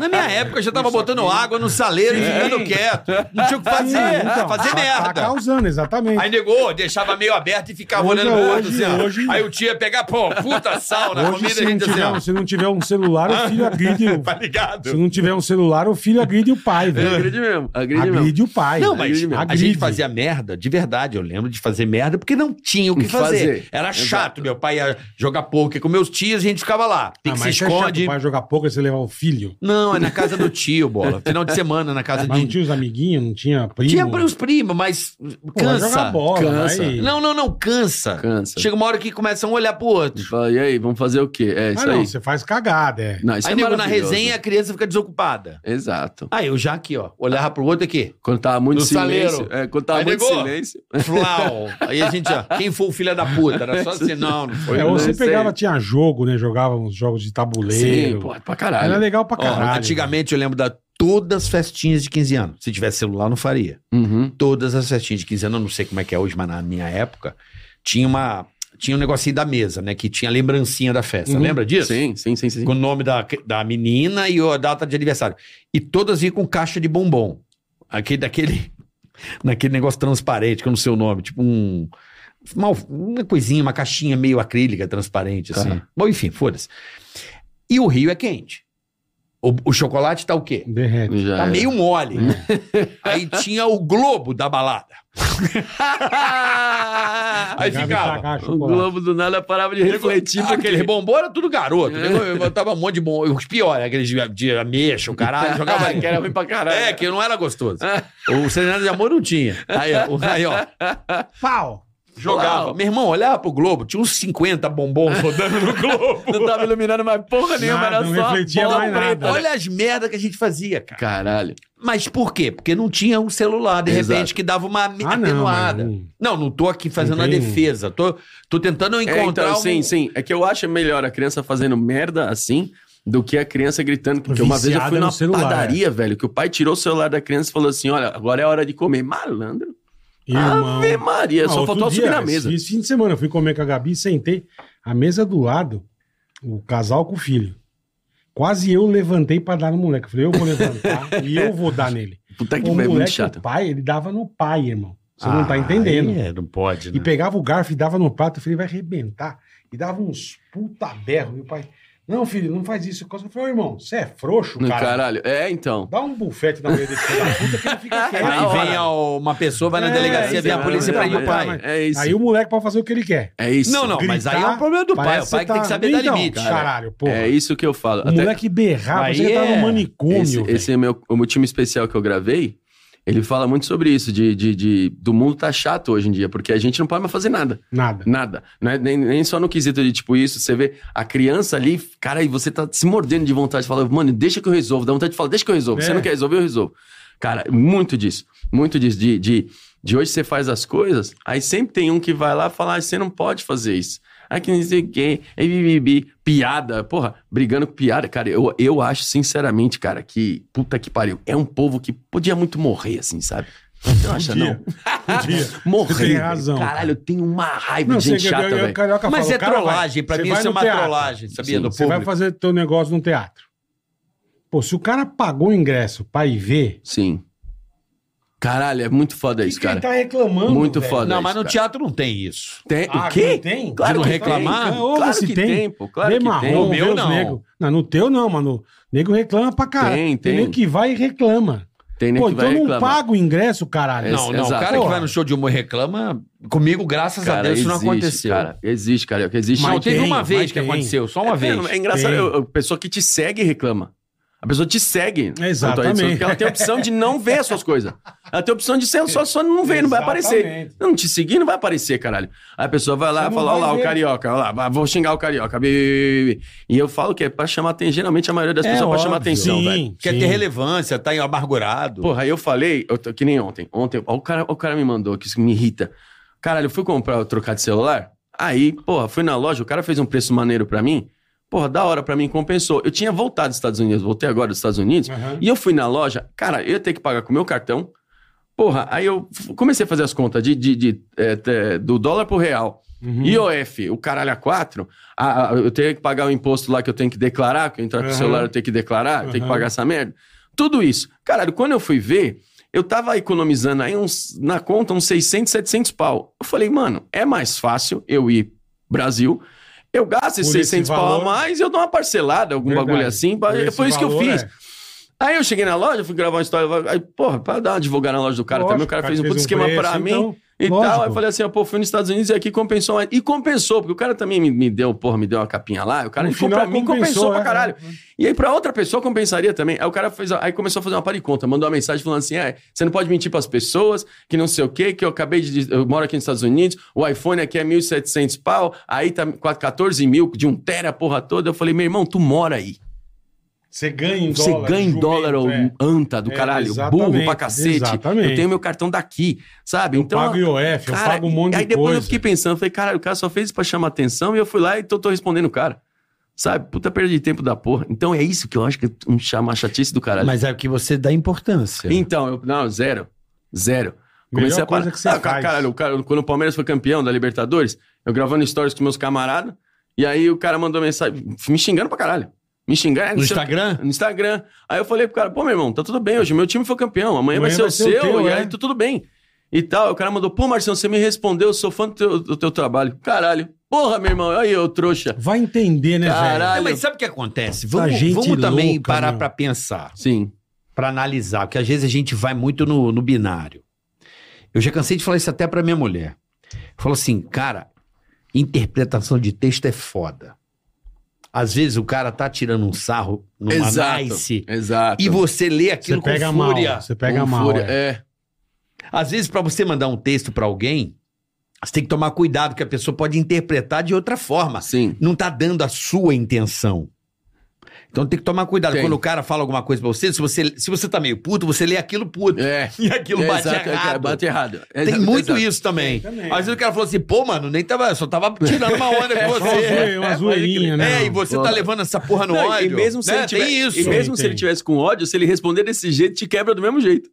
C: Na minha época, eu já tava
D: Isso
C: botando
D: aqui.
C: água no saleiro e
D: Sim.
C: ficando quieto. Não tinha o que fazer,
D: Sim, então,
C: fazer
D: tá- Tá
C: merda.
D: causando, exatamente.
C: Aí negou, deixava meio aberto e ficava
D: Hoje-
C: olhando pro outro
D: hoje-
C: assim, ó.
D: hoje-
C: Aí o tio ia pegar, pô, puta sal na
D: Hoje,
C: comida,
D: se
C: a
D: não,
C: gente assim,
D: tiver,
C: ó.
D: um- se não tiver um celular, o filho agride
C: [LAUGHS]
D: o...
C: Tá ligado?
D: Se não tiver um celular, o filho agride o pai,
G: É,
D: velho.
G: Agride mesmo. Agride mesmo.
D: Agride o pai.
C: Não, mas
G: Agride mesmo.
C: a gente fazia merda, de verdade. Eu lembro de fazer merda porque não tinha o que fazer.
G: Fazer.
C: Era
G: Exato.
C: chato. Meu pai ia jogar poker com meus tios e a gente ficava lá. Tem
D: Ah,
C: que se
D: mas isso é chato,
C: esconde.
D: O pai jogar pouco, você levar o filho.
C: Não, é na casa do tio, bola. Final de semana, na casa
D: É, Mas não
C: de. um
D: tinha os amiguinhos, não tinha primo.
C: Tinha para os primos, mas
D: Pô, vai
C: cansa.
D: jogar bola,
G: Cansa.
D: vai-
C: Não, não, não, cansa.
G: Cansa.
C: Chega uma hora que começa um a olhar pro outro.
G: Fala, E aí, vamos fazer o quê? É
D: Ah,
G: isso
D: não,
G: aí.
D: você faz cagada, é.
G: Não, isso
C: Aí,
G: é
C: nego, na
G: maravilhoso.
C: resenha, a criança fica desocupada.
G: Exato.
C: Aí, eu já aqui, ó, olhava pro outro aqui.
G: Quando tava muito
C: No
G: silêncio.
C: saleiro.
G: É, quando tava
C: Aí
G: muito
C: negou.
G: silêncio.
C: Flau. Aí a gente, ó, quem foi o filho da puta? Era só assim, não, não foi.
D: É, ou
G: não
D: você
G: sei.
D: pegava, tinha jogo, né? Jogava uns jogos de
G: Sim,
D: tabuleiro.
G: pô, pra caralho.
D: Era legal pra
C: Ó,
D: caralho.
C: antigamente eu lembro da todas as festinhas de 15 anos. Se tivesse celular, não faria.
G: Uhum.
C: Todas as festinhas de 15 anos, eu não sei como é que é hoje, mas na minha época, tinha uma. Tinha um negocinho da mesa, né? Que tinha a lembrancinha da festa.
D: Uhum.
C: Lembra disso?
G: Sim, sim, sim, sim.
C: Com o nome da, da menina e a data de aniversário. E todas iam com caixa de bombom. Aquele, daquele, [LAUGHS] naquele negócio transparente, que eu não sei o nome. Tipo um. Uma, uma coisinha, uma caixinha meio acrílica, transparente, assim.
G: Tá.
C: Bom, enfim, foda-se. E o Rio é quente. O, o chocolate tá o quê?
D: Derrete.
G: Já
C: Tá
G: era.
C: meio mole. Aí tinha o globo da [LAUGHS] balada. Aí
D: Pegava e
C: ficava.
D: tacava
G: O
D: chocolate.
G: Globo do nada parava de refletir
C: Tipo, aquele
G: porque
C: rebombom era tudo garoto. né? Eu botava um monte de bom. Os piores, aqueles de, de ameixa, o caralho, [LAUGHS] jogava.
G: que era ruim pra caralho.
C: É, que não era gostoso. O cenário de amor não tinha. Aí, ó, aí, ó
D: Pau!
C: jogava. Meu irmão, olhava pro globo, tinha uns 50 bombons rodando [LAUGHS] no globo.
G: não tava iluminando mais porra nenhuma,
D: Nada,
G: era
D: não
G: só
D: refletia
G: bola
D: mais nada.
G: preta.
C: Olha as merdas que a gente fazia, cara.
G: Caralho.
C: Mas por quê? Porque não tinha um celular, de
G: Exato.
C: repente, que dava uma
D: Ah, não,
C: atenuada.
D: mano.
C: Não, não tô aqui fazendo a
D: tem-
C: defesa. Tô, tô tentando
G: É,
C: encontrar.
G: então,
C: um-
G: sim, sim. É que eu acho melhor a criança fazendo merda assim do que a criança gritando. Porque uma vez eu
D: Viciada
G: fui
D: no
G: numa
D: celular,
G: padaria, velho, que o pai tirou o celular da criança e falou assim: olha, agora é hora de comer. Malandro.
D: Irmão.
G: Ave Maria,
D: Não,
G: só
D: outro
G: faltou
D: dia,
G: subir na mesa.
D: Esse fim de semana eu fui comer com a Gabi, sentei. A mesa do lado, o casal com o filho. Quase eu levantei pra dar no
G: [LAUGHS]
D: moleque. Eu Falei, eu vou levantar e eu vou dar nele.
G: Puta que
D: O
G: pariu, é muito
D: moleque, o
G: chato.
D: pai, ele dava no pai, irmão. Você não tá
C: Ah,
D: entendendo.
C: aí é, não pode, né?
D: E pegava o garfo e dava no prato, eu falei, vai arrebentar. E dava uns puta berro. Meu pai, não, filho, não faz isso. Eu falei, ô irmão, você é frouxo,
G: No
D: cara.
G: caralho. É, então.
D: Dá um bufete na orelha desse filho da puta que ele
C: [LAUGHS]
D: fica quieto.
G: Na
C: É, Aí
G: hora.
C: vem a- uma pessoa, vai na
D: É,
C: delegacia, vem a
D: não,
C: polícia
D: não,
C: pra ir o
D: mas-
C: pai.
D: mas-
G: É isso.
D: Aí o moleque pode fazer o que ele quer.
G: É isso.
C: Não, não, mas aí é um problema do pai.
D: Parece
C: O pai que tem que
D: tá-
C: saber dar
D: Então,
C: limite.
D: Caralho, pô.
G: É isso que eu falo.
D: O moleque berrava,
C: Aí
D: você é... tá
C: é-
D: no manicômio.
G: esse,
D: velho.
G: esse é meu, o meu time especial que eu gravei. Ele fala muito sobre isso, de, de, de- do mundo tá chato hoje em dia, porque a gente não pode mais fazer nada.
C: [LAUGHS]
D: Nada.
G: Nada. Não é nem, nem só no quesito de tipo isso, você vê a criança ali, cara, e você tá se mordendo de vontade, fala, mano, deixa que eu resolvo. Dá vontade de falar, deixa que eu resolvo.
D: É.
G: Você não quer resolver, eu resolvo. Cara, muito disso. Muito disso. De, de, de hoje você faz as coisas, aí sempre tem um que vai lá falar, ah, você não pode fazer isso. Ah, que não sei o quê. Ei, bi, bi, bi. Piada, porra, brigando com piada. Cara, eu, eu acho, sinceramente, cara, que puta que pariu. É um povo que podia muito morrer, assim, sabe? Você não acha, não?
D: Podia.
G: Morrer.
D: Você tem
G: velho.
D: razão, cara.
G: Caralho, eu tenho uma raiva
D: Não,
G: de gente
D: você-
G: chata,
D: eu- eu-
G: velho.
D: o Carioca
C: Mas
D: fala,
C: é
D: o cara vai-
C: trollagem, pra
D: você
C: mim
D: vai
C: isso é
D: no
C: uma
D: teatro.
C: trollagem, sabia?
G: Sim,
C: do
D: Você vai
C: público.
D: fazer teu negócio no teatro. Pô, se o cara pagou o ingresso pra ir ver,
G: Sim. Caralho, é muito foda
D: o que,
G: isso,
D: que ele
G: cara.
D: tá reclamando?
G: Muito
D: velho?
G: foda
C: Não,
G: isso,
C: mas no
G: cara.
C: teatro não tem isso.
G: Tem,
D: Ah,
G: o quê?
D: não tem?
G: Claro
C: De
G: que
C: não reclamar?
G: Tem.
D: Ô,
G: Claro
D: se
G: que
D: tem.
G: tem, pô. Claro
D: Vê
G: que
D: marrom,
G: tem.
C: No meu,
D: vê os
C: não.
D: Nego. não. No teu não, mano. O nego reclama pra caralho.
G: Tem, tem.
D: nego que vai e reclama.
G: Tem nem
D: Pô,
G: que
D: então
G: vai
D: não
G: reclamar.
D: paga o ingresso, caralho.
G: É,
C: Não, não. O
G: exato.
C: cara que
D: Porra.
C: vai no show de humor e reclama, comigo, graças a
G: Cara,
C: Deus, isso não
G: existe,
C: aconteceu.
G: Cara, existe, cara. Existe.
C: Não,
D: Mas
C: teve
D: tem,
C: uma
D: mas
C: vez que
D: tem.
C: aconteceu, só uma
G: [LAUGHS] É,
C: vez.
G: não, É engraçado,
D: Tem.
G: eu- a pessoa que te segue reclama. A pessoa te segue.
D: Exatamente.
G: Antônio, Porque ela tem a opção de não ver as suas coisas. Ela tem a opção de ser só, só não ver, não vai aparecer.
D: Exatamente.
G: Não, te seguir não vai aparecer, caralho. Aí a pessoa vai
D: Você
G: lá e
D: não
G: fala,
D: vai
G: olha lá,
D: ver."
G: o carioca, olha lá, vai- vou xingar o carioca. bi, bi, bi, bi, bi." E eu falo que é pra chamar atenção. Geralmente a maioria das
C: É
G: pessoas é pra chamar
C: óbvio.
G: atenção,
D: Sim,
G: velho.
D: sim.
C: Quer ter relevância, tá amargurado.
G: Porra, aí eu falei, eu tô- que nem ontem. Ontem, ó, o cara, o cara me mandou, que isso me irrita. Caralho, eu fui comprar, trocar de celular. Aí, porra, fui na loja, o cara fez um preço maneiro pra mim. Porra, da hora pra mim, compensou. Eu tinha voltado dos Estados Unidos, voltei agora dos Estados Unidos.
D: Aham.
G: E eu fui na loja, cara, eu ia ter que pagar com o meu cartão. Porra, aí eu f- comecei a fazer as contas de, de, de, eh, te- do dólar pro real.
D: Uhum.
G: IOF, o caralho a 4, a, a- eu tenho que pagar o imposto lá que eu tenho que declarar, que eu entrar com
D: Aham.
G: o celular eu tenho que declarar, eu tenho que
D: Aham.
G: pagar essa merda. Tudo isso. Caralho, quando eu fui ver, eu tava economizando aí uns, na conta uns 600, 700 pau. Eu falei, mano, é mais fácil eu ir Brasil, eu gasto esses
D: Por esse
G: 600 pau
D: valor.
G: a mais, eu dou uma parcelada, algum
D: Verdade.
G: bagulho assim.
D: Por esse
G: Foi isso que eu
D: valor,
G: fiz.
D: é.
G: Aí eu cheguei na loja, fui gravar uma história. Aí, porra, pra dar uma advogada na loja do cara
D: Lógico,
G: também, o cara fez um puto esquema
D: preço,
G: pra mim
D: então,
G: e tal.
D: lógico.
G: Aí eu falei assim, ó, pô, fui nos Estados Unidos e aqui compensou. mais. E compensou, porque o cara também me, me deu, porra, me deu uma capinha lá. O cara
D: No
G: ficou
D: final,
G: pra mim, compensou pra
D: é,
G: caralho.
D: é, é.
G: E aí pra outra pessoa compensaria também. Aí o cara fez, aí começou a fazer uma par de conta, mandou uma mensagem falando assim, é, você não pode mentir pras pessoas, que não sei o quê, que eu acabei de, eu moro aqui nos Estados Unidos, o iPhone aqui é 1.700 pau, aí tá 14 mil de um tera, porra toda. Eu falei, meu irmão, tu mora aí.
D: Você ganha em
G: Você
D: dólar.
G: ganha em
D: jumento,
G: dólar ou
D: é.
G: anta do
D: É,
G: caralho,
D: exatamente,
G: burro pra cacete.
D: exatamente.
G: Eu tenho meu cartão daqui, sabe? Então,
C: Então,
D: Eu pago IOF, eu pago um monte
G: aí
D: de
G: depois eu
D: coisa.
G: fiquei pensando, falei, caralho, o cara só fez isso pra chamar atenção e eu fui lá e tô, tô respondendo o cara. Sabe? Puta perda de tempo da porra. Então é isso que eu acho que é um chama chatice do caralho.
C: Mas é o que você dá importância.
G: Então, eu, não, zero. Zero. Comecei
D: Melhor
G: a parar.
D: coisa que você
G: Ah, ca-
D: faz.
G: Caralho, o cara, quando o Palmeiras foi campeão da Libertadores, eu gravando stories com meus camaradas, e aí o cara mandou mensagem, me xingando pra caralho. Me xingando. "Ah,
C: No
G: não sei o
C: Instagram?
G: no Instagram. Aí eu falei pro cara, pô, meu irmão, tá tudo bem hoje. Meu time foi campeão, amanhã vai ser o seu,
D: teu,
G: e
D: é.
G: aí tá tudo bem. E tal, o cara mandou, pô, Marcelo, você me respondeu, eu sou fã do teu, do teu trabalho. Caralho. Porra, meu irmão, aí eu, trouxa.
D: Vai entender, né,
G: Caralho.
C: Não, mas sabe o que acontece?
D: Tá
C: Vamos,
D: gente
C: vamos também
D: louca,
C: parar
D: meu.
C: pra pensar,
G: Sim.
C: pra analisar, porque às vezes a gente vai muito no, no binário. Eu já cansei de falar isso até pra minha mulher. Falou assim, cara, interpretação de texto é foda. Às vezes o cara tá tirando um sarro numa
G: Exato.
C: nice
G: Exato.
C: e você lê
D: velho?
C: aquilo
D: Você pega
C: com
D: mal.
C: fúria.
D: Você pega
G: Com
D: mal.
G: fúria,
D: é.
G: É.
C: Às vezes, pra você mandar um texto pra alguém, você tem que tomar cuidado, que a pessoa pode interpretar de outra forma.
G: é, Sim.
C: não tá dando a sua intenção. Então tem que tomar cuidado.
G: Tem.
C: Quando o cara fala alguma coisa pra você, se você, se você tá meio puto, você lê aquilo puto. [LAUGHS]
G: É.
C: E aquilo
G: É,
C: bate
G: exato, é,
C: errado.
G: Bate errado.
C: Tem
G: Exato,
C: muito
G: exato.
C: isso também.
D: Tem também,
C: Às vezes o cara falou assim, pô, mano, nem tava, só tava tirando uma onda
D: É
C: com
D: só uma
C: você.
D: zoe- uma zoeirinha, né?
C: É, e você tá
G: Foda.
C: levando essa porra no
G: Não,
C: ódio.
G: E mesmo se
C: né?
G: ele tiver-
C: Tem isso.
G: E mesmo
D: Sim,
G: se
D: tem.
G: ele tivesse com ódio, se ele responder desse jeito, te quebra do mesmo jeito.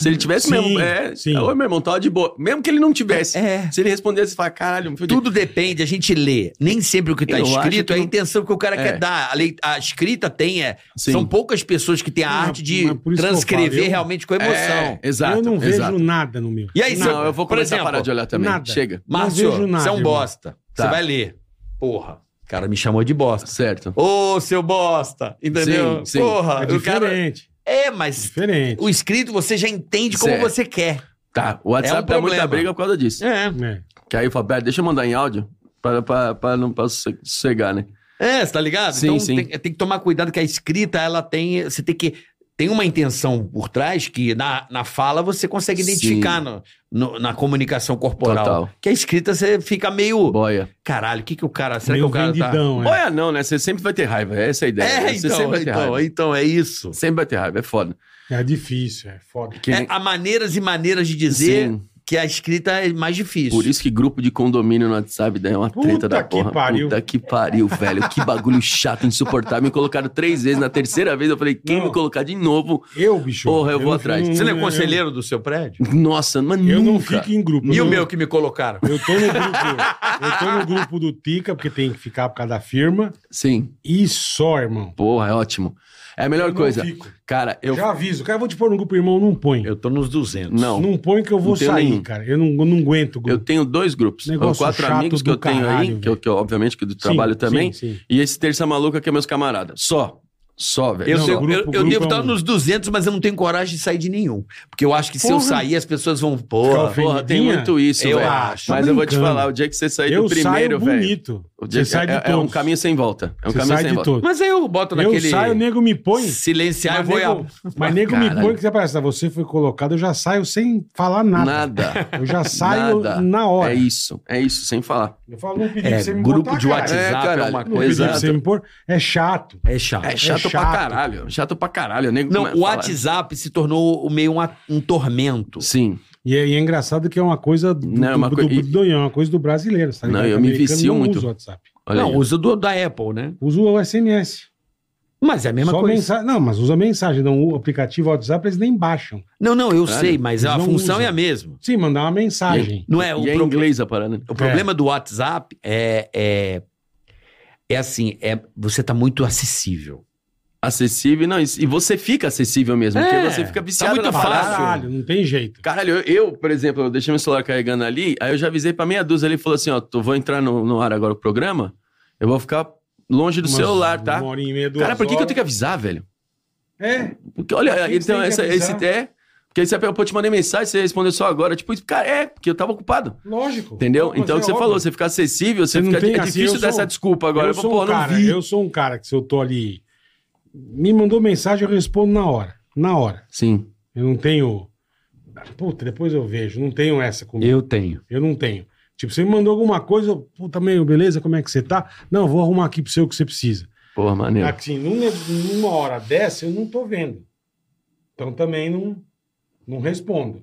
G: Se ele tivesse
D: Sim,
G: mesmo. É,
D: sim.
G: Oi, meu irmão, tava de boa. Mesmo que ele não tivesse.
C: É.
G: Se ele respondesse e falar, caralho, foi de-
C: Tudo depende, a gente lê. Nem sempre o que está
G: Eu acho
C: escrito
G: que
C: é a
G: não-
C: intenção que o cara
G: É.
C: quer dar. A, lei- a escrita tem, é.
G: Sim.
C: São poucas pessoas que têm a
D: Não,
C: arte de
D: mas por isso que eu
C: transcrever
D: falo, eu-
C: realmente com emoção.
G: É, exato.
D: eu não vejo
G: exato.
D: nada no meu.
C: E aí,
D: Nada.
G: Não, eu vou
C: Por
G: começar
C: exemplo,
G: a parar de olhar também.
D: nada.
G: Chega.
C: Márcio,
D: vejo nada,
C: você é um
D: irmão.
C: bosta.
G: Tá.
C: Você vai ler. Porra. O cara me chamou de bosta.
G: Certo.
C: Ô, seu bosta! Entendeu?
G: Sim, sim.
C: Porra,
D: É
C: o cara.
D: diferente.
C: É, mas
D: Diferente.
C: o escrito você já entende como
G: Certo.
C: você quer.
G: Tá, o WhatsApp
C: É um
G: dá muita
C: problema.
G: briga por causa disso.
C: É.
D: É.
G: Que aí eu falo, pera, deixa eu mandar em áudio pra, pra, pra não pra sossegar, né?
C: É, você tá ligado?
G: Sim,
C: então
G: sim.
C: Tem, tem que tomar cuidado que a escrita, ela tem. Você tem que. Tem uma intenção por trás que na, na fala você consegue
G: Sim.
C: identificar no- no- na comunicação corporal.
G: Total.
C: Que a escrita você fica meio.
G: Boia.
C: Caralho, o que, que o cara. Será
D: Meio
C: que o cara tá.
D: vendidão, é.
G: Boia não, né? Você sempre vai ter raiva. Essa é a ideia. né?
C: É,
G: Você
C: então,
G: sempre vai ter
C: então,
G: raiva.
C: então, é isso.
G: Sempre vai ter raiva, é foda.
D: É difícil, é foda.
G: Que
C: É,
G: nem-
C: há maneiras e maneiras de dizer
G: Sim.
C: que a escrita é mais difícil.
G: Por isso que grupo de condomínio no WhatsApp daí é uma treta
D: Puta
G: da
D: que
G: porra.
D: pariu.
G: Puta que pariu, velho. Que bagulho chato, insuportável. Me colocaram três vezes. Na terceira vez eu falei, quem
D: Não.
G: me colocar de novo?
D: Eu, bicho.
G: Porra, eu vou atrás.
C: Você não é
D: eu-
C: conselheiro do seu prédio?
G: Nossa, mas
D: Eu não
G: nunca.
D: fico em grupo.
C: E o
D: eu não-
C: meu que me colocaram?
D: Eu tô no grupo. eu tô no grupo do Tica, porque tem que ficar por causa da firma.
G: Sim.
D: E só, irmão.
G: Porra, é ótimo. É a melhor
D: Eu não
G: coisa.
D: fico.
G: Cara, eu.
D: Já aviso. Cara, eu vou te pôr no grupo, irmão, não põe.
C: Eu tô nos 200.
G: Não.
D: Não põe que eu vou
G: Não tenho
D: sair,
G: nenhum.
D: cara. Eu não, eu não aguento o
G: Eu
D: grupo.
G: tenho dois grupos.
D: Negócio
G: Os quatro
D: chato
G: amigos que
D: do
G: eu tenho
D: caralho,
G: aí, que, eu,
D: velho.
G: que eu, obviamente que do trabalho
D: Sim,
G: também.
D: sim, sim.
G: E esse terça maluca que é meus camaradas. Só. Só, velho.
C: Eu,
D: Não,
C: sei- eu-
D: grupo-
C: eu
D: grupo
C: devo
D: é
C: estar
D: um-
C: nos 200, mas eu não tenho coragem de sair de nenhum. Porque eu acho que se eu
D: Porra.
C: sair, as pessoas vão. Porra,
D: ofendido.
G: Porra, tem
D: Vinha?
G: muito isso,
C: Eu
G: velho. Mas
C: acho.
D: Tá
G: eu vou te
D: brincando.
G: falar, o dia que você sair
D: Eu
G: do primeiro,
D: saio
G: velho.
D: bonito.
G: o dia
D: Você
G: que-
D: sai de
G: é,
D: todos.
G: é um caminho sem volta. É um
D: Você
G: caminho
D: sai
G: sem
D: de
G: volta.
D: todos.
C: Mas aí eu boto
D: Eu
C: naquele.
D: saio, o nego me põe.
C: Silenciar e
D: Mas
C: vou.
D: nego, mas
C: Ah,
D: nego me
C: caralho.
D: põe que você parece, você foi colocado, eu já saio sem falar nada. [LAUGHS]
G: Nada.
D: Eu já saio
G: Nada.
D: na hora.
G: É isso, é isso, sem falar.
D: Eu falo, não pedi pra
C: É,
D: você me
C: grupo
D: botar,
C: de
D: cara.
C: WhatsApp é,
G: É, cara,
C: uma
D: Não pedi
G: exato.
D: pra
C: coisa.
D: você me pôr. É chato.
C: É chato.
G: É chato, pra
D: chato.
G: caralho. Chato pra caralho. Nego
C: Não,
G: começa
C: o
G: a falar.
C: WhatsApp se tornou o meio um, a- um tormento.
G: Sim.
D: E é, e é engraçado que é uma coisa do,
G: Não, é uma
D: do-
G: coi-
D: do- do- é uma coisa do brasileiro, sabe?
G: Não,
D: Que
G: eu me
D: americano
G: vicio
D: não
G: muito.
D: uso o WhatsApp.
G: Olha
C: não,
G: aí.
C: usa do, da Apple, né?
D: Usa o SMS.
C: Mas é a mesma
D: Só
C: coisa.
D: mensa- Não, mas usa mensagem. Não, o aplicativo WhatsApp eles nem baixam.
C: Não, não, eu
G: Caralho,
C: sei, mas
D: eles
C: a
D: não
C: função
D: usam.
C: é a mesma.
D: Sim, mandar uma mensagem.
C: Não é o
G: E é em
C: problema.
G: inglês a parada.
C: O problema do WhatsApp é, é, é assim, é, você tá muito acessível.
G: Acessível, não. E e você fica acessível mesmo,
C: É,
G: porque você
D: tá
G: fica viciado
C: muito
G: na
C: fácil.
G: parada.
D: Caralho, não tem jeito.
G: Caralho, eu, eu, por exemplo, eu deixei meu celular carregando ali, aí eu já avisei pra meia dúzia, ele falou assim, ó, tu vou entrar no, no ar agora o programa, eu vou ficar longe do
D: Umas
G: celular, tá?
D: Uma hora e meia, duas
G: Cara, por que, que eu tenho
D: horas.
G: que avisar, velho?
D: É,
G: Porque, olha,
D: Por que que
G: então,
D: tem que
G: essa, esse
D: avisar?
G: é... Porque aí você pô, eu te mandei mensagem, você respondeu só agora. Tipo, isso, cara, é, porque eu tava ocupado.
D: lógico.
G: Entendeu?
D: Mas
G: então, o
D: é
G: que você
D: óbvio.
G: falou, você fica acessível,
D: Você
G: você
D: não
G: fica...
D: tem,
G: é
D: assim,
G: difícil
D: eu
G: dar
D: sou-
G: essa desculpa agora.
D: eu
G: Eu vou,
D: sou,
G: pô,
D: um
G: não
D: cara,
G: vi.
D: eu sou um cara que se eu tô ali. Me mandou mensagem, eu respondo na hora. Na hora.
G: Sim.
D: Eu não tenho. Puta, depois eu vejo. Não tenho essa comigo.
C: Eu tenho.
D: Eu, não tenho. Tipo, você me mandou alguma coisa, eu, puta, meio, beleza, como é que você tá? Não, eu vou arrumar aqui pro seu o que você precisa.
G: Porra, maneiro.
D: Assim, numa, numa hora dessa, eu não tô vendo. Então também não, não respondo.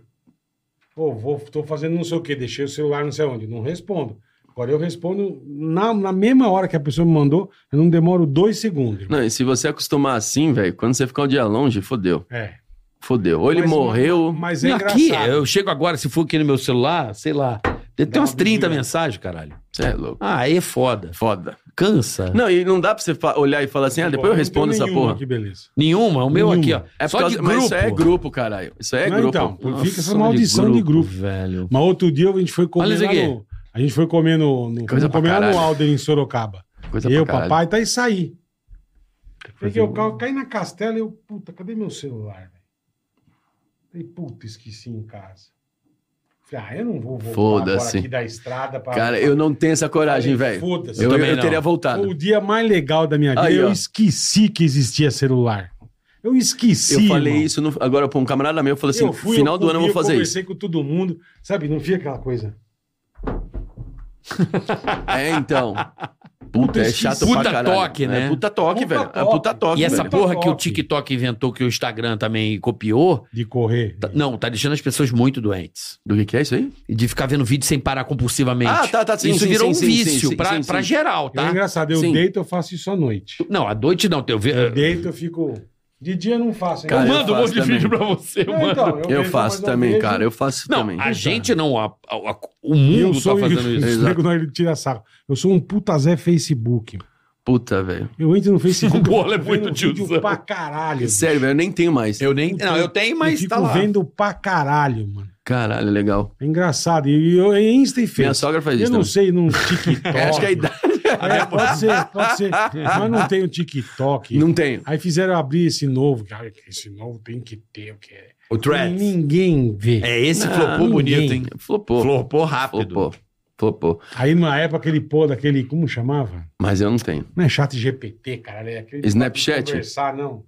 D: Pô, vou, tô fazendo não sei o que, deixei o celular não sei onde. Não respondo. Agora eu respondo na, na mesma hora que a pessoa me mandou, eu não demoro dois segundos.
G: Não, e se você acostumar assim, velho, quando você ficar um dia longe, fodeu.
D: É.
G: Fodeu. Ou ele
D: Mas-
G: morreu...
D: Mas é
C: Não,
D: engraçado.
C: aqui, eu chego agora, se for aqui no meu celular, sei lá. Tem
D: Dá
C: umas
D: uma
C: 30
D: bugigada.
C: mensagens, caralho.
G: Você é louco.
C: Ah, aí é foda.
G: Foda.
C: Cansa.
G: Não, e não dá pra você fa- olhar e falar assim, ah, depois eu
D: Não
G: respondo
D: tem
G: essa
D: nenhuma,
G: porra.
D: Que beleza.
C: Nenhuma, o meu
D: Nenhuma.
C: aqui, ó.
G: É
C: É
G: por
C: só
G: causa
C: de
G: mas
C: grupo.
G: isso aí é grupo, caralho. Isso aí é
D: Não,
G: grupo.
D: então, fica essa
C: Nossa,
D: maldição de grupo.
C: Velho.
D: Mas outro dia a gente foi
C: Olha
D: comer
C: isso
D: lá
C: aqui.
D: no, A gente foi comer no, no, fomos
G: Coisa pra
D: comer lá no
G: caralho.
D: Alder em Sorocaba.
G: Coisa
D: eu,
G: pra caralho.
D: papai, tá e saí. Peguei
G: coisa-
D: o carro, caí na castela e eu, puta, cadê meu celular, velho? Falei, puta, esqueci em casa. Falei, ah, eu não vou voltar agora
G: Foda-se.
D: aqui da estrada pra...
G: Cara, eu não tenho essa coragem,
D: Falei,
G: velho.
D: Foda-se.
G: Eu, eu,
C: também não.
G: teria voltado.
D: Foi o dia mais legal da minha vida.
G: Aí,
D: eu
G: ó.
D: esqueci que existia celular. Eu esqueci,
G: eu falei
D: irmão.
G: isso no- agora pra um camarada meu. Eu falei assim,
D: Eu fui,
G: final do ano eu
D: comi,
G: vou fazer isso.
D: conversei com todo mundo. Sabe, não fica aquela coisa.
G: É, então.
D: [LAUGHS]
G: Puta, é chato
C: Puta
G: pra caralho.
C: toque, né?
G: É puta toque,
D: Puta
G: velho. É
D: toque.
G: puta toque,
C: E essa
G: velho.
C: porra que o
D: tá Top.
C: TikTok inventou, que o Instagram também copiou,
D: De correr.
C: tá- não, tá deixando as pessoas muito doentes.
G: Do que que é isso aí?
C: E de ficar vendo vídeo sem parar compulsivamente.
G: Ah, tá, tá. Sim,
C: Isso
G: sim,
C: virou
G: sim,
C: um
G: sim,
C: vício
G: sim,
C: pra,
G: sim, sim.
C: pra geral,
D: É
C: tá?
D: engraçado, eu
G: Sim.
D: deito, eu faço isso à noite.
C: Não, à noite não. Eu, vi-
D: Eu deito, eu fico. De dia eu não faço. hein?
G: Cara,
E: eu
G: eu
E: mando um
G: faço
E: monte de
G: também.
E: vídeo pra você,
D: Não,
E: mano.
D: então,
G: Eu
D: vejo, né?
G: faço
D: mas não
G: também,
D: vejo.
G: cara. Eu faço
E: não,
G: também.
E: a gente não, a- a- a- o mundo
D: eu
E: tá
D: sou,
E: fazendo
D: [LAUGHS]
E: isso.
D: Eu,
G: Exato.
D: eu, ele tira sarro. Eu sou um puta Zé Facebook.
G: Puta, velho.
D: Eu entro no Facebook.
E: [LAUGHS] O Bola é
D: eu fico vendo
E: muito
D: vídeo
E: tiozão.
D: pra caralho.
G: Sério, velho, eu nem tenho mais.
E: Eu nem. Não, eu tenho,
D: Eu
E: mas
D: fico
E: tá lá.
D: vendo pra caralho, mano.
G: Caralho, legal.
D: É engraçado. E eu, é Insta e
G: Minha
D: Face.
G: sogra faz
D: Eu
G: isso
D: não
G: também. [LAUGHS]
D: sei, num TikTok.
G: Acho que a idade.
D: É, pode ser, pode ser. Mas não tem o TikTok.
G: Não tenho.
D: Aí fizeram abrir esse novo. que, ai, que Esse novo tem que ter o que é.
E: O Threads.
D: Ninguém vê.
E: É esse
G: Não,
E: flopou bonito, hein?
G: Ah, Flopou.
E: Flopou rápido.
G: Flopou. Flopou.
D: Aí na época ele pô daquele, como chamava?
G: Mas eu não tenho.
D: Não é chat GPT, cara. É aquele
G: Snapchat?
D: de conversar, não.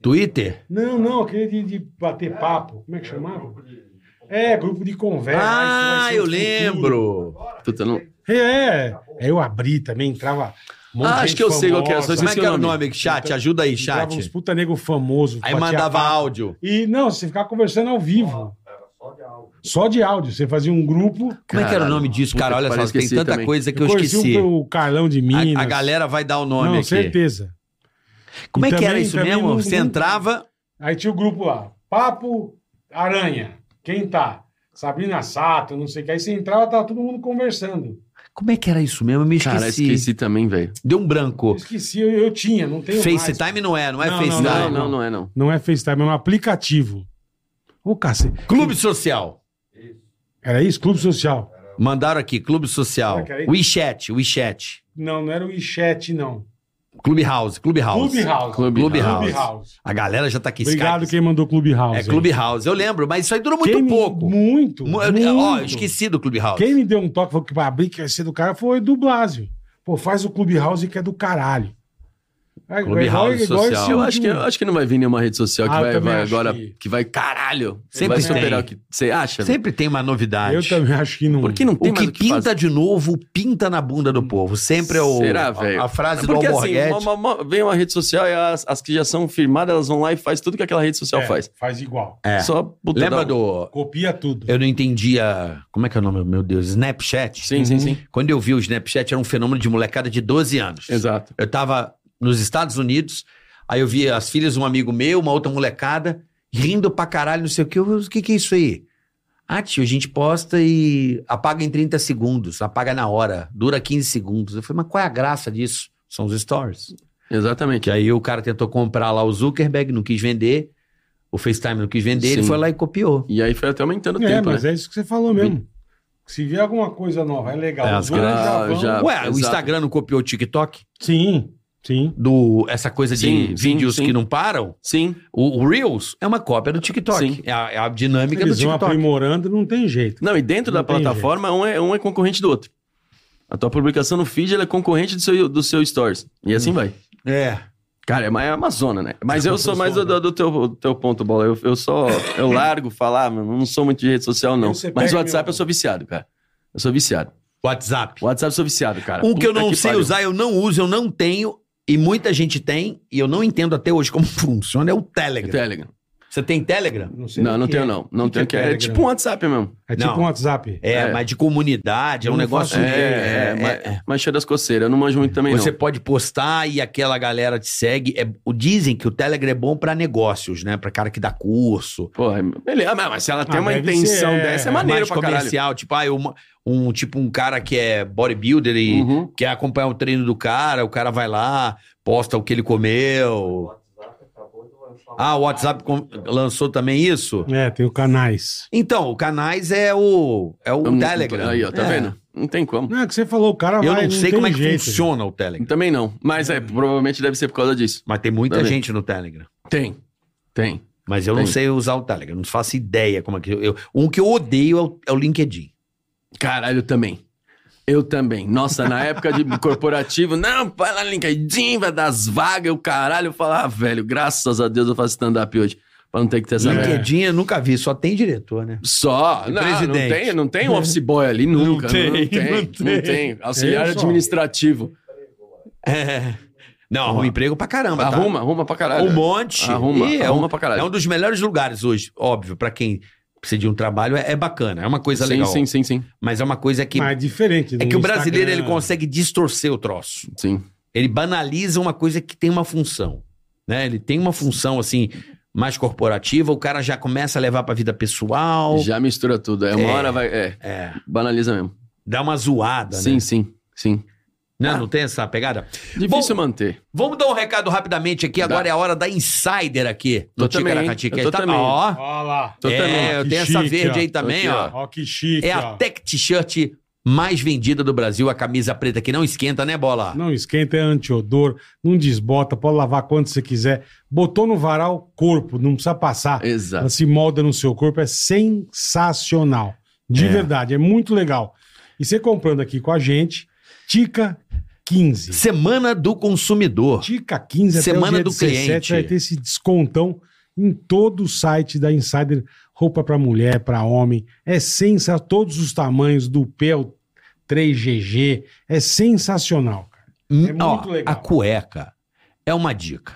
E: Twitter?
D: Não, não, aquele de, de bater papo. Como é que chamava? É, grupo de conversa.
E: Ah,
D: Aí você
E: eu
D: vai ser um o futuro.
E: lembro.
G: Puta, não.
D: É, é. Aí eu abri também, entrava. um monte
G: Ah,
D: de
G: acho
D: gente
G: que eu sei qual que é,
D: famosa.
G: só
E: Como é
G: Esqueci
E: que
G: o
E: era o
G: nome.
E: nome? Chat, ajuda aí,
D: Entrava Então, uns
E: chat.
D: puta nego famoso.
E: Aí
D: batia
E: mandava
D: papo.
E: áudio.
D: E não, você ficava conversando ao vivo. Só de áudio. Você fazia um grupo.
C: Como é que era o
G: Caralho.
C: nome disso,
G: Puta
C: cara?
G: que
C: Olha
G: pariu,
C: só, tem
G: esqueci
C: tanta
G: também.
C: coisa É que eu,
D: conheci um
C: esqueci.
D: o Carlão de Minas.
C: A, a galera vai dar o nome
D: Não,
C: aqui.
D: certeza.
C: Como é que
D: Também-
C: era isso
D: também
C: mesmo?
D: não-
C: Você entrava.
D: Aí tinha o grupo lá. Papo Aranha. Quem tá? Sabrina Sato, não sei o que. Aí você entrava, tava todo mundo conversando.
C: Como é que era isso mesmo? Eu me
G: Cara,
C: esqueci.
G: esqueci também, velho.
C: Deu um branco.
D: Eu esqueci, eu, eu tinha, não tenho um mais.
C: FaceTime não é, não é
D: Não,
C: FaceTime.
D: Não,
G: Não, não,
D: não.
G: não é, não.
D: Não é FaceTime, é um aplicativo. Ô, cacete.
C: Clube Social.
D: Era isso? Clube Social.
C: Mandaram aqui, Clube Social.
D: Será que é isso?
C: WeChat, WeChat.
D: Não, não era o WeChat, não.
C: Clube House, Clube House.
D: Clube House.
G: Clube
D: Clube
C: House.
D: House.
C: A galera já tá aqui.
D: Obrigado
C: Skype.
D: quem mandou Clube House.
C: É
D: aí.
C: Clube House, eu lembro, mas isso aí durou muito
D: Quem me-
C: pouco.
D: Muito.
C: Mu- eu- Ó,
D: muito.
C: esqueci do Clube House.
D: Quem me deu um toque falou que vai abrir, que vai ser do cara, foi do Blasio. Pô, faz o Clube House que é do caralho. É,
C: Clube House social.
D: esse
G: Eu acho, que, eu
D: último.
G: acho que não vai vir nenhuma rede social que
D: Ah, eu
G: vai,
D: também
G: vai
D: acho
G: agora. Que...
D: que-
G: vai, caralho.
C: Sempre
G: vai
C: tem.
G: superar o que você acha? velho?
C: Sempre tem uma novidade.
D: Eu também acho que não.
G: Porque não tem
C: O
G: mais
C: que pinta de novo, pinta na bunda do povo. Sempre é o,
G: Será, velho?
C: a, a frase do
G: Porque assim,
C: Alborguete.
G: uma- uma- vem uma rede social e as, as que já são firmadas, elas vão lá e faz tudo que aquela rede social
D: É,
G: faz.
D: Faz igual.
C: É.
G: Só puta, dá
C: Lembra
G: um-
C: do...
D: Copia tudo.
C: É. Eu não entendia... Como é que é o nome? Meu Deus, Snapchat?
G: Sim, sim, sim.
C: Quando eu vi o Snapchat, era um fenômeno de molecada de 12 anos.
G: Exato.
C: Eu tava nos Estados Unidos, aí eu vi as filhas de um amigo meu, uma outra molecada, rindo pra caralho, não sei o que. Eu, o que que é isso aí? Ah, tio, a gente posta e apaga em 30 segundos, apaga na hora, dura 15 segundos. Eu falei, mas qual é a graça disso? São os stories.
G: Exatamente.
C: Que aí o cara tentou comprar lá o Zuckerberg, não quis vender, o FaceTime não quis vender, ele
G: Sim.
C: foi lá e copiou.
G: E aí foi até aumentando o
D: é,
G: tempo,
D: mas
G: né?
D: é isso que você falou mesmo. Se vier alguma coisa nova, é legal.
C: É, as
D: Os outros
G: gra-
D: já vão-
G: já- Ah,
C: Ué,
G: exato.
C: o Instagram não copiou o TikTok?
D: Sim, sim.
C: Do, essa coisa
G: Sim,
C: de
G: sim,
C: vídeos
G: sim.
C: que não param?
G: Sim.
C: O, o Reels é uma cópia do TikTok.
G: Sim.
C: É, a, é a dinâmica
D: Eles
C: do
D: vão
C: TikTok.
D: aprimorando, não tem jeito.
G: Não, e dentro
D: Não
G: da
D: tem
G: plataforma, um é, um é concorrente do outro. A tua publicação no feed ela é concorrente do seu, do seu Stories. E assim vai.
C: É.
G: Cara, é mais Amazona, né?
D: É
G: Mas eu sou mais do, do- do teu, do teu ponto, Bola. Eu, eu só...
D: [COUGHS]
G: Eu largo falar, mano. Não sou muito de rede social, não.
D: Você
G: Mas
D: pega
G: o WhatsApp
D: meu-
G: eu sou viciado, cara. Eu sou viciado.
C: WhatsApp.
G: O WhatsApp eu sou viciado, cara.
C: Um que eu
G: Puta
C: não sei
G: pariu.
C: usar, eu não uso, eu não tenho, e muita gente tem, e eu não entendo até hoje como [LAUGHS] funciona, é o
G: É
C: Telegram.
G: Telegram.
C: Você tem Telegram?
D: sei
G: Não,
D: nem
G: não
D: que
G: tenho,
D: é.
G: não. Não
D: que
G: tenho.
D: é
G: que- É
D: Telegram?
G: tipo um WhatsApp mesmo.
D: É tipo
C: Não.
D: um WhatsApp.
C: É,
G: É.
C: mas de comunidade, é um
D: Eu não
C: negócio.
D: faço
C: de-
G: É, é, mas, mas cheio das coceiras. Eu não manjo muito também,
C: Você
G: não.
C: pode postar e aquela galera te segue. É, o- dizem que o Telegram é bom pra negócios, né? Pra cara que dá curso.
G: Porra, é, beleza. Mas, mas se ela tem
D: Ah,
G: uma
D: deve
G: intenção
D: ser,
G: dessa, é
D: é,
G: maneiro
C: mais
G: pra caralho.
C: comercial, tipo, ah, eu- um, tipo um cara que é bodybuilder e
G: Uhum.
C: quer acompanhar o treino do cara, o cara vai lá, posta o que ele comeu. Ah, o WhatsApp com- lançou também isso?
D: É, tem o canais.
C: Então, o Canais é o, é o
G: Eu não-
C: Telegram.
G: Aí, ó, tá
C: É.
G: vendo? Não tem como.
D: Não, é que você falou, o cara
C: Eu
D: vai,
C: não sei
D: tem
C: como é que
D: jeito.
C: funciona o Telegram,
G: Também não. Mas é, provavelmente deve ser por causa disso.
C: mas tem muita
G: Também.
C: gente no Telegram.
G: Tem. Tem.
C: Mas eu não
G: Tem.
C: sei usar o Telegram, não faço ideia como é que... Eu, um que eu odeio é o, é o LinkedIn.
G: Caralho, eu também. Eu também. Nossa, na época [LAUGHS] de corporativo, não, vai lá no LinkedIn, vai dar as vagas, o caralho. Eu falo, ah, velho, graças a Deus eu faço stand-up hoje. Pra não ter que ter essa merda.
C: LinkedIn eu nunca vi, só tem diretor, né?
G: Só.
C: E
G: Não, não
C: presidente.
G: tem, não tem um office boy ali nunca. [LAUGHS] Não tem, não tem.
D: não tem.
G: Auxiliar
D: Eu só.
G: administrativo.
C: É. Não,
G: Um
C: arruma emprego pra caramba, tá?
G: Arruma, arruma pra caralho.
C: Um monte.
G: Arruma,
C: Ih, é
G: arruma
C: um-
G: pra caralho.
C: É um dos melhores lugares hoje, óbvio, pra quem precisa de um trabalho, é, é bacana, é uma coisa
G: sim,
C: legal.
G: sim, sim, sim,
C: Mas é uma coisa que.
D: Mas é diferente.
C: é
D: no
C: que o brasileiro
D: Instagram.
C: ele consegue distorcer o troço.
G: sim.
C: Ele banaliza uma coisa que tem uma função, né? Ele tem uma função, assim, mais corporativa, o cara já começa a levar pra vida pessoal,
G: Já mistura tudo. É uma
C: É.
G: hora vai. É,
C: é,
G: banaliza mesmo.
C: dá uma zoada,
G: Sim,
C: né?
G: sim, sim.
C: Né? Não tem essa pegada?
G: Difícil manter.
C: Vamos dar um recado rapidamente aqui,
G: Dá.
C: agora é a hora da Insider aqui, do
G: Tô também, hein?
C: Ticaracatica.
G: Eu tô
C: Tá-
G: também.
C: Ó,
D: Olha lá.
G: Tô
C: é,
G: também.
C: eu
D: Que
C: tenho essa
D: chique,
C: verde
D: ó.
C: aí também,
G: Aqui,
C: ó.
G: ó.
D: Ó, que chique.
C: É a
D: ó.
C: Tech T-shirt mais vendida do Brasil, a camisa preta que não esquenta, né, Bola?
D: Não esquenta, é antiodor, não desbota, pode lavar quando você quiser. Botou no varal, corpo, não precisa passar. Ela
G: Exato.
D: se molda no seu corpo, é sensacional. De
C: É.
D: verdade, é muito legal. E você comprando aqui com a gente, Tica 15.
C: Semana do Consumidor.
D: Tica 15 até
C: Semana
D: o dia
C: do
D: 17,
C: cliente.
D: vai ter esse descontão em todo o site da Insider, roupa pra mulher, pra homem, é sensacional, todos os tamanhos do P ao 3GG, é sensacional, cara.
C: Hum,
D: muito
C: ó,
D: legal.
C: A cueca é uma dica.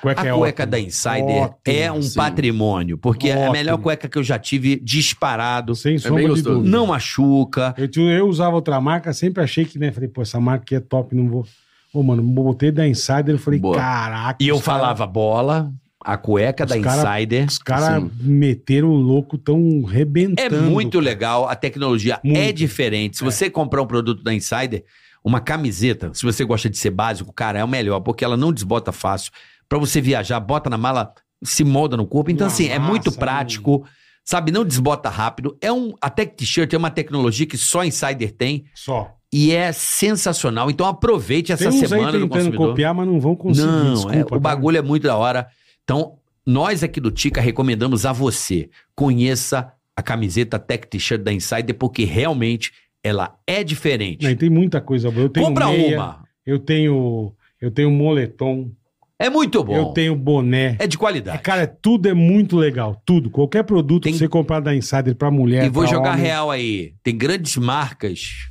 D: Cueca
C: a
D: é
C: cueca
D: ótima.
C: da Insider
D: Ótima,
C: é um
G: sim.
C: patrimônio, porque é a
D: Ótimo.
C: melhor cueca que eu já tive disparado.
D: Sem sombra
G: É bem
D: de
G: gostoso.
D: dúvida.
C: Não machuca.
D: Eu, tinha- eu usava outra marca, sempre achei que, né? Falei, pô, essa marca aqui é top, não vou. Ô, mano, botei da Insider, eu falei,
G: Boa.
D: caraca.
C: E eu
D: os cara-
C: falava bola, a cueca
D: Os
C: da
D: cara-
C: Insider.
D: Os caras meteram o louco tão
C: É
D: rebentando.
C: muito legal, a tecnologia é
D: Muito. É.
C: diferente. Se você comprar um produto da Insider, uma camiseta, se você gosta de ser básico, cara, é o melhor, porque ela não desbota fácil. Pra você viajar, bota na mala, se molda no corpo. Então,
D: Não
C: assim, é muito
D: amassa,
C: prático, sabe? Não desbota rápido. É um, a Tech T-shirt é uma tecnologia que só a Insider tem
D: Só.
C: e é sensacional. Então, aproveite essa
D: Tem uns
C: semana
D: aí
C: do
D: tentando
C: consumidor.
D: copiar, mas não vão conseguir.
C: Não,
D: desculpa,
C: é,
D: tá?
C: o bagulho é muito da hora. Então, nós aqui do Tica recomendamos a você, conheça a camiseta Tech T-shirt da Insider, porque realmente ela é diferente.
D: Não, e tem muita coisa boa. Eu tenho
C: Compra
D: meia,
C: uma.
D: Eu tenho, eu tenho moletom,
C: É muito bom.
D: eu tenho boné.
C: É de
D: É,
C: qualidade.
D: cara, tudo é muito legal. Tudo. Qualquer produto
C: Tem-
D: que você comprar da Insider pra mulher.
C: e vou
D: pra
C: jogar
D: homem-
C: real aí. Tem grandes marcas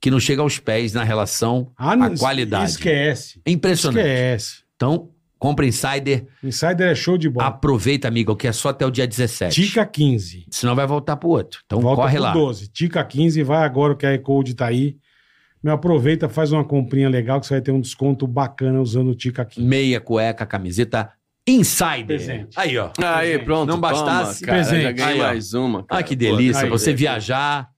C: que não chegam aos pés na relação.
D: Ah, não,
C: a qualidade.
D: Esquece.
C: É impressionante.
D: Esquece.
C: Então, compra Insider.
D: Insider é show de bola.
C: Aproveita, amigo, que é só até o dia 17.
D: Tica 15.
C: Senão vai voltar pro outro. Então,
D: Volta
C: corre
D: pro
C: lá.
D: 12. Tica 15, vai agora o QR Code tá aí. Meu, aproveita, faz uma comprinha legal que você vai ter um desconto bacana usando o Tica 15.
C: meia, cueca, camiseta Insider.
D: Presente.
C: Aí, ó.
G: Aí, pronto.
C: Não bastasse-
G: toma, cara, já
D: Presente.
G: ganhei
C: Aí, ó.
G: mais uma.
C: Ah,
G: cara.
C: que
G: Pô,
C: delícia.
G: aí,
C: você
G: velho.
C: viajar.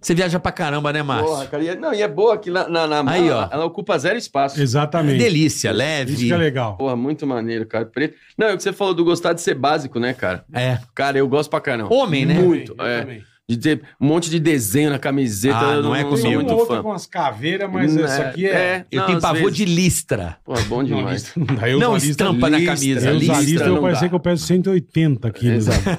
C: Você viaja pra caramba, né, Márcio?
G: Porra, cara, e é- não, e é boa que na, na, na-
C: Aí,
G: ela,
C: ó.
G: ela ocupa zero espaço.
D: Exatamente.
C: delícia,
D: Isso
C: leve.
D: que é legal.
G: Porra, muito maneiro, cara. Preto. Não, é o que você falou do gostar de ser básico, né, cara?
C: É.
G: Cara, eu gosto pra caramba.
C: Homem, né?
G: Muito,
D: Eu
G: é.
D: também.
G: De ter um monte de desenho na camiseta.
C: Ah,
G: eu
C: não é
D: Eu sou
G: sou
C: comigo.
D: muito
G: muito
D: outro
G: fã. Hum,
D: com as caveiras, mas
G: Não,
D: essa aqui é.
C: Eu
G: não,
C: tenho
G: às
C: pavor
G: vezes-
C: de listra.
G: Pô, bom
D: Não, a
G: demais.
D: lista não dá. Eu
C: não
D: uso a lista-
C: estampa na
G: listra,
C: camisa.
D: Eu uso
C: Listra,
D: a lista, eu
G: não
D: parecia
G: dá.
D: que eu peso 180 quilos.
G: Exato.
C: né?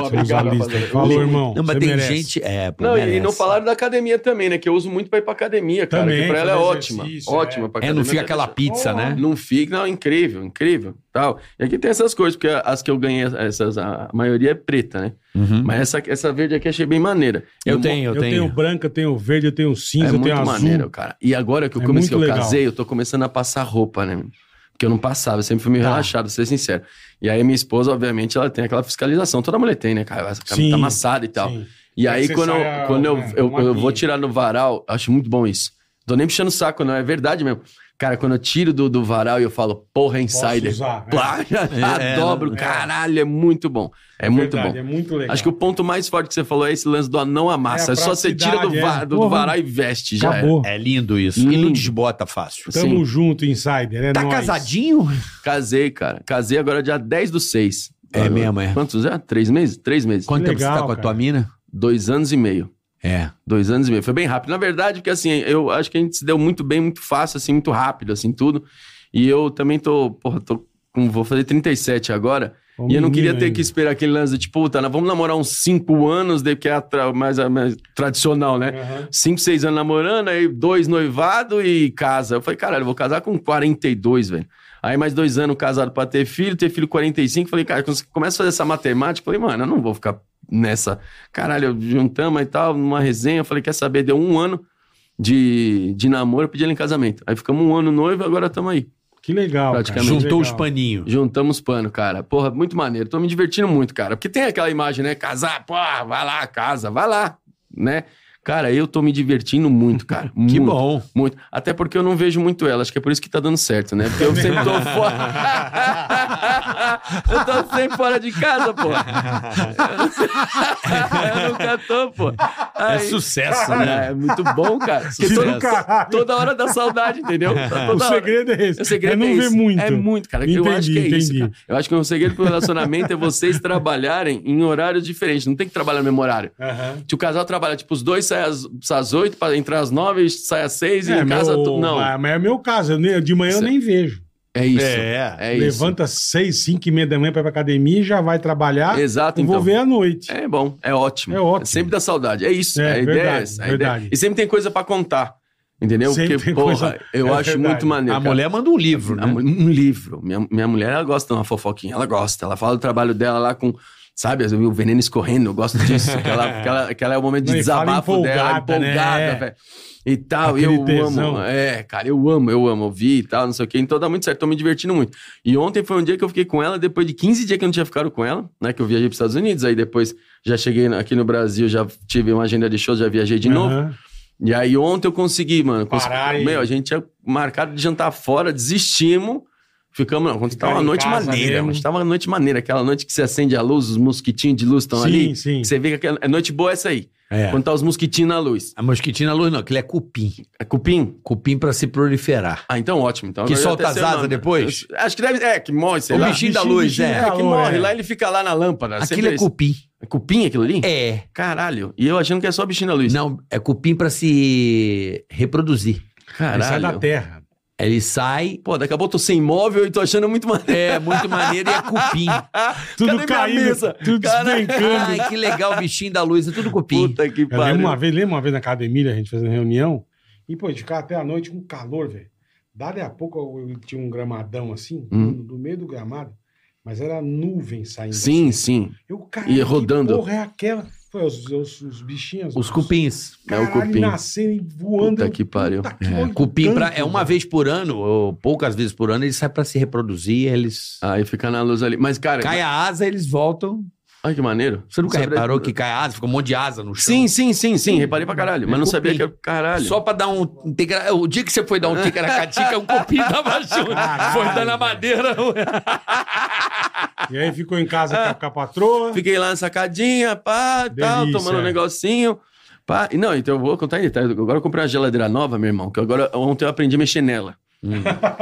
D: Você usa a
G: obrigado,
D: lista.
G: rapaziada.
D: Falou, irmão.
C: Não, mas
D: você
C: tem
D: merece.
C: gente. É, pô,
G: Não, e
C: merece.
G: não falaram da academia também, né? Que eu uso muito pra ir pra academia, cara.
D: Também,
G: que pra ela é
D: fazer
G: ótima.
D: exercício,
G: Ótima
D: é.
C: É,
G: pra academia.
C: não fica aquela pizza, né?
G: Não fica, não, é incrível, incrível. Tal. E aqui tem essas coisas, porque as que eu ganhei, essas, a maioria é preta, né?
C: Uhum.
G: Mas essa, essa verde aqui achei bem maneira.
C: Eu
G: E
C: tenho, eu,
D: Eu
C: tenho.
D: tenho um branca, eu tenho verde, eu tenho
G: mo- É
D: cinza, eu
G: muito
D: tenho azul.
G: maneiro, cara. E agora que eu
D: É
G: comecei, que eu
D: muito legal.
G: casei, eu tô começando a passar roupa, né? meu? Porque eu não passava, eu sempre fui meio
D: Tá.
G: relaxado, pra ser sincero. E aí minha esposa, obviamente, ela tem aquela fiscalização. Toda mulher tem, né, cara? Essa camisa
D: Sim.
G: tá amassada e tal.
D: Sim.
G: E aí,
D: Você
G: quando,
D: sai
G: eu,
D: a-
G: quando eu,
D: né,
G: eu,
D: uma
G: eu vou
D: guia.
G: tirar no varal, acho muito bom isso. Tô nem puxando o saco, não, é verdade mesmo. Cara, quando eu tiro do, do varal e eu falo, porra,
D: Posso
G: insider. [LAUGHS]
D: usar,
C: [LAUGHS]
D: é.
G: Plá,
C: É,
G: dobro,
D: é.
G: caralho, é muito bom. É, muito
D: Verdade,
G: bom.
D: É muito legal.
G: Acho que o ponto mais forte que você falou é esse lance do anão
D: É
G: amassa. É,
D: a
G: só você tira do,
D: praticidade,
G: va-
D: é.
G: do
D: Porra.
G: varal e veste, já era.
D: acabou.
C: É lindo isso. E
G: Lindo.
C: não desbota fácil.
D: Tamo
G: Sim.
D: junto, Insider. É
C: Tá
D: nóis.
C: casadinho?
G: Casei, cara. Casei agora dia 10 do 6.
C: É
G: Agora,
C: mesmo, é.
G: Quantos é? Três meses? Três meses.
C: Quanto tempo você
D: legal,
C: tá com a
D: cara.
C: tua mina?
G: Dois anos e meio.
C: É.
G: Dois anos e meio. Foi bem rápido. Na verdade, porque assim, eu acho que a gente se deu muito bem, muito fácil, assim, muito rápido, assim, tudo. E eu também tô, porra, tô com, vou fazer 37 agora.
D: É um
G: e eu não
D: menino
G: queria ter
D: ainda.
G: que esperar aquele lance de, tipo, tá, vamos namorar uns 5 anos, daí que é a tra- mais, a mais tradicional, né?
D: Aham.
G: 5, 6 anos namorando, aí dois noivado e casa. Eu falei, caralho, eu vou casar com 42, velho. Aí mais dois anos casado pra ter filho, ter filho 45. Falei, cara, quando você começa a fazer essa matemática, eu falei, mano, eu não vou ficar nessa. Caralho, juntamos e tal, numa resenha. Eu falei, quer saber? Deu um ano de, de namoro, eu pedi ela em casamento. Aí ficamos um ano noivo, agora estamos aí.
D: Que legal. cara.
G: Praticamente.
C: Juntou os
D: Legal.
C: paninhos.
G: Juntamos pano, cara. Porra, muito maneiro. Tô me divertindo muito, cara. Porque tem aquela imagem, né? Casar, porra, vai lá, casa, vai lá, né? Cara, eu tô me divertindo muito, cara.
C: [LAUGHS] Que
G: muito,
C: bom.
G: Muito. Até porque eu não vejo muito ela. Acho que é por isso que tá dando certo, né? Porque eu sempre
D: [LAUGHS]
G: tô fora. eu tô sempre fora de casa, pô. eu nunca tô, pô.
C: É
G: Aí-
C: sucesso, né?
G: É, é muito bom, cara. Porque
C: Que
G: todo-
C: do
D: caralho.
G: toda hora da saudade, entendeu? Tá
D: O
G: toda hora.
D: segredo é esse.
G: O segredo
D: é não
G: é
D: ver
G: isso.
D: muito.
G: É muito, cara. eu
D: Entendi,
G: acho que é isso,
D: entendi.
G: cara. Eu acho que o segredo pro relacionamento é vocês trabalharem em horários diferentes. Não tem que trabalhar no mesmo horário.
D: Aham.
G: Se o casal trabalha, tipo, os dois saem às, saem às 8, para entrar às 9, sai às 6 e
D: É,
G: em casa.
D: meu-
G: tu- Não.
D: ah, Mas é o meu caso. eu nem- de manhã
G: Isso
D: eu
G: é-
D: nem vejo.
G: É isso. É,
C: É.
G: isso.
D: Levanta às seis, cinco e meia da manhã pra ir pra academia e já vai trabalhar.
G: Exato,
D: e
G: então.
D: vou ver à noite.
G: É bom, é ótimo.
D: É ótimo.
G: sempre dá saudade. É isso.
D: É,
G: a ideia
D: verdade,
G: é essa. a
D: verdade.
G: ideia- E sempre tem coisa pra contar. Entendeu?
D: Sempre
G: Porque,
D: tem
G: porra,
D: coisa-
G: eu
D: é
G: acho
D: verdade.
G: muito maneiro.
C: A
G: cara.
C: mulher manda um livro, né?
G: A mu- Um livro. Minha, minha mulher, ela gosta de uma fofoquinha, ela gosta. Ela fala do trabalho dela lá com. Sabe, eu vi o veneno escorrendo, eu gosto disso.
D: [LAUGHS]
G: que, ela, que, ela, que ela é o momento de
D: Não, e fala
G: desabafo dela,
D: empolgada, né?
G: empolgada,
D: É.
G: velho. E tal, e
D: Aquele
G: eu
D: tesão.
G: amo. É, cara, eu amo, eu amo ouvir e tal, não sei o quê. Então dá muito certo, tô me divertindo muito. E ontem foi um dia que eu fiquei com ela, depois de 15 dias que eu não tinha ficado com ela, né? Que eu viajei pros Estados Unidos, aí depois já cheguei aqui no Brasil, já tive uma agenda de shows, já viajei de novo.
D: Aham.
G: E aí ontem eu consegui, mano. Consegui,
D: Parar e-
G: Meu, a gente tinha marcado de jantar fora, desistimos. Ficamos, não, quando
D: Ficar
G: tava uma
D: em
G: noite
D: casa
G: maneira,
D: mesmo.
G: mas tava uma noite maneira, aquela noite que você acende a luz, os mosquitinhos de luz estão
D: Sim,
G: Então, ali.
D: sim.
G: que Você vê que aquela, é noite boa essa aí,
D: É.
G: quando tá os mosquitinhos na luz.
C: A mosquitina luz não, aquilo é cupim.
G: É cupim?
C: Cupim pra se proliferar.
G: Ah, então ótimo. Então,
C: Que
G: agora já
C: solta
G: até
C: as
G: sei o
C: asas
G: nome.
C: depois?
G: Eu- acho que deve, é, que morre, sei
C: O
G: lá.
C: bichinho da luz,
D: bichinho
C: é.
D: da
G: É, que
D: luz,
G: morre
D: é.
G: lá, ele fica lá na lâmpada.
C: Aquilo
G: sempre
C: é
G: isso.
C: cupim.
G: É cupim aquilo ali?
C: É.
G: Caralho. E eu achando que é só bichinho da luz.
C: Não, é cupim pra se reproduzir.
D: Ele é. sai da
G: Caralho.
D: terra.
C: Ele sai.
G: Pô, daqui a pouco eu tô sem móvel e tô achando muito maneiro.
C: É muito maneiro e é cupim.
D: Tudo
G: minha
D: caindo,
G: mesa?
D: tudo
G: Caralho.
D: despencando.
C: Ai, que legal, o bichinho da luz, é tudo cupim.
G: Puta que
D: Eu lembro
G: pariu.
D: uma vez, lembro uma vez na academia, a gente fazendo reunião, e pô, a gente ficava até a noite com calor, velho. Dali a pouco eu, eu tinha um gramadão assim,
G: Hum.
D: no, no meio do gramado, mas era nuvem saindo. assim.
G: Sim, sim.
D: Eu, cara,
G: E rodando.
D: Que porra é aquela? Foi os, os, os bichinhos.
C: Os cupins.
G: É o
D: caralho,
G: cupim.
D: nascendo e voando.
G: Puta
D: eu-
G: que pariu.
D: puta que
C: É,
D: olho
C: cupim pra,
D: tanto,
C: é uma
D: velho.
C: vez por ano, ou poucas vezes por ano, ele sai pra se reproduzir, eles.
G: Aí fica na luz ali. Mas, cara.
C: Cai a asa, eles voltam.
G: Ai, que maneiro.
C: Você nunca
G: Sobre-
C: reparou que cai a asa, fica um monte de asa no chão?
G: Sim, sim, sim, sim. Reparei pra caralho. Mas não
C: Cupim.
G: sabia que era. Caralho.
C: Só pra dar um. tica- O dia que você foi dar [LAUGHS] um ticaracatica, um cupim tava junto.
D: Caralho,
C: Foi dar na
D: velho.
C: madeira. é?
D: E aí ficou em casa com a- com a patroa.
G: Fiquei lá na sacadinha, pá, tal,
D: Delícia.
G: tomando um negocinho. Pá. E Não, então eu vou contar em detalhes. Agora eu comprei uma geladeira nova, meu irmão, que agora ontem eu aprendi a mexer nela.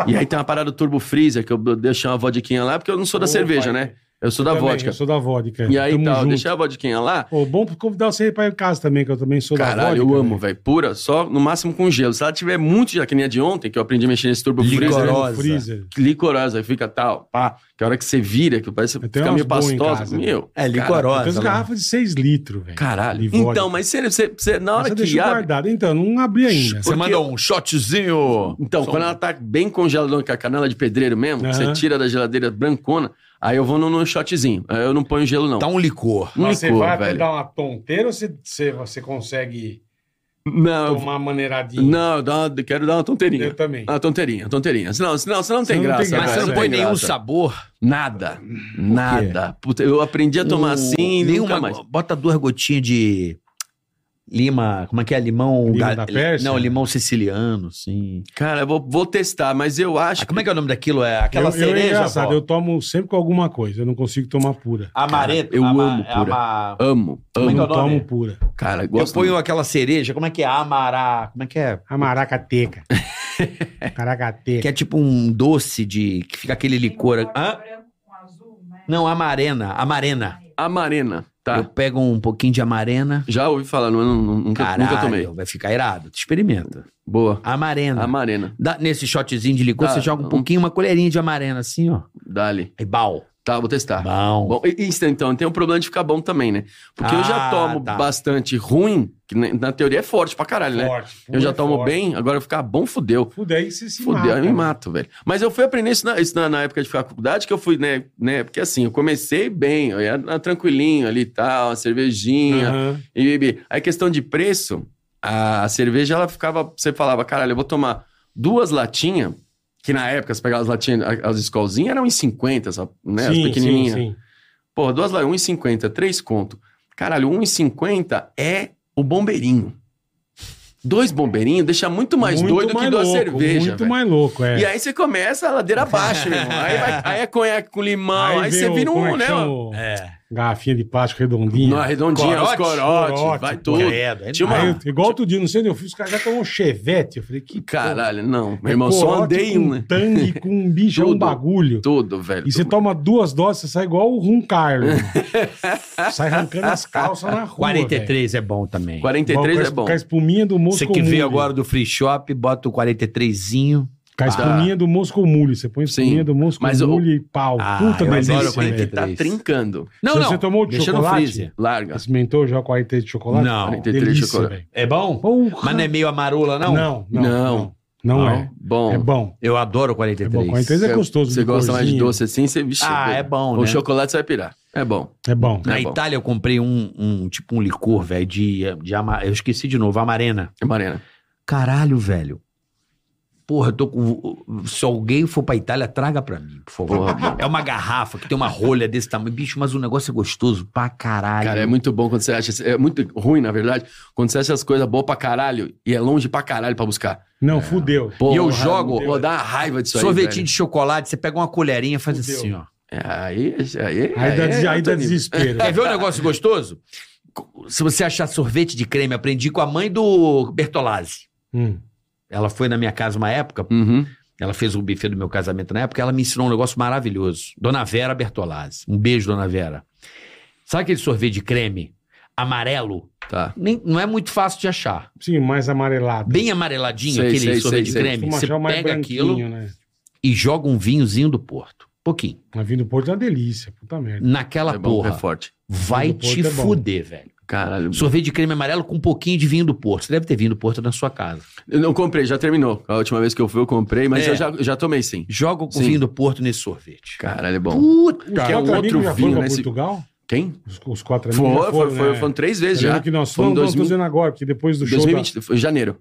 G: E aí tem uma parada do turbo freezer, que eu deixei uma vodiquinha lá, porque eu não sou da
D: Ô, pai.
G: cerveja, né? Eu sou da
D: Também,
G: vodka.
D: Eu sou da vodka.
G: E aí
D: Tamo
G: tal,
D: junto.
G: deixei a vodiquinha lá.
D: Pô, bom convidar você pra ir em casa também, que eu também sou da
G: Caralho,
D: vodka.
G: eu
D: velho.
G: amo, velho. Pura, só no máximo com gelo. Se ela tiver muito já que nem a de ontem, que eu aprendi a mexer nesse turbo
C: Licorosa.
G: freezer, né?
D: Freezer, né? freezer.
G: licorosa, aí fica tal, pá. Que a hora que você vira, que parece
D: Eu tenho
G: fica
D: umas
G: meio
D: boas em
G: pastosa.
D: casa.
G: Meu.
C: É,
D: Tem umas garrafas de 6 litros, velho.
G: Caralho.
D: De vodka.
G: Então, mas você, você, você- na
D: Mas
G: hora
D: eu
G: que
D: deixo
G: abre.
D: guardado. Então, não abri ainda.
C: Você manda um shotzinho.
G: Então, quando ela tá bem congeladona, com a canela de pedreiro mesmo, que você
D: um Aham.
G: tira da geladeira brancona, aí eu vou num, num shotzinho. Aí eu não ponho gelo, não.
C: Dá um licor.
G: um
D: Mas você
G: licor,
D: vai pra
G: velho.
D: dar uma tonteira ou você, você, você consegue
G: Não, eu,
D: um tomar uma maneiradinha?
G: não eu dá uma- quero dar uma tonteirinha.
D: Eu também.
G: Uma tonteirinha, tonteirinha. Senão, senão, senão não tem
D: Senão não
G: graça.
D: tem
G: velho.
C: Mas
D: graça, né?
C: você não põe
G: tem
C: nenhum
G: graça.
C: sabor.
G: Nada. Nada. Puta, eu aprendi a tomar assim e nunca
C: nenhuma.
G: mais.
C: Bota duas gotinhas de lima. Como é que é? Limão.
D: Lima da Pérsia?
C: Não, limão siciliano, sim.
G: Cara, eu vou, vou testar, mas eu acho.
C: Ah, como é que é o nome daquilo? É
D: Eu,
C: aquela
D: eu, é
C: cereja,
D: engraçado,
C: vó?
D: eu tomo sempre com alguma coisa, eu não consigo tomar pura.
C: Amareta.
G: Cara, eu
C: ama-
G: amo pura.
C: ama-
G: Amo,
C: Como
D: Eu
C: é que é
G: amo.
D: não
C: o nome?
D: tomo pura.
G: Cara,
C: Eu
G: gosto.
C: ponho aquela cereja, como é que é? Amará. Como é que é?
D: A
G: [LAUGHS]
D: maracateca.
C: Que
D: Caracateca.
C: é tipo um doce de. que fica aquele licor. Hã?
H: branco Tipo com azul, né?
C: Não, amarena. Amarena.
G: Amarena, tá?
C: Eu pego um pouquinho de amarena.
G: Já ouvi falar, não, não, nunca,
C: Caralho,
G: nunca tomei.
C: vai ficar irado. Experimenta.
G: Boa.
C: Amarena.
G: Amarena,
C: Dá- nesse shotzinho de licor,
G: Tá,
C: você joga um
G: um-
C: pouquinho, uma colherinha de amarena, assim, ó.
G: dali.
C: Aí, bal.
G: Tá, vou testar.
C: Bom.
G: Bom, e- isso então, tem um problema de ficar bom também, né? Porque eu já
C: Ah,
G: tomo
C: tá.
G: bastante ruim, que na, na teoria é forte pra caralho, né?
D: Forte, pura,
G: eu
C: é
G: já tomo
D: forte.
G: bem, agora ficar bom fudeu.
D: Fudeu, aí você se
G: Fudeu,
D: mata.
G: eu me mato, velho. Mas eu fui aprender isso, na, isso na, na época de faculdade, que eu fui, né, né? Porque assim, eu comecei bem, eu ia na- tranquilinho ali e tal, uma cervejinha
D: Aham.
G: e bebi. Aí questão de preço, a cerveja, ela ficava, você falava, caralho, eu vou tomar duas latinhas, que na época você pegava as latinhas, a- as escolzinhas eram em 50, só, né? as
D: Sim,
G: pequenininhas.
D: sim, sim.
G: um Porra, duas latinhas, 1,50, três conto. Caralho, 1,50 é o bombeirinho. Dois bombeirinhos deixa muito mais doido que duas
D: louco,
G: cervejas.
D: Muito
G: velho.
D: mais louco, é.
G: E aí você começa a ladeira abaixo, meu irmão. Aí, vai- aí é conhaque com limão, aí,
D: vem
G: você
D: o-
G: vira
D: como é
G: um,
D: que
G: né?
D: chama
G: ó, é
D: o-
C: É,
D: Garrafinha de plástico redondinha.
G: Uma redondinha, os corote,
D: Corote,
G: vai
D: pô.
G: tudo.
E: Credo, é
G: Tinha uma-
D: Aí eu- igual outro dia, não sei onde eu fui, os caras já tomam um chevette. Eu falei, que
G: Caralho, não.
D: porra,
G: Meu irmão,
D: é
G: só
D: corote
G: andei
D: com
G: um, né?
D: tangue, com um bicho, é um
G: Tudo.
D: bagulho.
G: Tudo, velho.
D: E você
G: tudo.
D: toma duas doses, você sai igual o Rum Carlos. sai arrancando as calças na rua.
C: 43 é bom também.
G: 43 é bom.
D: Com a espuminha do Moscou
C: Você que veio
D: Mule.
C: agora do free shop, bota o 43zinho.
D: Com a espuminha do Moscou Mule. Você põe a
G: Sim.
D: espuminha do Moscou
G: Mas o-
D: Mule e pau.
C: Ah,
D: Puta
C: eu
D: delícia,
C: adoro
D: velho.
C: o 43.
G: Tá trincando.
C: Não,
D: Se
C: não.
D: você tomou de
C: Deixa no
D: chocolate?
C: freezer.
G: Larga.
D: Experimentou já o 43 de chocolate?
C: Não.
G: 43 de
D: Delícia,
G: chocolate.
D: velho.
C: É bom?
D: Porra.
C: Mas não é meio amarula, não?
D: Não, não.
G: Não.
D: Não, não é.
G: Bom.
D: É bom.
C: Eu adoro o
D: É
C: 43.
D: bom. 43 é gostoso.
G: Você gosta mais de
D: licorzinho.
G: doce assim, você vixe,
C: Ah, é bom,
G: O
C: né?
G: chocolate você vai pirar. É bom.
D: É bom.
C: Na
G: É bom.
C: Itália eu comprei um, um- tipo um licor, velho, de, de ama- eu esqueci de novo, amarena.
G: É marena.
C: Caralho, velho. Porra, eu tô com. Se alguém for pra Itália, traga pra mim, por favor.
G: Porra, mano.
C: é uma garrafa que tem uma rolha desse tamanho. Bicho, mas o negócio é gostoso pra caralho.
G: Cara, é muito bom quando você acha. É muito ruim, na verdade, quando você acha as coisas boas pra caralho e é longe pra caralho pra buscar.
D: Não, fudeu.
G: Porra,
C: E eu jogo-
G: Pô, dá uma raiva disso aí.
C: Sorvetinho
G: velho.
C: de chocolate, você pega uma colherinha e faz
D: Fudeu.
C: assim, ó.
G: É, Aí, aí, aí,
D: Aí dá, des- aí
G: é outro
D: dá
G: nível.
D: desespero.
C: Quer ver um negócio gostoso? Se você achar sorvete de creme, aprendi com a mãe do Bertolazzi.
D: Hum.
C: Ela foi na minha casa uma época,
G: Uhum.
C: Ela fez o buffet do meu casamento na época, ela me ensinou um negócio maravilhoso. Dona Vera Bertolazzi. Um beijo, Dona Vera. Sabe aquele sorvete de creme amarelo?
G: Tá.
C: Nem- não é muito fácil de achar.
D: Sim, mais amarelado.
C: Bem amareladinho,
G: Sei,
C: aquele
G: sei,
C: sorvete
G: sei,
C: de
G: sei.
C: creme.
D: Costuma
C: Você
D: achar o
C: pega
D: branquinho,
C: aquilo
D: Né?
C: e joga um vinhozinho do Porto. Pouquinho.
D: Mas vindo do Porto é uma delícia. Puta merda.
C: Naquela
G: É bom,
C: porra.
G: é forte.
C: vai
D: Vinho do Porto
C: te
D: é bom.
C: fuder, velho.
G: Caralho.
C: Sorvete de creme amarelo com um pouquinho de vinho do Porto. Você deve ter vinho do Porto na sua casa.
G: Eu não comprei, já terminou. A última vez que eu fui, eu comprei, mas
C: É.
G: eu já, já tomei sim.
C: Joga o
G: Sim.
C: vinho do Porto nesse sorvete.
G: Caralho, é bom.
C: Puta!
D: Os
G: é um
D: quatro
G: outro
D: amigos já
G: vinho,
D: foram pra
G: né, esse-
D: Portugal?
G: Quem?
D: Os, os quatro amigos
G: Foi,
D: já
G: foi,
D: foram,
G: foi,
D: né?
G: foram três
D: Eu
G: vezes já.
D: lembro que tá. nós
G: Foi em
D: fomos, não,
G: 2000
D: tô dizendo agora, porque depois do show da...
G: 2020, foi janeiro.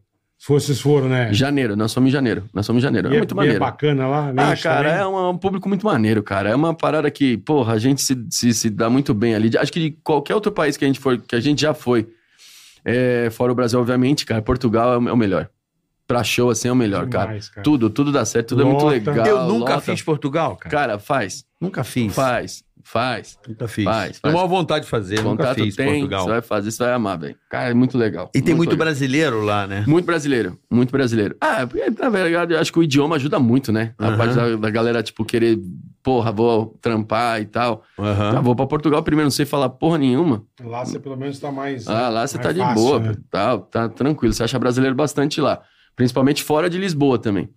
D: Vocês foram, né?
G: Janeiro, nós somos em janeiro. Nós somos em janeiro.
D: E
G: é
D: é, e
G: muito
D: é
G: maneiro.
D: bacana lá.
G: Ah,
D: lanche
G: cara,
D: também.
G: é um, é um público muito maneiro, cara. É uma parada que, porra, a gente se, se, se dá muito bem ali. Acho que de qualquer outro país que a gente for, que a gente já foi, é, fora o Brasil, obviamente, cara, Portugal é o é o melhor. Pra show, assim, é o melhor, cara.
D: Demais, cara.
G: Tudo, tudo dá certo, tudo é
D: Lota.
G: muito legal.
C: Eu nunca
G: lota.
C: fiz Portugal, cara.
G: Cara, faz,
C: Nunca fiz.
G: faz, faz.
C: Nunca fiz.
G: Faz, faz.
C: Tenho maior vontade de fazer, nunca
G: Contato
C: fiz
G: tem,
C: Portugal.
G: você vai fazer, você vai amar, velho. Cara, é muito legal.
C: E tem muito,
G: legal.
C: brasileiro lá, né?
G: Muito brasileiro, muito brasileiro. Ah, porque, na verdade, eu acho que o idioma ajuda muito, né? A
C: Aham.
G: parte da, da galera, tipo, querer, porra, vou trampar e tal.
C: Tá
G: Ah, vou pra Portugal primeiro, não sei falar porra nenhuma.
D: Lá você pelo menos tá mais...
G: Ah, lá você
C: é
D: mais
G: tá de
D: fácil,
G: boa,
D: né?
G: tá, tá tranquilo. Você acha brasileiro bastante lá. Principalmente fora de Lisboa também.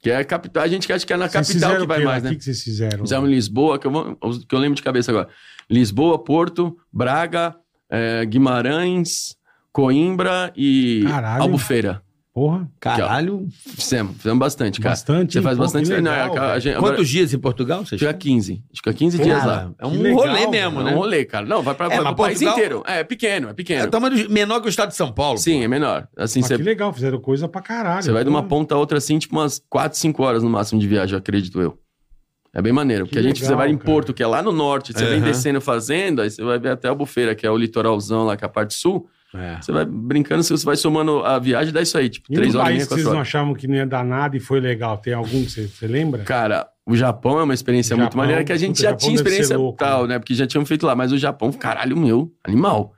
G: Que é a capital, a gente que acha que é na
D: Vocês
G: capital
D: fizeram
G: que
D: o
G: vai
D: quê lá?
G: mais,
D: O
G: né?
D: que que vocês fizeram?
G: Fizemos Lisboa, que eu, vou, os que eu lembro de cabeça agora. Lisboa, Porto, Braga, eh, Guimarães, Coimbra e
D: Caralho.
G: Albufeira.
D: Porra,
C: Caralho.
G: Fizemos, fizemos bastante, cara.
D: bastante.
G: Você
D: hein?
G: faz
D: Pô,
G: bastante.
D: que
G: não,
D: legal,
G: a- a
D: velho.
G: gente- agora,
C: Quantos dias em Portugal vocês
G: Fica 15. Acho que é 15 dias lá.
C: É um
D: Que legal,
C: rolê
G: É
C: mesmo,
G: um
C: né?
G: rolê, cara. Não, vai pra,
C: É,
G: vai
C: mas
G: pro país
C: Portugal-
G: inteiro. É, é pequeno, é pequeno.
C: É o tamanho do- menor que o estado de São Paulo.
G: Sim, é menor. Assim,
D: Mas
G: você
D: que legal, fizeram coisa pra caralho.
G: você vai de uma
D: porra.
G: ponta a outra, assim, tipo umas 4, 5 horas no máximo de viagem, eu acredito eu. É bem maneiro, porque
D: Que
G: a gente você
D: legal,
G: vai em
D: cara.
G: Porto, que é lá no norte, você vem
C: Aham.
G: descendo fazenda, aí você vai ver até Albufeira, que é o litoralzão lá, que é a parte sul.
C: pô. É.
G: Você vai brincando, você vai somando a viagem, dá isso aí, tipo,
D: E um
G: 3 horas e
D: país
G: meia,
D: que vocês
G: 4
D: não
G: horas.
D: achavam que não ia dar nada e foi legal. Tem algum que você, você lembra?
G: Cara, o Japão é uma experiência muito
D: Japão,
G: maneira que a gente
D: puta,
G: já
D: Japão
G: tinha
D: deve ser
G: experiência
D: louco,
G: tal,
D: né?
G: né? Porque já tinham feito lá, mas o Japão, caralho, meu, animal.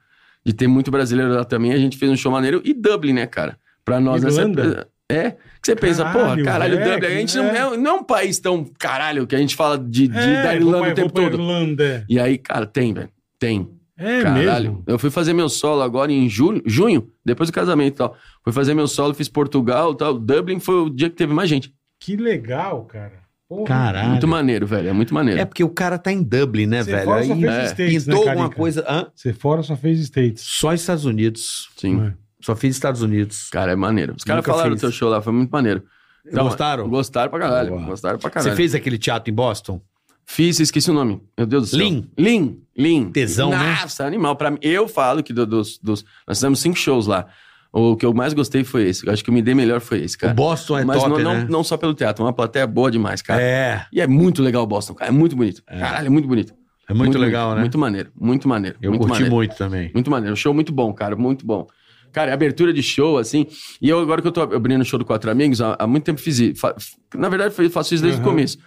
G: De ter muito brasileiro lá também, a gente fez um show maneiro e Dublin, né, cara? Pra nós
D: Irlanda?
G: nessa É. Que você pensa,
D: Caralho,
G: porra, caralho,
D: é,
G: Dublin, a gente não,
D: é.
G: é, não é um país tão caralho que a gente fala de, de da
D: vou
G: Irlanda
D: pra-
G: o tempo
D: vou pra
G: todo.
D: Irlanda.
G: E aí, cara, tem, velho. Tem.
D: É
G: Caralho.
D: mesmo.
G: Eu fui fazer meu solo agora em julho, junho, depois do casamento e tal. Fui fazer meu solo, fiz Portugal e tal. Dublin foi o dia que teve mais gente.
D: Que legal, cara. Porra.
C: Caralho.
G: Muito maneiro, velho. É muito maneiro.
C: É porque o cara tá em Dublin, né,
D: Você
C: velho?
D: fora só
C: Aí
D: fez
G: é,
D: States, né,
C: pintou alguma
D: Carica?
C: coisa. Hã?
D: Você fora só fez States.
C: Só Estados Unidos.
G: Sim.
D: É.
C: Só fiz Estados Unidos.
G: Cara, é maneiro. Os caras
C: Nunca
G: falaram
C: fiz.
G: do teu show lá, foi muito maneiro. Então,
C: Gostaram?
G: Gostaram pra caralho.
C: Boa.
G: Gostaram pra
C: Você
G: caralho.
C: fez aquele teatro em Boston?
G: Fiz, esqueci o nome. Meu Deus do céu.
C: Lean.
G: Lean. Lean.
C: Tesão, né?
G: Nossa, animal. Pra mim, eu falo que do- dos, dos- Nós fizemos cinco shows lá. O que eu mais gostei foi esse. Eu acho que eu me dei melhor foi esse, cara.
C: o Boston é
G: Mas
C: top,
G: não, não,
C: né?
G: não só pelo teatro, uma plateia boa demais, cara.
C: É.
G: E é muito legal o Boston, cara. É muito bonito. Caralho, é muito bonito.
C: É muito, legal,
G: bonito,
C: né?
G: Muito maneiro, muito maneiro.
C: Eu
G: muito
C: curti
G: maneiro.
C: muito também.
G: Muito maneiro. Um show muito bom, cara. Muito bom. Cara, é abertura de show, assim. E eu, agora que eu tô abrindo o show do Quatro Amigos, há, há muito tempo fiz isso. Fa- Na verdade, eu faço isso desde o
D: Aham.
G: começo.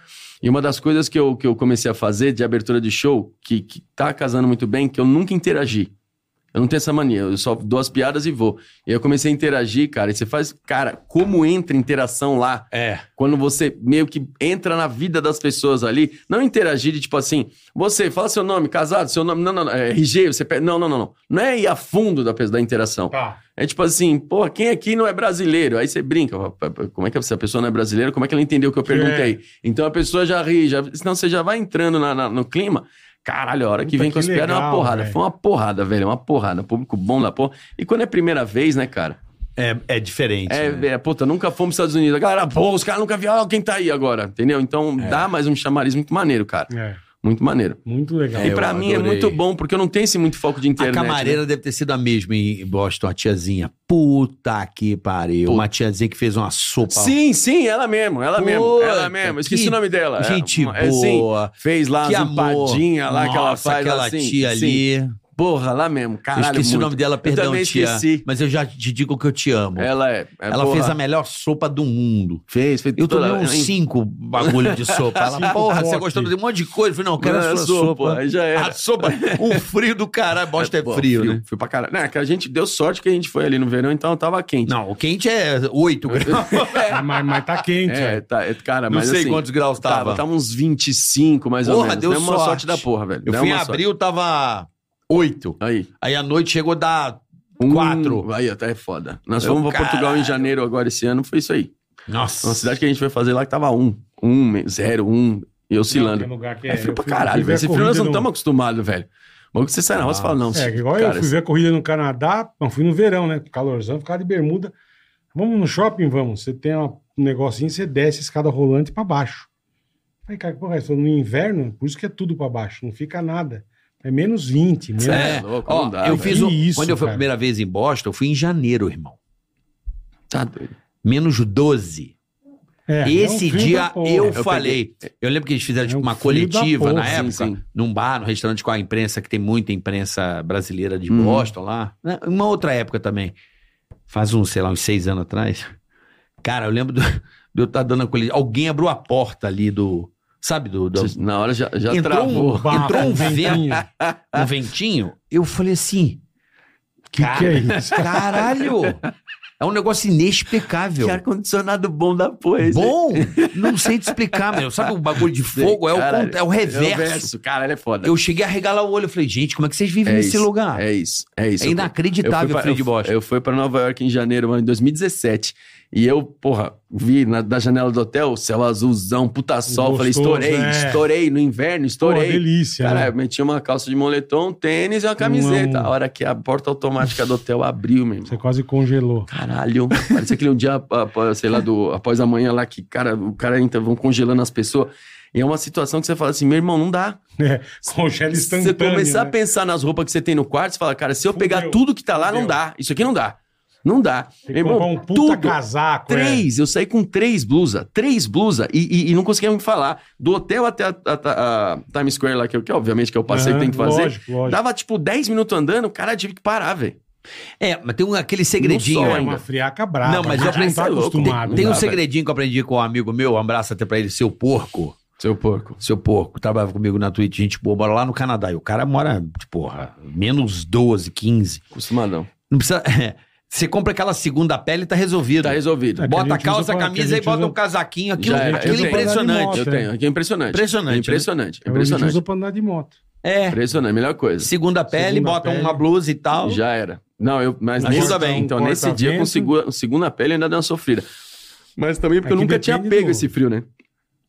G: E uma das coisas que eu, que eu comecei a fazer de abertura de show, que, que tá casando muito bem, que eu nunca interagi. Eu não tenho essa mania, eu só dou as piadas e vou. E eu comecei a interagir, cara, e você faz, cara, como entra interação lá?
C: É.
G: Quando você meio que entra na vida das pessoas ali, não interagir de tipo assim, você fala seu nome, casado, seu nome, não, não, não, é RG, você pega, não, não, não, não. Não é ir a fundo da, pe- da interação.
D: Tá.
G: É tipo assim, porra, quem aqui não é brasileiro? Aí você brinca, ó, p- p- como é que essa pessoa não é brasileira? Como é que ela entendeu o que eu perguntei?
D: É.
G: Então a pessoa já ri, já, senão você já vai entrando na- na- no clima. Caralho, a hora que
D: Puta,
G: vem com
D: que
G: as piadas é uma
D: legal,
G: porrada.
D: velho.
G: Foi uma porrada, velho, é uma porrada. Público bom da porra. E quando é primeira vez, né, cara?
C: É, é diferente.
G: É,
C: né?
G: é, puta, nunca fomos para Estados Unidos. A galera, pô, os caras nunca viram, ó, quem tá aí agora, entendeu? Então
C: É.
G: dá mais um chamariz muito maneiro, cara.
D: É,
G: Muito maneiro.
D: muito legal.
C: É,
G: e
C: eu
G: pra mim é
C: adorei.
G: muito bom, porque eu não tenho esse muito foco de internet.
C: a camareira
G: né?
C: deve ter sido a mesma em Boston, a tiazinha. Puta que pariu.
G: Puta.
C: Uma tiazinha que fez uma sopa.
G: Sim, sim, ela mesmo, ela mesmo,
C: Puta,
G: ela mesmo. Esqueci
C: que
G: o nome dela.
C: Gente
G: é, é, sim.
C: boa.
G: Fez lá
C: Que
G: as
C: amor.
G: empadinhas lá que ela
C: Nossa,
G: faz.
C: aquela
G: assim,
C: tia
G: sim.
C: ali.
G: Porra, lá mesmo.
C: eu
G: Caralho,
C: esqueci
G: muito.
C: o nome dela,
G: Eu
C: perdão,
G: também
C: tia.
G: esqueci.
C: Mas eu já te digo que eu te amo.
G: Ela é. é,
C: ela
G: porra,
C: fez a melhor sopa do mundo.
G: Fez, fez
C: Eu tomei um
G: toda-
C: uns cinco bagulho de sopa.
G: [LAUGHS]
C: Ela,
D: Cinco
C: porra, você
D: potes.
C: gostou de um monte de coisa? Eu falei, não, eu
G: Cara,
C: quero a sua sopa.
G: é Aí já era.
C: A sopa, um frio do caralho. Bosta é,
G: Pô,
C: frio, né?
G: Frio pra caralho. Não, é que a gente deu sorte que a gente foi ali no verão, então tava quente.
C: Não, o quente é
G: [LAUGHS]
C: 8 graus.
D: Ah, Mas, mas tá quente.
G: É,
D: velho.
G: tá, é, cara,
C: Não
G: mas
C: sei
G: assim,
C: quantos graus tava.
G: tava. Tava uns 25, mais ou
C: Porra,
G: menos.
C: deu
G: uma
C: sorte.
G: sorte da porra, velho.
C: Eu
G: Deu
C: fui em
G: uma sorte.
C: abril, tava 8.
G: Aí.
C: Aí a noite chegou da.
G: Um-
C: Quatro.
G: Aí, até é foda. Nós
C: Eu,
G: fomos pra Portugal em
C: caralho.
G: janeiro agora esse ano, foi isso aí.
C: Nossa.
G: Uma cidade que a gente foi fazer lá que tava um. Um, me- zero, um. E oscilando.
D: Tem lugar que
G: é, frio
D: eu
G: pra
D: fui-
G: caralho,
D: fui ver
G: velho.
D: a
G: Esse frio nós
D: corrida
G: não
D: no-
G: estamos acostumados, velho. Mas que você sai na rua, você fala, não.
D: É,
G: se-
D: igual
G: cara,
D: eu fui ver a corrida no Canadá, não, fui no verão, né? Calorzão, ficar de bermuda. Vamos no shopping, vamos. Você tem uma- um negocinho, você desce a escada rolante pra baixo. Aí, cara, que porra, é essa? no inverno, por isso que é tudo pra baixo, não fica nada. É menos 20, menos...
G: É,
C: É,
G: louco,
C: ó,
G: não dá,
C: eu
G: velho.
C: fiz
D: Que
C: um,
D: isso,
C: quando eu fui a
D: cara.
C: primeira vez em Boston, eu fui em janeiro, irmão.
G: Tá doido.
C: Menos 12.
D: É, é um
C: Esse
D: frio da
C: dia
D: porra.
C: eu,
G: peguei-
C: falei. Eu lembro que eles fizeram
D: É
C: tipo,
D: um
C: uma
D: frio da
C: coletiva
D: porra,
C: na
G: sim,
C: época,
G: sim.
C: num bar, num restaurante com a imprensa, que tem muita imprensa brasileira de
G: Uhum.
C: Boston lá. Né? Uma outra época também. Faz uns, sei lá, uns seis anos atrás. Cara, eu lembro do- [LAUGHS] de eu estar dando a coletiva. Alguém abriu a porta ali do. Sabe, do. do-
G: Você- Na hora já, já
C: entrou
G: travou.
C: um,
G: [LAUGHS]
C: entrou um,
D: ventinho.
C: ventinho. um ventinho. Eu falei assim.
D: Que que é isso?
G: [LAUGHS]
C: Caralho! É um negócio inexplicável.
G: Que é. ar-condicionado bom da porra. esse.
C: Bom, não sei te explicar, meu. Sabe o bagulho de
G: Sei,
C: fogo? É o,
G: caralho.
C: cont- é o
G: É o
C: reverso.
G: verso. Cara, ele é foda.
C: Eu cheguei a regalar o olho. Eu falei, gente, como é que vocês vivem
G: É
C: nesse
G: isso,
C: lugar? É,
G: É isso, é isso.
C: inacreditável o frio de Boston.
G: Eu, fui pra Nova York em janeiro, mano, em 2017. E eu, porra, vi na- da janela do hotel, céu azulzão, puta sol. falei,
D: Gostoso,
G: estourei,
D: né?
G: estourei no inverno,
D: Pô,
G: estourei.
D: delícia. né?
G: Cara, é eu meti uma calça de moletom, um tênis e uma camiseta.
D: um-
G: A hora que a porta automática do hotel abriu,
D: [LAUGHS]
G: meu
D: Você
G: irmão.
D: quase congelou.
G: Caralho. Parecia aquele um dia, após, sei lá, do, após amanhã lá, que cara, o cara entra, vão congelando as pessoas. E é uma situação que você fala assim, meu irmão, não dá.
D: É, congela
G: Se
D: instantâneo.
G: você começar
D: né?
G: a pensar nas roupas que você tem no quarto, você fala, cara, se eu
D: Fudeu.
G: pegar tudo que tá lá, não
D: Fudeu.
G: dá. Isso aqui não dá. Não dá.
D: Tem que
G: Meu
D: comprar
G: irmão,
D: um puta
G: tudo.
D: casaco. é.
G: Três, eu saí com três blusas, três blusas, e, e- e não conseguia me falar. Do hotel até a, a- a Times Square lá, que, eu- que obviamente que é o passeio
D: Aham,
G: que tem que fazer.
D: Lógico, lógico.
G: Dava tipo 10 minutos andando, cara, eu tive que parar, velho.
C: mas tem um, aquele segredinho.
G: sol
D: É
C: ainda.
D: uma friaca brava.
C: Não, mas eu
D: a gente não tá
G: pensei, é louco,
D: acostumado.
C: Tem
G: Não
C: um
G: dá, velho.
C: segredinho que eu aprendi com um amigo meu, um abraço até pra ele, seu porco.
G: Seu porco.
C: Seu porco, trabalhava comigo na Twitch, gente boa, mora lá no Canadá. E o cara mora, porra, menos 12, 15.
G: Acostumadão.
C: Não precisa. [LAUGHS] Você compra aquela segunda pele e tá resolvido.
G: Tá resolvido.
D: É que
C: Bota
D: a
C: a
D: gente
C: calça,
D: usa pra- que a
C: camisa e
D: gente
C: bota
D: usa-
C: um casaquinho. Aquilo,
G: Já era,
C: aquilo
G: eu
C: é
G: tenho.
C: impressionante.
D: Nossa,
G: Eu tenho, aqui é impressionante.
C: Impressionante,
G: É impressionante,
D: É o que a gente
G: impressionante.
D: usa pra andar de moto.
C: É.
G: Impressionante, melhor coisa.
C: Segunda pele,
D: Segunda
C: bota
D: pele.
C: uma blusa e tal.
G: Já era. Não, eu. Mas
C: Ajuda
D: tá
G: nesse,
C: bem.
G: Então,
D: Corta
G: nesse dia, com
D: vento.
G: segura, segunda pele, eu ainda deu uma sofrida. Mas também porque eu
D: Aqui
G: nunca tinha
D: depende
G: pego
D: do-
G: esse frio, né?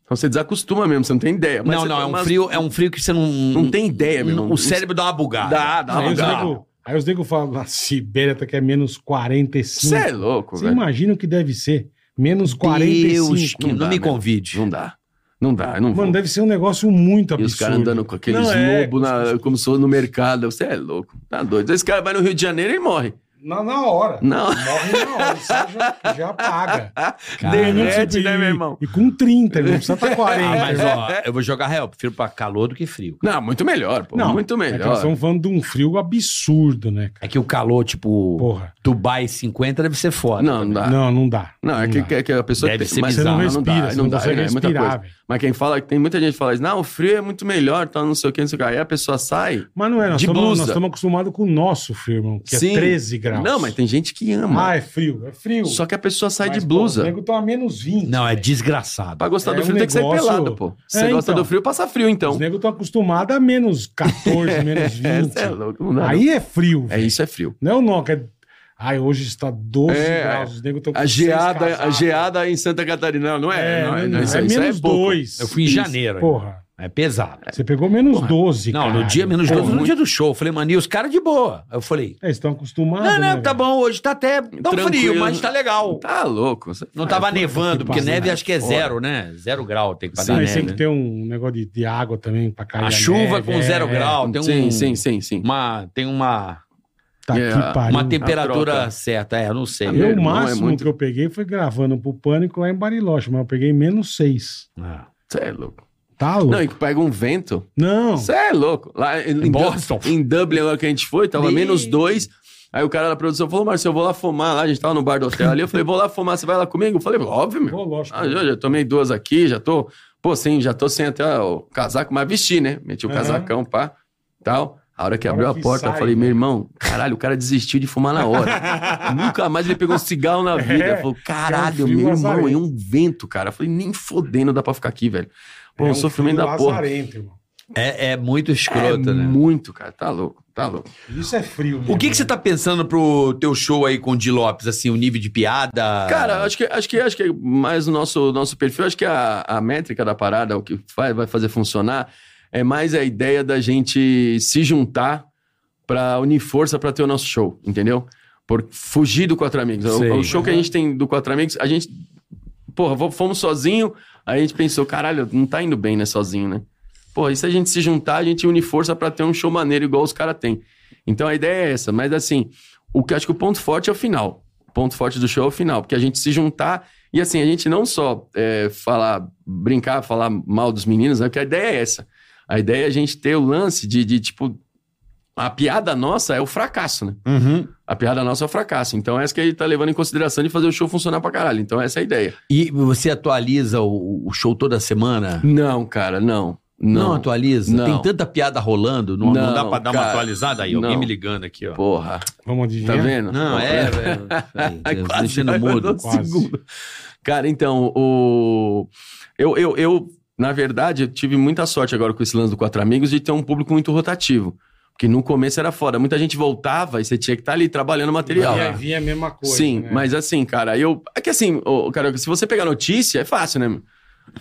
G: Então você desacostuma mesmo, você não tem ideia. Mas
C: não,
G: você
C: não,
G: tá
C: é um,
G: umas-
C: frio, é um frio que você não.
G: Não tem ideia, meu irmão.
C: O cérebro dá uma bugada.
G: Dá, dá
C: Não,
G: uma
D: aí, os
C: dá.
G: bugada.
D: nego, aí os nego falam, na Sibéria tá que é menos 45.
G: Você é louco,
D: Você
G: velho.
D: imagina o que deve ser. Menos
C: Deus,
D: 45.
C: que não,
G: Não dá,
C: me
G: meu.
C: convide.
G: Não dá. Não dá, eu não vou.
D: Mano, deve ser um negócio muito
G: E
D: absurdo.
G: os caras andando com aqueles
D: Não, é,
G: lobos na- como se fosse no mercado. Você é louco, tá doido. Esse cara vai no Rio de Janeiro e morre.
D: Na, na hora.
G: Não.
D: Morre na hora. Isso aí já, já paga.
C: Cara,
D: Não precisa-
G: [LAUGHS] Derrete, né,
D: e-
G: meu irmão?
D: E com 30, não precisa tá né? estar
C: ah,
G: [LAUGHS]
D: 40.
C: mas
D: irmão.
C: ó, eu vou jogar real. Prefiro pra calor do que frio.
G: Não, muito melhor, pô. muito
D: é que nós
G: melhor.
D: estamos falando de um frio absurdo, né? cara?
C: É que o calor, tipo,
D: Porra.
C: Dubai 50 deve ser foda.
G: Não, não dá. Não,
D: Não, não dá.
G: é, que, que- que a pessoa
C: Deve ser
G: mas-
D: Você não
C: bizarro,
D: respira,
G: dá,
D: você não,
G: dá,
D: consegue
G: é muita coisa.
D: respirar, velho.
G: Mas quem fala, tem muita gente que fala isso, não, o frio é muito melhor, tá, não sei o que, não sei o que. Aí a pessoa sai.
D: Mas não é, nós
G: De
D: estamos nós
G: blusa.
D: estamos acostumados com o nosso frio, irmão, que é
G: Sim.
D: 13 graus.
G: Não, mas tem gente que ama.
D: Ah, é frio, é frio.
G: Só que a pessoa sai
D: Mas,
G: de
D: pô,
G: blusa.
D: o nego tá a menos 20.
C: Não, é
D: velho.
C: desgraçado.
G: Pra gostar
D: É
G: do
D: um
G: frio tem que sair
D: negócio-
G: pelado, pô. Se
D: É,
G: você gosta
D: então.
G: do frio, passa frio então.
D: Os negros estão acostumados a menos
G: [LAUGHS]
D: 14, menos
G: É,
D: 20.
G: cê é louco, não dá, não.
D: Aí é frio.
G: É
D: velho.
G: isso, é frio.
D: Não é o Noca. É... Ai, hoje está 12
G: É,
D: graus. Os negros estão
G: A geada, a geada em Santa Catarina, não, não é?
D: É,
G: não, é,
D: não,
G: não, isso,
D: é
G: isso
D: menos
G: pouco.
D: dois.
C: Eu fui em
G: Isso,
C: janeiro.
D: Porra,
C: É pesado.
D: você pegou menos
G: Porra.
D: 12,
C: Não,
D: caralho.
C: no dia menos
D: Pô,
C: 12, no
G: muito.
C: dia do show. Eu falei, mano, e os caras de boa. Eu falei,
D: É, estão acostumados.
C: não, não,
D: né,
C: tá
D: velho?
C: bom, hoje tá até
D: um
C: tá
G: é Tranquilo.
C: frio, mas tá legal.
G: Tá Ah, louco. É. você-
C: Não tava nevando,
D: que
C: porque
D: pariu,
C: neve
D: né?
C: acho que é
G: Foda.
C: zero, né? Zero grau tem que
D: Sim,
C: pagar
D: mas tem
C: neve.
D: que
C: né?
D: ter um negócio de, de água também pra cair.
C: A chuva
D: neve,
C: com
D: é,
C: zero
D: é.
C: grau, tem um,
G: Sim, sim, sim, sim.
C: uma tem uma
D: Tá
G: É,
D: que pariu.
C: uma temperatura
G: troca.
C: certa, é, eu não sei.
G: Ah,
D: Eu,
G: meu
D: o
G: irmão, é
D: máximo
G: muito-
D: que eu peguei foi gravando pro Pânico lá em Bariloche, mas eu peguei menos 6.
C: Ah.
G: Você é louco.
D: Tá louco?
G: Não, e que pega um vento.
D: Não.
G: Você é louco. Lá em,
C: Em
G: em
C: Boston.
G: Dub- Em Dublin, lá que a gente foi, tava
C: Ih.
G: menos dois. Aí o cara da produção falou, Marcelo, eu vou lá fumar lá. A gente tava no bar do hotel ali. Eu falei, vou lá fumar, você vai lá comigo? Eu falei, óbvio, meu.
D: Pô, lógico.
G: Ah, eu já tomei duas aqui, já tô. Pô, sim, já tô sem até o casaco, mas vesti, né? Meti o
D: Aham.
G: casacão, pá, tal. A hora que
D: A hora
G: abriu a
D: que
G: porta,
D: sai,
G: eu falei, meu
D: né?
G: irmão, caralho, o cara desistiu de fumar na hora. Nunca mais ele pegou um cigarro na vida.
D: É,
G: falou, caralho,
D: frio
G: meu irmão,
D: lazarento.
G: é um vento, cara. Eu falei, nem fodendo dá pra ficar aqui, velho. Pô, um
D: é
G: sofrimento
D: frio
G: da porra.
D: lazarento, irmão.
C: É, é muito escroto,
G: é
C: né?
G: muito, cara. Tá louco, tá louco.
D: Isso é frio.
C: O que que você tá pensando pro teu show aí com o Di Lopes, assim, o nível de piada?
G: Cara, acho que, acho que, acho que mais o nosso, nosso perfil, acho que a, a métrica da parada, o que faz, vai fazer funcionar, é mais a ideia da gente se juntar pra unir força pra ter o nosso show, entendeu? Por fugir do Quatro Amigos. O-
C: Sei.
G: O, show que a gente tem do Quatro Amigos, a gente, porra, vo- fomos sozinho, aí a gente pensou, caralho, não tá indo bem, né, sozinho, né? Pô, e se a gente se juntar, a gente une força pra ter um show maneiro igual os caras têm. Então a ideia é essa, mas assim, o que acho que o ponto forte é o final. O ponto forte do show é o final, porque a gente se juntar e assim, a gente não só é, falar, brincar, falar mal dos meninos, né? Porque a ideia é essa. A ideia é a gente ter o lance de, de tipo, a piada nossa é o fracasso, né?
C: Uhum.
G: A piada nossa é o fracasso. Então essa que a gente tá levando em consideração de fazer o show funcionar pra caralho. Então essa é a ideia.
C: E você atualiza o, o show toda semana?
G: Não, cara, não.
C: Não,
G: Não,
C: atualiza?
G: Não.
C: Tem tanta piada rolando, não, não
G: Não,
C: dá pra dar uma
G: cara,
C: atualizada aí? Alguém
G: não.
C: me ligando aqui, ó.
G: porra.
D: Vamos
G: Tá
D: adivinhar?
G: vendo?
C: Não, é, velho. Eu tô Deixando
G: vai
C: mudo.
G: no
D: Quase.
G: segundo. Cara, então, o... eu, eu, eu, na verdade, eu tive muita sorte agora com esse lance do Quatro Amigos de ter um público muito rotativo. Porque no começo era foda. Muita gente voltava e você tinha que estar ali trabalhando material.
D: E aí vinha a mesma coisa.
G: Sim,
D: né?
G: mas assim, cara, eu. É que assim, ô, Carioca, se você pegar notícia, é fácil, né? meu?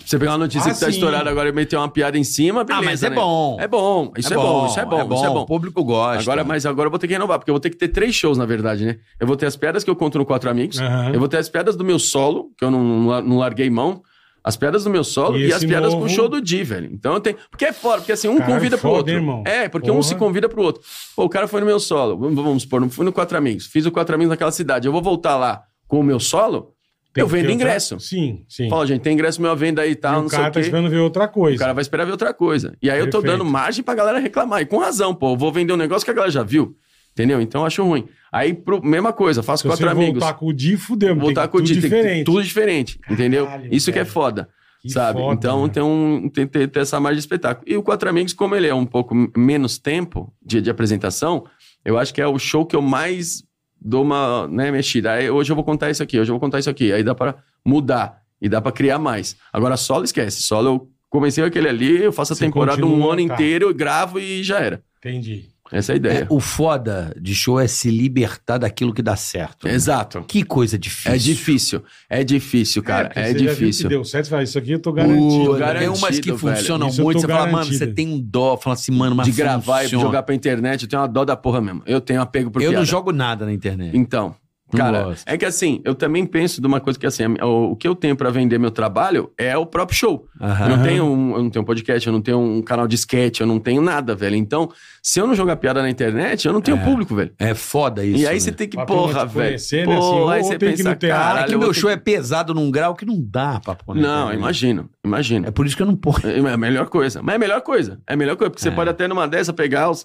G: Você pegar uma notícia
D: Ah,
G: que tá
D: sim.
G: estourada agora e meter uma piada em cima, beleza,
C: ah, mas é
G: né?
C: bom.
G: É bom, isso é, bom, isso é bom, isso é bom.
C: O público gosta.
G: Agora, é mas agora eu vou ter que renovar, porque eu vou ter que ter três shows, na verdade, né? Eu vou ter as piadas que eu conto no Quatro Amigos,
D: Aham.
G: eu vou ter as piadas do meu solo, que eu não, não lar- não larguei mão, as piadas do meu solo
D: E
G: e, as
D: esse
G: piadas
D: novo-
G: com o show do Di, velho. Então eu tenho. Porque é fora, porque assim, um
D: Caralho,
G: convida pro
D: foda,
G: outro.
D: hein, irmão?
G: É, porque
D: Porra.
G: um se convida pro outro. Pô, o cara foi no meu solo, vamos- vamos supor, não fui no Quatro Amigos, fiz o Quatro Amigos naquela cidade, eu vou voltar lá com o meu solo,
D: Tem
G: eu
D: que
G: vendo
D: ter outra-
G: ingresso.
D: Sim, sim.
G: Fala, gente, tem ingresso meu à venda aí e
D: E
G: tal,
D: o
G: não sei
D: cara tá
G: o quê.
D: esperando ver outra
G: O cara
D: coisa.
G: vai esperar ver outra coisa. E aí eu tô
D: Perfeito.
G: dando margem pra galera reclamar. E com razão, pô. Eu vou vender um negócio que a galera já viu. Entendeu? Então eu acho ruim. Aí, pro- mesma coisa, faço
D: Se você
G: quatro
D: voltar
G: amigos.
D: com o Di, fudeu. tem
G: Voltar
D: que-
G: com o
D: tudo
G: dia.
D: diferente.
G: Tudo diferente. Entendeu?
D: Caralho,
G: Isso que é
D: velho.
G: foda.
D: Que
G: sabe?
D: foda,
G: então
D: né?
G: tem, um, tem, tem, tem essa margem de espetáculo. E o Quatro Amigos, como ele é um pouco menos tempo de, de apresentação, eu acho que é o show que eu mais dou uma né, mexida. Aí, hoje eu vou contar isso aqui, hoje eu vou contar isso aqui. Aí dá pra mudar e dá pra criar mais. Agora, solo esquece. Solo eu comecei aquele ali, eu faço a
D: Você
G: temporada um
D: continua,
G: ano
D: tá.
G: inteiro, eu gravo e já era.
D: Entendi.
G: Essa é
C: É,
G: a ideia.
C: o foda de show é se libertar daquilo que dá certo.
D: É,
G: Exato.
C: Que coisa difícil.
G: É difícil. É difícil, cara.
D: porque
G: É,
D: você já viu
G: difícil.
D: Que deu certo, você fala, isso aqui eu tô
C: O-
D: garantido. né?
C: tem
G: garantido,
C: umas que
G: velho.
C: funcionam
D: Isso eu
C: muito.
D: tô
C: Você fala, mano,
D: garantido.
C: você tem um dó. Fala assim, mano, mas
G: de gravar
C: funciona.
G: e jogar pra internet, eu tenho uma dó da porra mesmo. Eu tenho apego por
C: Eu
G: piada.
C: não jogo nada na internet.
G: Então,
C: Não
G: Cara,
C: gosto.
G: é que assim, eu também penso de uma coisa que assim, a mi- o, o que eu tenho pra vender meu trabalho é o próprio show. Eu, não
D: Aham.
G: tenho um, eu não tenho um podcast, eu não tenho um canal de sketch, eu não tenho nada, velho. Então, se eu não jogar piada na internet, eu não tenho público, velho.
C: É foda isso.
G: e aí
C: né?
G: você tem que,
D: Pra turma
G: porra,
D: te
G: velho.
D: conhecer, né, assim,
G: Pô, aí
D: ou
G: você
D: tem que ir
G: pensa,
D: no teatro,
C: É
G: caralho,
C: que
G: eu
C: meu
G: vou
C: show
G: ter-
C: é pesado num grau que não dá pra pôr na
D: né?
G: Não,
C: internet.
G: imagino, imagino.
C: É por isso que eu não ponho.
G: É a melhor coisa. Mas é a melhor coisa. É a melhor coisa, porque você pode até numa dessa pegar os.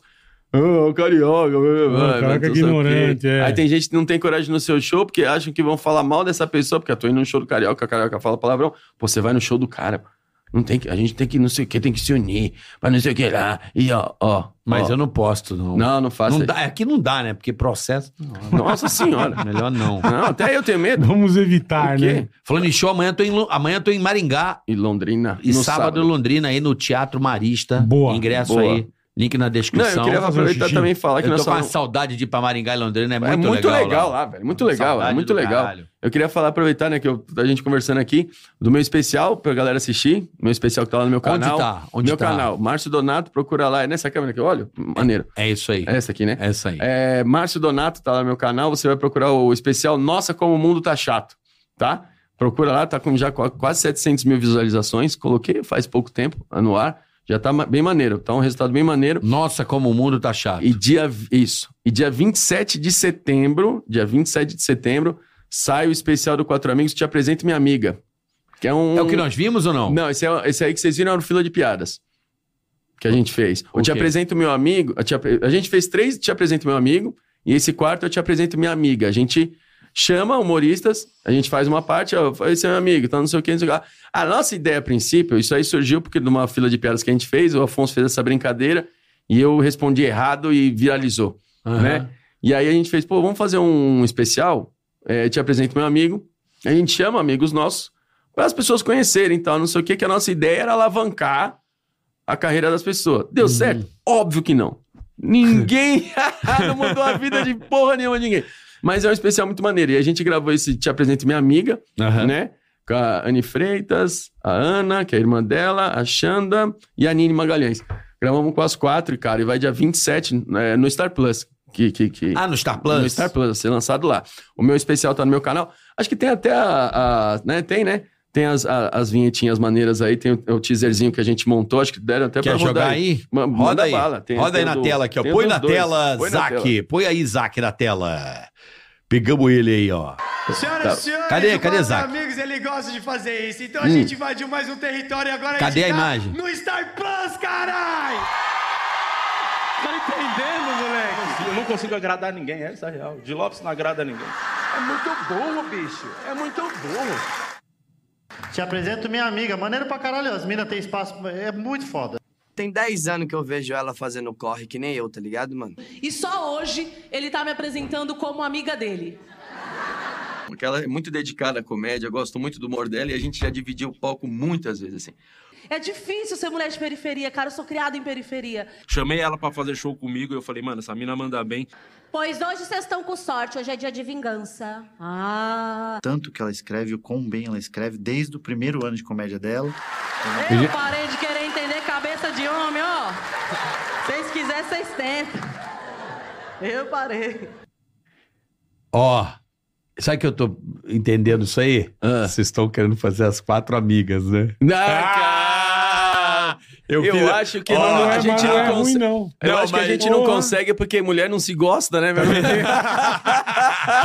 G: Ah, o carioca.
D: Ah, o carioca
G: não sei o quê.
D: ignorante, é.
G: Aí tem gente que não tem coragem no seu show porque acham que vão falar mal dessa pessoa, porque eu tô indo no show do carioca, o carioca fala palavrão. Pô, você vai no show do cara. Não tem que, a gente tem que não sei o que, tem que se unir, pra não sei o que lá. E ó, ó.
C: Mas
G: ó.
C: eu não posto, não.
G: Não, não faço
C: Não
G: isso.
C: dá, aqui não dá, né? Porque processo.
G: Nossa senhora.
C: Melhor não. [LAUGHS]
G: [LAUGHS] não, até eu tenho medo.
D: Vamos evitar,
G: Por quê?
D: né?
C: Falando em show, amanhã eu tô em, Lo- amanhã eu tô em Maringá
G: E Londrina.
C: e
G: no
C: sábado em Londrina, aí no Teatro Marista.
D: Boa,
C: Ingresso
G: boa.
C: aí. Link na
G: Não, eu
C: descrição.
G: queria
D: fazer um
G: aproveitar
D: xixi.
G: também e falar que
C: Eu
G: nós
C: tô com uma
G: falamos-
C: saudade de ir pra Maringá e Londrina, é muito,
G: É muito legal,
C: lá.
G: lá. velho. Muito legal, é
C: Saudade
G: muito
C: do
G: legal.
C: caralho.
G: Eu queria falar, aproveitar, né, que eu, a gente conversando aqui, do meu especial, pra galera assistir. Meu especial que tá lá no meu
C: Onde
G: canal.
C: tá? Onde
G: meu
C: tá?
G: canal, Márcio Donato, procura lá. É nessa câmera que eu olho? Maneiro.
C: É isso aí.
G: É essa aqui, né?
C: É isso aí.
G: É, Márcio Donato tá lá no meu canal. Você vai procurar o especial Nossa Como o Mundo Tá Chato, tá? Procura lá, tá com já qua- quase 700 mil visualizações. Coloquei faz pouco tempo, no ar. Já tá ma- bem maneiro, tá um resultado bem maneiro.
C: Nossa, como o mundo tá chato.
G: E dia isso. E dia 27 de setembro, dia 27 de setembro, sai o especial do Quatro Amigos, te apresento minha amiga. Que é um
C: É o que nós vimos ou não?
G: Não, esse, é, esse aí que vocês viram era o fila de piadas. Que a gente fez. Eu
C: O quê?
G: te apresento meu amigo, eu te apre- a gente fez três te apresento meu amigo e esse quarto eu te apresento minha amiga. A gente chama humoristas, a gente faz uma parte, ó, esse é meu amigo, tá não sei o que, não sei o que lá. A nossa ideia a princípio, isso aí surgiu porque numa fila de piadas que a gente fez, o Afonso fez essa brincadeira e eu respondi errado e viralizou,
C: Aham.
G: né? E aí a gente fez, pô, vamos fazer um especial, é, te apresento meu amigo, a gente chama amigos nossos para as pessoas conhecerem, então, não sei o que, que a nossa ideia era alavancar a carreira das pessoas. Deu certo? Óbvio que não. Ninguém [LAUGHS] não mudou a vida de porra nenhuma de ninguém. Mas é um especial muito maneiro. E a gente gravou esse Te Apresento Minha Amiga,
C: Aham.
G: né? Com a Anne Freitas, a Ana, que é a irmã dela, a Xanda e a Nini Magalhães. Gravamos com as quatro, cara, e vai dia 27 né, no Star Plus. Que, que, que...
C: Ah, no Star Plus?
G: No Star Plus, vai ser lançado lá. O meu especial tá no meu canal. Acho que tem até a. a- né? Tem, né? Tem as, a- as vinhetinhas maneiras aí, tem o, o teaserzinho que a gente montou, acho que deram até
C: Quer
G: pra rodar
C: jogar
G: aí.
C: aí?
G: Ma- manda
C: Roda aí.
G: bala, tem-
C: Roda
G: tem
C: aí
G: o
C: na
G: do-
C: tela aqui, ó.
G: tem o
C: Põe
G: dos
C: na
G: dois.
C: tela,
G: Põe na
C: Zac. Põe aí, Zac, na tela. Pegamos ele aí, ó.
A: Senhoras
G: Tá.
A: e senhores,
C: Cadê? Cadê,
A: o Quatro
C: Zac? Hum.
A: amigos, ele gosta de fazer isso. Então a gente invadiu mais um território e agora
C: Cadê
A: a
C: a
A: gente tá
C: imagem?
A: no Star Plus, caralho! Tá entendendo, moleque?
F: Eu não consigo agradar ninguém, essa é a real. De Lopes não agrada ninguém.
A: É muito burro, bicho. É muito burro.
I: Te apresento minha amiga, maneiro pra caralho, as minas têm espaço, é muito foda.
J: Tem 10 anos que eu vejo ela fazendo corre que nem eu, tá ligado, mano?
K: E só hoje ele tá me apresentando como amiga dele.
G: Porque ela é muito dedicada à comédia, eu gosto muito do humor dela e a gente já dividiu o palco muitas vezes, assim.
K: É difícil ser mulher de periferia, cara. Eu sou criada em periferia.
F: Chamei ela pra fazer show comigo e eu falei, mano, essa mina manda bem.
K: Pois hoje vocês estão com sorte. Hoje é dia de vingança. Ah.
I: Tanto que ela escreve, o quão bem ela escreve, desde o primeiro ano de comédia dela.
K: Eu parei de querer entender cabeça de homem, ó. Se vocês quiserem, vocês tentam. Eu parei.
E: Ó, sabe que eu tô entendendo isso aí? Vocês estão querendo fazer as quatro amigas, né?
C: Ah,
G: Ah, eu
E: fiz-
G: acho que
E: Ó,
G: não-
E: não
G: a
E: é
G: gente não,
D: é ruim,
C: né?
G: consegue.
D: não.
G: Eu
E: Não,
G: acho que a
E: mas-
G: gente não
D: Porra.
G: consegue porque mulher não se gosta,
C: [LAUGHS]
G: né, meu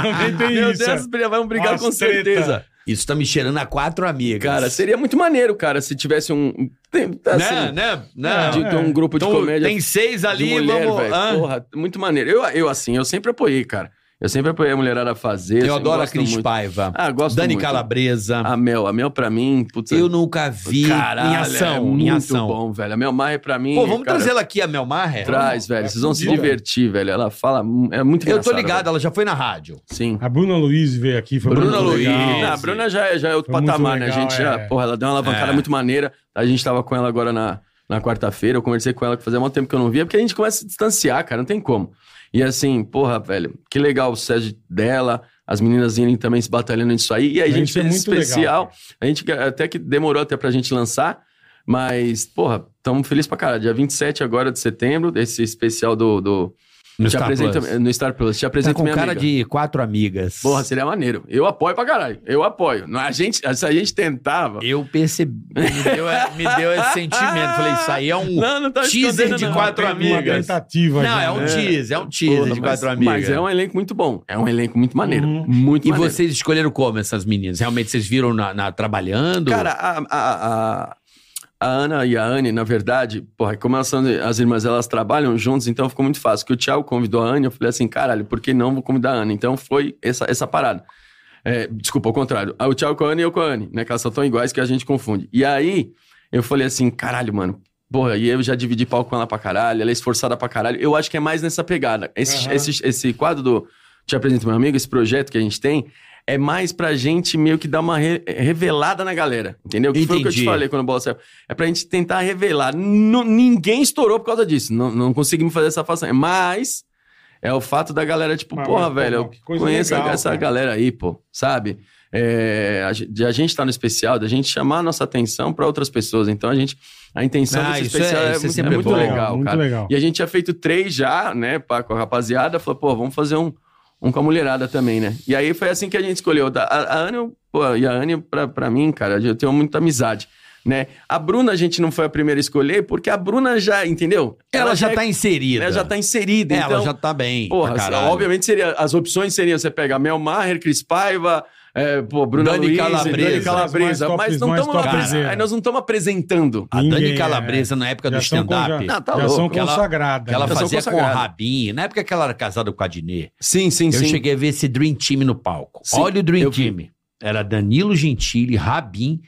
D: Também tem
G: Meu
D: isso.
G: Deus,
C: é.
G: vamos brigar
D: Nossa,
G: com certeza.
D: treta.
C: Isso tá me cheirando a quatro amigas.
G: Cara, seria muito maneiro, cara, se tivesse um. Tem, tá,
C: Né,
G: assim,
C: né, né?
G: de- de um grupo de
C: Então,
G: comédia.
C: tem seis ali,
G: de mulher,
C: vamos... ah.
G: velho.
C: Hã?
G: Porra, muito maneiro. Eu, eu, assim, eu sempre apoiei, cara. Eu sempre apoiei a mulherada a fazer.
C: eu
G: assim,
C: adoro a
G: gosto
C: Cris
G: muito.
C: Paiva.
G: Ah, gosto
C: Dani
G: muito.
C: Calabresa.
G: A Mel. A Mel, pra mim, putz.
C: eu nunca vi
G: caralho,
C: em ação,
G: é
C: em
G: muito
C: ação.
G: bom, velho. A Mel Maia, pra mim.
C: Pô, vamos
G: cara,
C: trazer ela aqui, a Mel Maher?
G: Traz, velho. Vocês vão se
D: fudida.
G: divertir, velho. Ela fala. É muito
C: Eu tô
G: engraçada,
C: ligado,
G: velho.
C: ela já foi na rádio.
G: Sim.
D: A Bruna Luiz veio aqui. Foi
G: Bruna
D: muito
G: Luiz.
D: legal.
G: Ah, A Bruna já é, já é outro
D: Foi muito
G: patamar, né? A
D: legal,
G: gente já,
D: é.
G: porra, ela deu uma alavancada muito maneira. A gente tava com ela agora na, na quarta-feira. Eu conversei com ela que fazia muito tempo que eu não via, porque a gente começa a se distanciar, cara, não tem como. E assim, porra, velho, que legal o sucesso dela, as meninas irem também se batalhando nisso aí. E aí a gente
D: Isso é
G: fez esse
D: muito legal,
G: especial.
D: cara.
G: a gente até que demorou até pra gente lançar, mas, porra, estamos felizes pra caralho. Dia 27 agora de setembro, esse especial do. do
C: No
G: te
C: Star
G: apresento,
C: Plus.
G: No Star Plus. Te
C: Tá
G: apresento
C: com
G: minha
C: cara
G: amiga.
C: de quatro amigas.
G: Porra, seria maneiro. Eu apoio pra caralho. Eu apoio. Não, A gente, se a gente tentava...
C: Eu percebi. Me deu, me deu esse sentimento. Falei, isso aí é um.
G: Não, não tá
C: teaser de quatro
D: Uma
C: amigas.
D: tentativa.
C: Não,
D: já,
C: é um
D: né?
C: teaser, é um teaser de quatro
G: mas,
C: amigas. Uhum.
G: Mas é um elenco muito bom. É um elenco muito maneiro. Muito
C: E
G: maneiro.
C: vocês escolheram como essas meninas? Realmente vocês viram na, na- trabalhando?
G: Cara, a, a, a- a Ana e a Anne, na verdade, porra, como elas são as irmãs, elas trabalham juntas, então ficou muito fácil. Que o Thiago convidou a Anne, eu falei assim, caralho, por que não vou convidar a Ana? Então foi essa, essa parada. É, desculpa, ao contrário. Ah, O Thiago com a Anne e eu com a Anne, né? Que elas são tão iguais que a gente confunde. E aí, eu falei assim, caralho, mano. Porra, e eu já dividi palco com ela pra caralho, ela é esforçada pra caralho. Eu acho que é mais nessa pegada. Esse, esse, esse quadro do Te Apresento Meu Amigo, esse projeto que a gente tem, é mais pra gente meio que dar uma re- revelada na galera, entendeu? Que foi o que eu te
C: Entendi.
G: falei quando o Bola saiu. É pra gente tentar revelar. Nu- ninguém estourou por causa disso. Não, não conseguimos fazer essa façanha. Mas é o fato da galera, tipo,
D: Mas,
G: porra,
D: mas,
G: velho,
D: pô,
G: eu
D: que coisa
G: conheço
D: legal,
G: essa
D: cara.
G: galera aí, pô, sabe? É, a, gente- de a gente tá no especial, da gente chamar a nossa atenção pra outras pessoas. Então a gente. A intenção
C: Ah,
G: desse
C: isso
G: especial
C: é-
G: é,
C: isso é
G: muito,
C: sempre
G: é muito
C: bom.
G: legal,
D: Muito
G: cara.
D: legal.
G: E a gente tinha feito três já, né, pá, com a rapaziada. Falou, pô, vamos fazer um, um com a mulherada também, né? E aí foi assim que a gente escolheu. A, a Anne, eu- pô, e a Anne, pra, pra mim, cara, eu tenho muita amizade, né? A Bruna a gente não foi a primeira a escolher, porque a Bruna já, entendeu?
C: ela, já
G: é-
C: tá inserida.
G: Ela já tá inserida,
C: Ela
G: então...
C: já tá bem.
G: Porra,
C: pra caralho.
G: obviamente seria, as opções seriam você pegar Mel Maher, Cris Paiva, é, pô, Bruna
C: Dani
G: Luiz,
C: Calabresa.
G: Dani Calabresa,
D: Mais top-
G: mas não
D: mais
G: estamos
D: top zero.
C: né?
G: aí nós não estamos apresentando.
C: A
D: Ninguém,
C: Dani
D: é.
C: Calabresa, na época do
D: Já são
C: stand-up,
D: conja-
G: Não, tá
D: já
G: louco.
D: são
C: Que ela-
D: consagradas.
C: que ela
D: né?
G: Já são
C: fazia com o
G: consagradas.
C: Rabinho. Na época que ela era casada com a Diné,
G: Sim, sim,
C: eu
G: sim.
C: cheguei a ver esse Dream Team no palco.
G: Sim,
C: Olha o Dream
G: eu vi.
C: Team. Era Danilo Gentili, Rabin,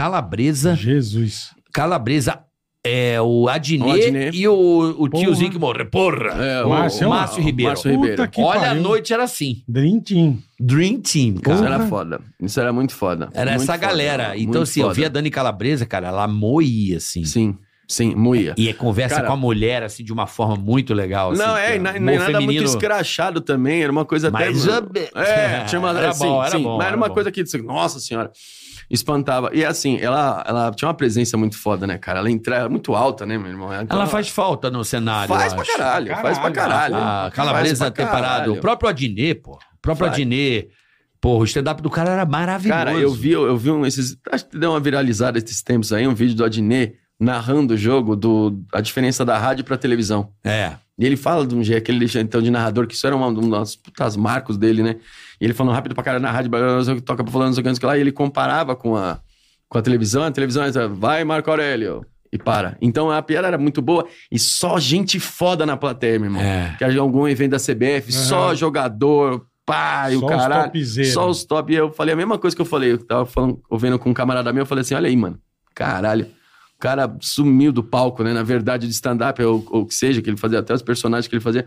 C: Calabresa,
D: Jesus.
C: Calabresa, é, o
G: O
C: Adnet
G: Adnet.
C: e o, o
D: Porra.
C: tiozinho que morreu. Porra!
G: É, o-
D: Márcio-
G: o
C: Márcio Ribeiro.
G: Márcio Ribeiro.
D: Puta que
C: Olha, a
D: pariu.
C: noite era assim.
D: Dream Team.
C: Dream Team, cara.
G: Isso
D: Porra.
G: era foda. Isso era muito foda.
C: Era
G: Muito
C: essa
G: foda,
C: galera.
G: muito
C: então, assim, eu
G: foda.
C: via a Dani Calabresa, cara, ela moía, assim.
G: Sim, sim, moía.
C: E é conversa
G: Cara-
C: com a mulher, assim, de uma forma muito legal. assim,
G: Não, é,
C: cara.
G: e na-
C: Humor
G: nem nada muito
C: feminino.
G: escrachado também, era uma coisa até.
C: Mas,
G: [LAUGHS] É, tinha uma,
C: [LAUGHS] era
G: assim,
C: bom, era
G: sim,
C: bom.
G: mas era
C: era
G: uma
C: bom.
G: coisa que, assim, nossa senhora, espantava. E assim, ela, ela tinha uma presença muito foda, né, cara? Ela entra ela é muito alta, né, meu irmão?
C: Ela faz falta no cenário.
G: faz
C: eu
G: pra
C: acho.
G: caralho, faz pra caralho.
C: A Calabresa
G: Faz pra
C: ter parado.
G: caralho.
C: O próprio Adnet, pô. O próprio
G: Faz.
C: Adnet. Pô, o stand-up do cara era maravilhoso.
G: Cara, eu vi, eu vi um, esses, acho que deu uma viralizada esses tempos aí, um vídeo do Adnet narrando o jogo do a diferença da rádio pra televisão.
C: É.
G: E ele fala de um jeito, aquele então de narrador, que isso era uma- um dos putas marcos dele, né? E ele falando rápido pra caralho na rádio, blá, blá, blá, não sei o que toca pra falando, não sei o que, não sei o que lá, e ele comparava com a, com a televisão, a televisão era, vai Marco Aurélio, e para. Então a piada era muito boa, e só gente foda na plateia, meu irmão.
C: É.
G: Que era algum evento da CBF,
D: Aham.
G: só jogador, pai,
D: Só
G: o
D: os
G: caralho.
D: topzera.
G: Só os top. E eu falei a mesma coisa que eu falei, eu tava falando, ouvindo com um camarada meu, eu falei assim, olha aí, mano, caralho. O cara sumiu do palco, né? Na verdade, de stand-up, ou ou o que seja, que ele fazia, até os personagens que ele fazia.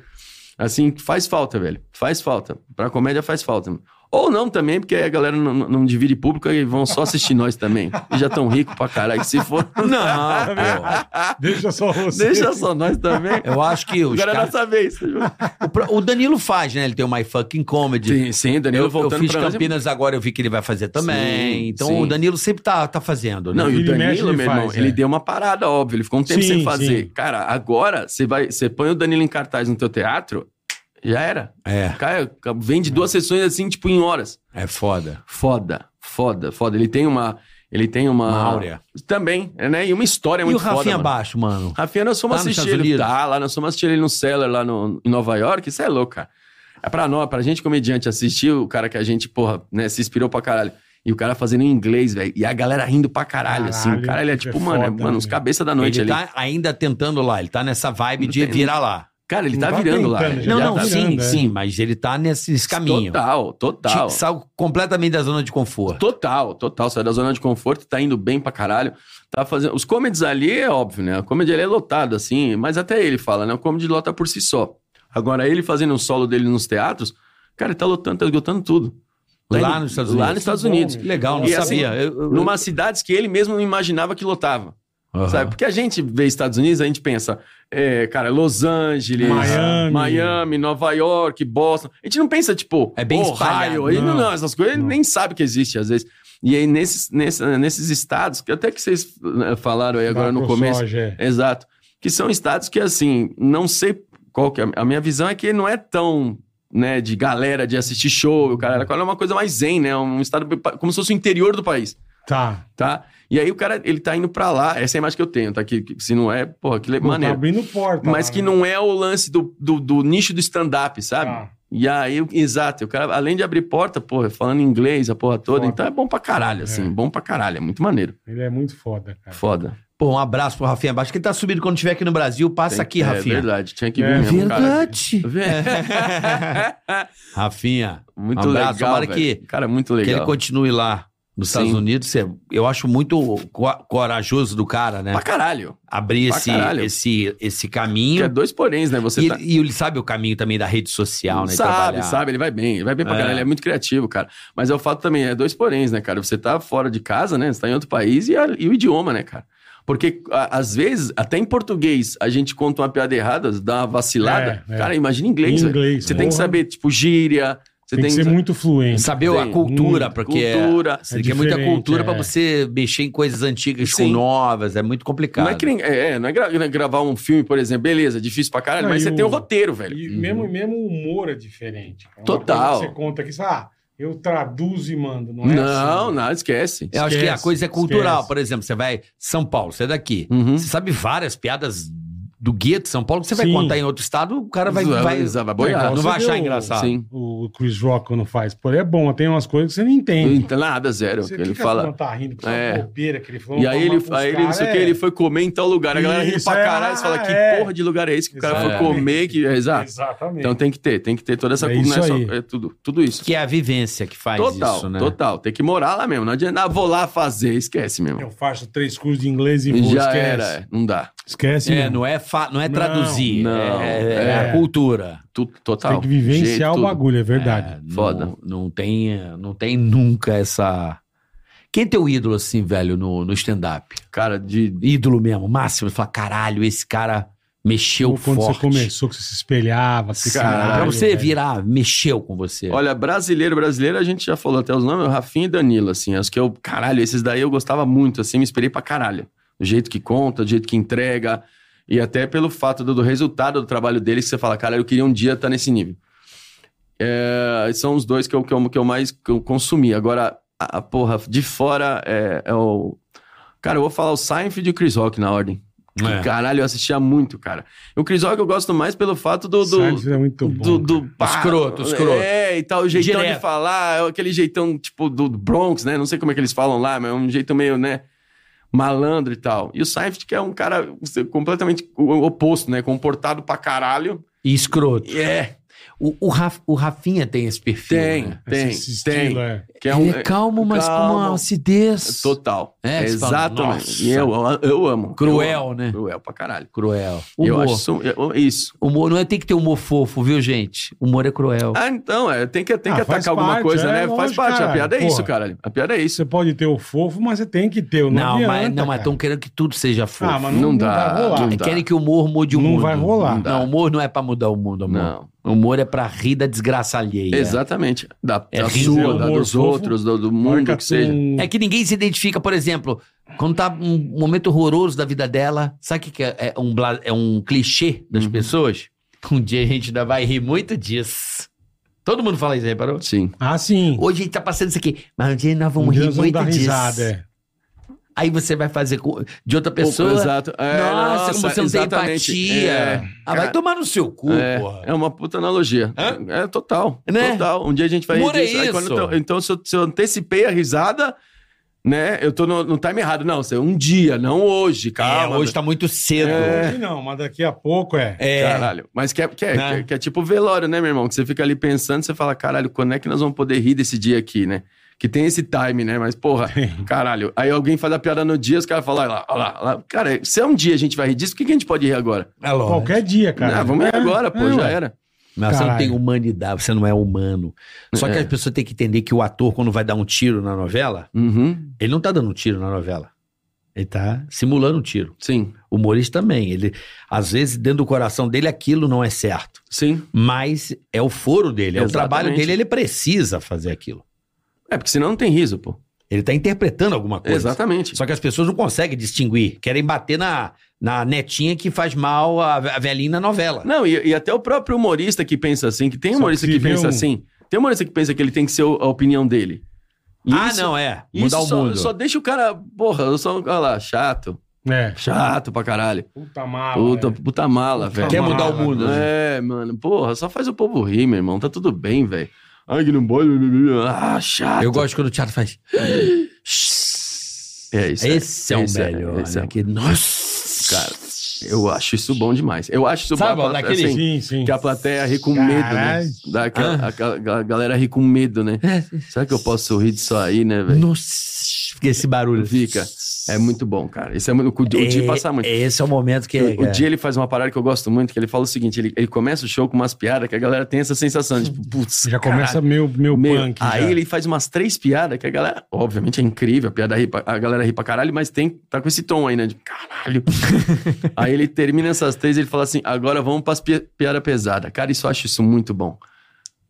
G: Assim, faz falta, velho. Faz falta. Pra comédia faz falta. Ou não também, porque aí a galera não, não- não divide público e vão só assistir [LAUGHS] nós também. E já tão rico pra caralho. Se [LAUGHS] for,
C: Não, pô.
D: Deixa só você.
G: deixa só nós também.
C: Eu acho que os
G: Agora é
C: caras-
G: nossa vez.
C: o, pro- o Danilo faz, né? Ele tem o My Fucking Comedy.
G: Sim, sim, Danilo
C: Eu, eu
G: voltando
C: fiz
G: pra nós.
C: Campinas agora, eu vi que ele vai fazer também.
G: Sim,
C: então
G: sim.
C: o Danilo sempre tá, tá fazendo, né?
G: Não, e o
D: Ele mexe,
G: Danilo,
D: ele
G: meu irmão,
D: faz, é.
G: ele deu uma parada, óbvio. Ele ficou um tempo
D: Sim,
G: sem fazer.
D: sim.
G: Cara, agora você vai, você põe o Danilo em cartaz no teu teatro, já era.
C: É,
G: Cara, vende duas sessões assim, tipo, em horas.
C: é foda.
G: Foda, foda, foda. Ele tem uma. Ele tem uma.
C: Uma áurea.
G: Também, né? E uma história
C: e o
G: muito
C: Rafinha
G: foda. mano.
C: Baixo, mano?
G: Rafinha, nós fomos
C: Lá nos
G: assistir
C: Estados
G: ele.
C: Unidos?
G: Tá, lá nós fomos assistir ele no Cellar, lá no, em Nova York. Isso é louco, cara. É pra nós, pra gente comediante assistir, o cara que a gente, porra, né, se inspirou pra caralho. E o cara fazendo em inglês, velho. E a galera rindo pra caralho, assim. O
D: Caralho,
G: cara, ele é
D: isso é
G: tipo, mano, é,
D: foda,
G: mano, os
D: né?
G: cabeça da noite
C: ele
G: ali.
C: tá ainda tentando lá, ele tá nessa vibe
G: Não
C: de
G: tem-
C: virar lá.
G: Cara, ele
D: Não
G: tá
D: tá
G: virando lá.
D: tentando,
G: velho.
D: já
C: Não,
G: Ele
C: não,
G: já tá
C: sim,
D: virando, é.
C: sim, mas ele tá nesses caminhos.
G: Total, total.
C: Ti- Saiu completamente da zona de conforto.
G: Total, total. Saiu da zona de conforto, tá indo bem pra caralho. Tá fazendo... Os comedies ali é óbvio, né? A comédia ali é lotada, assim, mas até ele fala, né? O comedy lota por si só. Agora, ele fazendo um solo dele nos teatros, cara, ele tá lotando, tá esgotando tudo. Tá
C: Lá
G: indo-
C: nos Estados Unidos.
G: Lá nos Estados Unidos.
C: Que Legal, não
G: E, assim,
C: sabia. Eu- eu-
G: Numas cidades que ele mesmo não imaginava que lotava.
C: Aham.
G: Sabe? Porque a gente vê Estados Unidos, a gente pensa, é, cara, Los Angeles,
D: Miami.
G: Miami, Nova York, Boston. A gente não pensa, tipo,
C: É bem espalhado.
G: Ohio, aí, não.
D: Não.
G: não, essas coisas ele
D: Não.
G: nem sabe que existe, às vezes. E aí, nesses, nesse- nesses estados, que até que vocês né, falaram aí agora no começo.
D: Soja, é.
G: Exato. Que são estados que, assim, não sei Qual que é? A minha visão é que não é tão, né, de galera, de assistir show, o cara é uma coisa mais zen, né? Um estado como se fosse o interior do país,
D: Tá.
G: tá? E aí o cara, ele tá indo pra lá, essa é a imagem que eu tenho, tá? Que, que se não é, porra, que le-
D: Não, Tá
G: maneiro.
D: abrindo porta.
G: Mas
D: lá,
G: que
D: né?
G: não é o lance do, do, do nicho do stand-up, sabe?
D: Tá.
G: E aí, exato, o cara, além de abrir porta, porra, falando inglês, a porra toda,
D: Foda.
G: então é bom pra caralho, assim,
D: É.
G: bom pra caralho, é muito maneiro.
D: Ele é muito foda, cara.
G: Foda.
C: Pô, um abraço pro Rafinha Baixo, que ele tá subindo quando estiver aqui no Brasil. Passa
G: Tem-
C: aqui,
G: é,
C: Rafinha.
G: verdade, tinha que vir
D: É.
G: mesmo, cara. Tá
C: Rafinha,
G: [LAUGHS] muito
C: É. Um abraço,
G: legal,
C: tomara
G: velho.
C: que-
G: Cara, muito
C: que ele
G: legal.
C: continue lá nos
G: Sim.
C: Estados Unidos. Cê- Eu acho muito co- corajoso do cara, né?
G: Pra caralho.
C: Abrir
G: pra
C: esse,
G: caralho.
C: esse, esse
G: Que é
C: caminho.
G: dois poréns, né? Você
C: E,
G: tá...
C: e ele sabe o caminho também da rede social, né? e
G: Sabe,
C: trabalhar.
G: sabe, ele vai bem, ele vai bem pra
C: É.
G: caralho, ele é muito criativo, cara. Mas é o fato também, é dois poréns, né, cara? Você tá fora de casa, né? Você tá em outro país e, a- e o idioma, né, cara? Porque, a- às vezes, até em português, a gente conta uma piada errada, dá uma vacilada.
D: É, é.
G: Cara, imagina em
D: Em
G: inglês, velho.
D: inglês.
G: Você tem que
D: porra.
G: saber, tipo, gíria, você
D: Tem
G: tem,
D: que ser muito fluente.
C: Saber a
G: Tem,
C: cultura,
D: muito.
C: porque é-
G: Hum. cultura.
C: você tem muita
D: diferente,
C: cultura
D: é.
C: pra você mexer em coisas antigas com
G: Sim.
C: novas, é muito complicado.
G: Não é, que nem- é, é, não é gra- não é gravar um filme, por exemplo, beleza, difícil pra caralho,
D: Não,
G: mas
D: e
G: você
D: o-
G: tem um roteiro, velho.
D: E mesmo, mesmo o humor é diferente. cara. Uma
G: Total.
D: coisa que você conta aqui, você fala, ah, eu traduzo e mando,
C: Uhum.
D: não é
G: Não,
D: assim.
G: não, esquece.
C: Eu acho que a
D: Esquece,
C: coisa é cultural.
D: esquece.
C: Por exemplo, você vai São Paulo, você é daqui.
G: Uhum.
C: Você sabe várias piadas do gueto de São Paulo que você vai
D: Sim.
C: contar em outro estado, o cara vai. vai-
G: vai
D: Legal,
G: boiar.
C: não vai
D: você
C: achar
D: viu-
C: engraçado.
G: Sim.
D: O Chris Rock quando faz. Pô, é bom, tem umas coisas que você não entende.
G: Então, nada, zero.
D: Você
G: ele
D: fica
G: fala.
D: falando, tá rindo, que
G: É.
D: é. bobeira que ele falou.
G: E aí ele,
D: mas os
G: aí ele, não sei o
D: cara
G: que,
D: é-
G: ele foi comer em tal lugar. A galera riu
D: Isso,
G: pra
D: é,
G: caralho. Você fala, que
D: é.
G: porra de lugar é esse que o cara foi
D: Exatamente.
G: comer? Que... É, exato.
D: Exatamente.
G: Então tem que ter, tem que ter toda essa
D: É
G: cultura,
D: isso
G: não é só-
D: aí.
G: é tudo, tudo isso.
C: Que é a vivência que faz
G: total,
C: isso, né?
G: total. Tem que morar lá mesmo. Não adianta, ah, vou lá fazer, esquece mesmo.
D: Eu faço três cursos de inglês e vou,
G: Já
D: esquece.
G: era, é. não dá.
D: Esquece,
C: É,
D: meu.
C: não é, fa- não é
D: Não,
C: traduzir,
G: não,
C: é, é
D: é.
C: a cultura.
G: Tu- total.
D: Tem que vivenciar
G: Jeito,
D: o
G: tudo.
D: bagulho, é verdade.
C: É,
G: Foda.
C: Não, não tem, não tem nunca essa. Quem é teu ídolo assim, velho, no, no stand-up?
G: Cara, de.
C: Ídolo mesmo, máximo. Fala, caralho, esse cara mexeu
D: Ou quando
C: forte. Assim,
D: você começou, que você se espelhava. que
G: Caralho,
C: pra você
D: velho.
C: virar, mexeu com você.
G: Olha, brasileiro, brasileiro, a gente já falou até os nomes, o Rafinha e Danilo, assim. Acho que eu, caralho, esses daí eu gostava muito, assim, me esperei pra caralho. Do jeito que conta, do jeito que entrega. E até pelo fato do, do resultado do trabalho deles, que você fala, cara, eu queria um dia estar nesse nível. É, são os dois que eu, que eu, que eu mais que eu consumi. Agora, a, a porra, de fora é, é o. Cara, eu vou falar o Seinfeld e o Chris Rock na ordem. Que
C: É.
G: Caralho, eu assistia muito, cara. O Chris Rock eu gosto mais pelo fato do. do
D: Seinfeld é muito bom.
G: do, do pá,
C: Escroto, escroto.
G: É, e tal, o jeitão
C: Direto.
G: de falar, é aquele jeitão, tipo, do Bronx, né? Não sei como é que eles falam lá, mas é um jeito meio, né? Malandro e tal. E o Seinfeld, que é um cara completamente o- oposto, né? Comportado pra caralho.
C: E escroto.
G: É,
C: O, o, Raf- o Rafinha tem esse perfil.
G: tem,
C: né?
G: tem,
D: Esse estilo,
G: tem.
D: é.
G: Que é
C: Ele
G: um,
C: é calmo, mas com uma
G: calmo.
C: acidez.
G: total.
C: É, você fala,
G: exatamente.
C: nossa.
G: E eu, eu amo. Eu
C: Cruel,
G: amo.
C: né?
G: Cruel pra caralho.
C: Cruel.
G: Eu
C: Humor.
G: acho isso- eu- isso.
C: Humor não é, tem que ter humor fofo, viu, gente? Humor é cruel.
G: Ah, então, é, tem que, tem
D: Ah,
G: que
D: faz
G: atacar alguma
D: parte,
G: coisa,
D: é,
G: né? faz
D: lógico,
G: parte.
D: caralho,
G: a piada é isso,
D: porra.
G: cara. A piada é isso.
D: Você pode ter o fofo, mas você tem que ter o não,
C: não, mas
D: adianta,
C: não, mas
D: cara.
C: estão querendo que tudo seja fofo.
D: Ah, mas
G: Não
D: não, não
G: dá,
D: vai rolar.
G: não dá.
C: Querem que o humor mude o
D: Não
C: mundo.
D: vai rolar.
G: Não dá.
C: Não, humor não é pra mudar o mundo, amor.
G: Não.
C: O humor é pra rir da desgraça alheia.
G: Exatamente. Da,
C: É
G: da
C: riso,
G: sua,
D: é
G: da,
D: humor
G: dos
D: fofo,
G: outros, do, do
D: Marca
G: mundo,
D: com-
G: que seja.
C: É que ninguém se identifica, por exemplo, quando tá um momento horroroso da vida dela, sabe o que, que é, é um, bla- é um clichê das pessoas? Um dia a gente ainda vai rir muito disso. Todo mundo fala isso, reparou?
G: Sim.
D: Ah, sim.
C: Hoje a gente tá passando isso aqui, mas um dia nós
D: Um
C: vamos
D: dia
C: rir
D: nós vamos
C: muito
D: dar
C: disso.
D: risada, é.
C: Aí você vai fazer co- de outra pessoa.
G: Pô, Exato. É,
C: nossa, como você não
G: exatamente.
C: tem empatia.
G: É,
C: ah, vai
G: cara,
C: tomar no seu cu,
G: é,
C: porra.
G: é uma puta analogia. É total.
C: Né?
G: Total. Um dia a gente vai
C: Humor é
G: Aí
C: isso.
G: quando eu tô- então, se eu, se eu antecipei a risada, né? Eu tô no, no time errado. Não, você- um dia, não hoje. Calma.
C: é, hoje tá muito cedo.
G: É.
D: Hoje não, mas daqui a pouco é.
C: É.
G: Caralho. Mas que é, que, é,
C: Né?
G: que é- que é tipo velório, né, meu irmão? Que você fica ali pensando, você fala, caralho, quando é que nós vamos poder rir desse dia aqui, né? Que tem esse time, né? Mas, porra, caralho. Aí alguém faz a piada no dia, os caras falam, olha lá, olha lá, olha lá. Cara, se é um dia a gente vai rir disso, por que, que a gente pode rir agora?
C: É lógico.
D: Qualquer dia, cara.
G: Ah, vamos rir
D: É,
G: agora, pô,
D: é,
G: já
D: ué.
G: era.
C: Mas você não
D: Caralho.
C: tem humanidade, você não é humano. Só que
G: É.
C: as pessoas têm que entender que o ator, quando vai dar um tiro na novela,
G: Uhum,
C: ele não tá dando um tiro na novela. Ele tá simulando um tiro.
G: sim,
C: O humorista também. Ele, às vezes, dentro do coração dele, aquilo não é certo.
G: sim.
C: Mas é o foro dele, é o
G: Exatamente.
C: trabalho dele, ele precisa fazer aquilo.
G: É, porque senão não tem riso, pô.
C: Ele tá interpretando alguma coisa.
G: Exatamente.
C: Só que as pessoas não conseguem distinguir. Querem bater na, na netinha que faz mal a, a velhinha na novela.
G: Não, e, e até o próprio humorista que pensa assim, que tem
D: Só
G: humorista
D: que
G: que,
D: se vê
G: pensa
D: um-
G: assim. Tem humorista que pensa que ele tem que ser o- a opinião dele. E
C: ah,
G: isso-
C: não, é.
G: isso
C: Mudar o
G: só,
C: mundo.
G: Só deixa o cara, porra, eu só, olha lá, chato.
D: É.
G: Chato pra caralho.
D: Puta
C: Ah,
D: mala.
G: Puta, né?
D: velho.
G: puta mala,
D: Puta
G: velho.
C: Quer mudar o
D: mala,
C: mundo, né?
G: É, mano, porra, só faz o povo rir, meu irmão. Tá tudo bem, velho. Ai, que não pode. blá, blá, blá. Ah, chato.
C: Eu gosto quando o teatro faz.
G: É isso. aí.
C: Esse é o
G: Esse é-
C: melhor.
G: esse é-
C: né? Que- Nossa!
G: Cara, eu acho isso bom demais. Eu acho isso
C: Sabe,
G: bom.
C: daquele- Ah.
G: assim,
D: Sim, sim.
G: que a plateia ri com
D: Caralho.
G: medo, né? Daquela, aquela- aquela galera ri com medo, né?
C: É.
G: Será que eu posso rir disso aí, né, velho?
C: Nossa! Fica esse barulho.
G: Fica. É muito bom, cara. Esse é muito. O
C: É-
G: dia passa muito.
C: Esse é o momento que.
G: O
C: cara,
G: dia ele faz uma parada que eu gosto muito, que ele fala o seguinte: ele, ele começa o show com umas piadas que a galera tem essa sensação, tipo, putz.
D: Já começa
G: caralho,
D: meu, meu,
G: meu.
D: punk.
G: Aí
D: já.
G: ele faz umas três piadas que a galera, obviamente, é incrível. A, piada ri pra- a galera ri pra caralho, mas tem, tá com esse tom aí, né? De
D: [LAUGHS]
G: caralho. aí ele termina essas três e ele fala assim: agora vamos pras pi piadas pesadas. Cara, isso eu acho isso muito bom.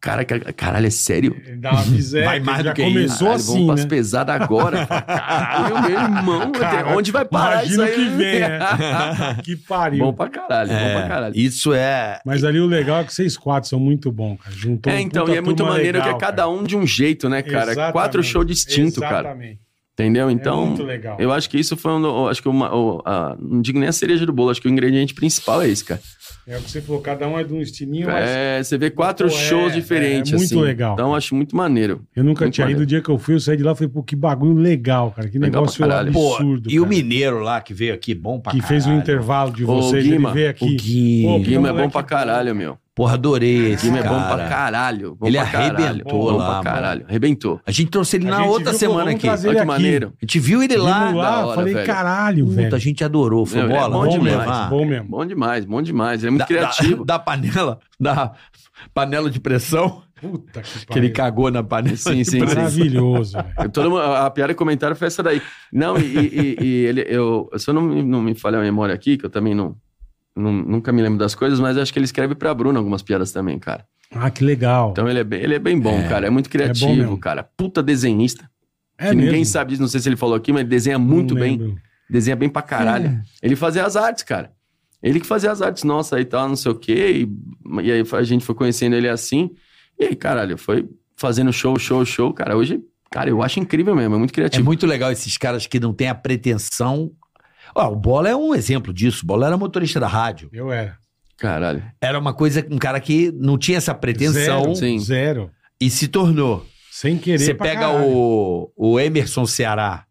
G: Cara, ca- caralho, é sério?
D: Ele dá
G: [LAUGHS]
D: uma biseca,
C: Vai mais
D: ele já
C: do que isso.
D: começou
G: Caralho,
D: assim,
G: vamos pras
D: né?
G: pesadas agora.
D: [LAUGHS]
G: Caralho, meu irmão,
D: Cara,
G: onde vai parar
D: imagina
G: isso aí?
D: o que
C: [LAUGHS]
D: vem, né? [LAUGHS] que pariu.
G: [LAUGHS] Bom pra caralho,
C: é,
G: bom pra caralho.
C: Isso é.
D: Mas ali o legal é que vocês quatro são muito bons, cara. Juntou
G: é,
D: um
G: então,
D: puta
G: e é muito
D: turma
G: maneiro
D: legal,
G: que é cada um de um jeito, né, cara?
D: Exatamente.
G: Quatro shows distintos, cara.
D: Exatamente.
G: Entendeu?
D: é
G: Então,
D: muito legal.
G: eu acho que isso foi um. do- Acho que uma, o- a- não digo nem a cereja do bolo, acho que o ingrediente principal é esse, cara.
D: É o que você falou, cada um é de um estilinho, mas
G: É, você vê quatro
D: Pô, é,
G: shows
D: é,
G: diferentes.
D: é muito
G: assim.
D: legal,
G: Então,
D: cara.
G: acho muito maneiro.
D: eu nunca
G: muito
D: tinha ido.
G: maneiro.
D: O dia que eu fui, eu saí de lá e falei, pô, que bagulho legal, cara. Que
G: Legal
D: negócio
G: pra caralho.
C: Pô,
D: absurdo.
C: e o
D: cara.
C: mineiro lá que veio aqui, bom pra
D: Que fez o
C: caralho.
D: intervalo de
G: Ô,
D: vocês,
G: Guima,
D: ele veio aqui.
C: O Gui.
D: Pô,
G: O Guima é bom
D: Então, moleque
G: pra caralho, meu.
C: Porra, adorei esse
G: O Guima é bom
C: cara.
G: pra caralho. Bom
C: Ele
G: pra caralho,
C: arrebentou
G: bom
C: lá,
G: pra
C: mano.
G: caralho. Arrebentou.
C: A gente trouxe ele
D: A
C: na
D: gente
C: outra
D: viu,
C: semana
D: vamos
C: aqui.
D: trazer
C: A
D: Ele é
G: Olha que
D: aqui.
G: maneiro.
C: gente viu ele lá.
D: Vimos
G: é da
D: lá,
G: hora,
D: falei,
G: velho.
D: caralho,
C: Puta,
D: velho.
C: a gente adorou. Foi
G: Não, ele é
C: bola.
G: bom
C: vamos
G: demais,
C: levar.
D: Bom mesmo.
G: Bom demais, bom demais. Ele é muito
C: Da-
D: [LAUGHS]
G: criativo.
C: Da, da panela, da panela de pressão,
D: Puta que
C: que ele
D: pariu.
C: cagou na panela.
G: Sim, sim, sim.
D: Maravilhoso, velho.
G: Eu- Todo mundo- a a piada e comentário foi essa daí. Não, e, e- e- e ele, eu, se eu não, me- não me falha a memória aqui, que eu também não, não- nunca me lembro das coisas, mas acho que ele escreve pra Bruna algumas piadas também, cara.
D: Ah, que legal.
G: Então ele é bem, ele é bem bom, cara. É muito criativo,
D: mesmo.
G: cara. Puta desenhista.
D: é
G: que ninguém sabe disso, não sei se ele falou aqui, mas ele desenha muito
D: Não
G: bem.
D: lembro. É.
G: Desenha bem pra caralho. Ele fazia as artes, cara. Ele que fazia as artes nossas aí e tal, não sei o quê. E, e aí a gente foi conhecendo ele assim. E aí, caralho, foi fazendo show, show, show, cara. Hoje, cara, eu acho incrível mesmo. É muito
C: É
G: criativo.
C: muito legal esses caras que não têm a pretensão. Ó, o Bola é um exemplo disso. O Bola era motorista da rádio.
D: Eu é. era.
G: Caralho.
C: Era uma coisa, um cara que não tinha essa pretensão
D: Zero,
G: Sim.
D: Zero.
C: e se tornou.
D: Sem querer.
C: Você
D: pra
C: pega
D: caralho.
C: o, o Emerson Ceará.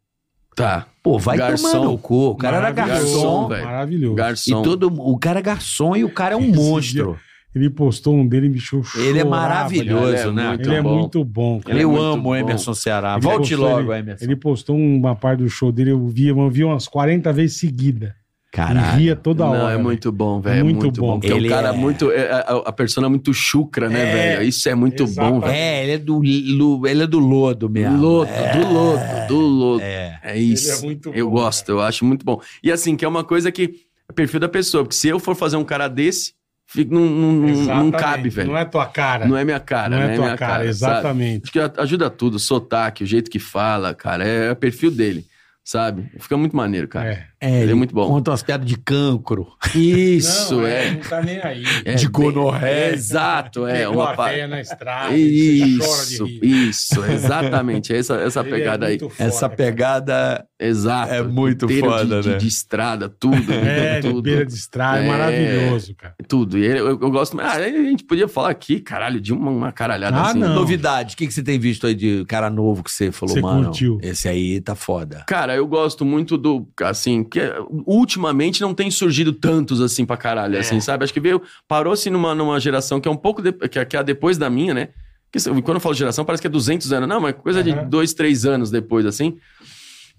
G: Tá.
C: Pô, vai
G: Garçom.
C: tomar no cu. O cara era
G: Maravilhoso.
C: garçom.
G: Garçom, velho.
D: Maravilhoso.
C: e
G: Garçom.
C: todo, o cara é garçom e o cara é um
D: Esse
C: monstro.
D: Ele postou um dele, bicho. eu
C: Ele é
D: chorava,
C: maravilhoso,
G: ele é
C: né?
D: Ele
G: Muito
D: é
G: bom.
D: muito bom, cara.
G: Ele é
C: eu
G: muito
C: amo
G: bom.
C: o Emerson Ceará.
D: Ele
C: Volte
D: postou,
C: logo,
D: ele,
C: Emerson.
D: Ele postou uma parte do show dele, eu vi, eu vi umas 40 vezes seguida. E
C: Caralho.
D: via toda
G: Não,
D: hora.
G: é muito bom, velho. É
D: Muito
G: muito,
D: bom.
G: bom. Porque
C: Ele
G: o cara
C: é-
G: é... muito. é, a, a persona é muito chucra, né,
D: É,
G: velho? Isso é muito bom, velho.
C: É, ele é do, lu- ele é do lodo mesmo.
G: Lodo,
C: É.
G: do lodo, do lodo. É, isso.
D: Ele é muito
G: eu
D: bom,
G: gosto, eu acho muito bom. E assim, que é uma coisa que é perfil da pessoa, porque se eu for fazer um cara desse, fica- não, não- não- não
D: Exatamente.
G: cabe, velho.
D: Não
G: Não é,
D: é tua cara.
G: minha cara,
D: Não
G: não
D: é
G: é,
D: tua
G: minha
D: cara,
G: cara. sabe?
D: exatamente.
G: Acho que a- ajuda tudo, o sotaque, o jeito que fala, cara, é, é o perfil dele, sabe? Fica muito maneiro, cara.
D: É.
C: É,
G: Ele é muito bom.
C: Conta umas piadas de cancro.
D: [LAUGHS]
G: Isso,
D: Não,
G: é.
D: Não tá nem aí.
G: é.
C: de
G: bem-
C: gonorreia.
G: Exato, é.
D: Pegou
G: Uma
D: a
G: pa-
D: véia na estrada, você chora de
G: Isso,
D: rir.
G: isso,
D: [LAUGHS]
G: exatamente. Essa, essa
D: Ele é
G: pegada aí.
D: muito foda,
C: Essa
D: cara.
C: pegada.
G: Exato.
C: É muito
G: Inteiro de-
C: foda,
G: de,
C: né?
G: De, estrada, tudo.
D: É, de
G: tudo,
D: beira de estrada, é
G: É.
D: maravilhoso, cara.
G: tudo. E ele- eu, eu gosto. Ah, a gente podia falar aqui, caralho, de uma, uma caralhada
D: Ah,
G: assim.
D: não.
C: Novidade. O que, que você tem visto aí de cara novo que você falou,
D: Você
C: mano?
D: curtiu.
C: Esse aí tá foda.
G: Cara, eu gosto muito do. Assim, que ultimamente não tem surgido tantos assim pra caralho, assim, sabe? Acho que veio. Parou-se numa, numa geração que é um pouco. de- que, é- que é depois da minha, né? Que, se- quando eu falo geração, parece que é 200 anos. Não, mas coisa de
D: Aham.
G: dois, três anos depois, assim.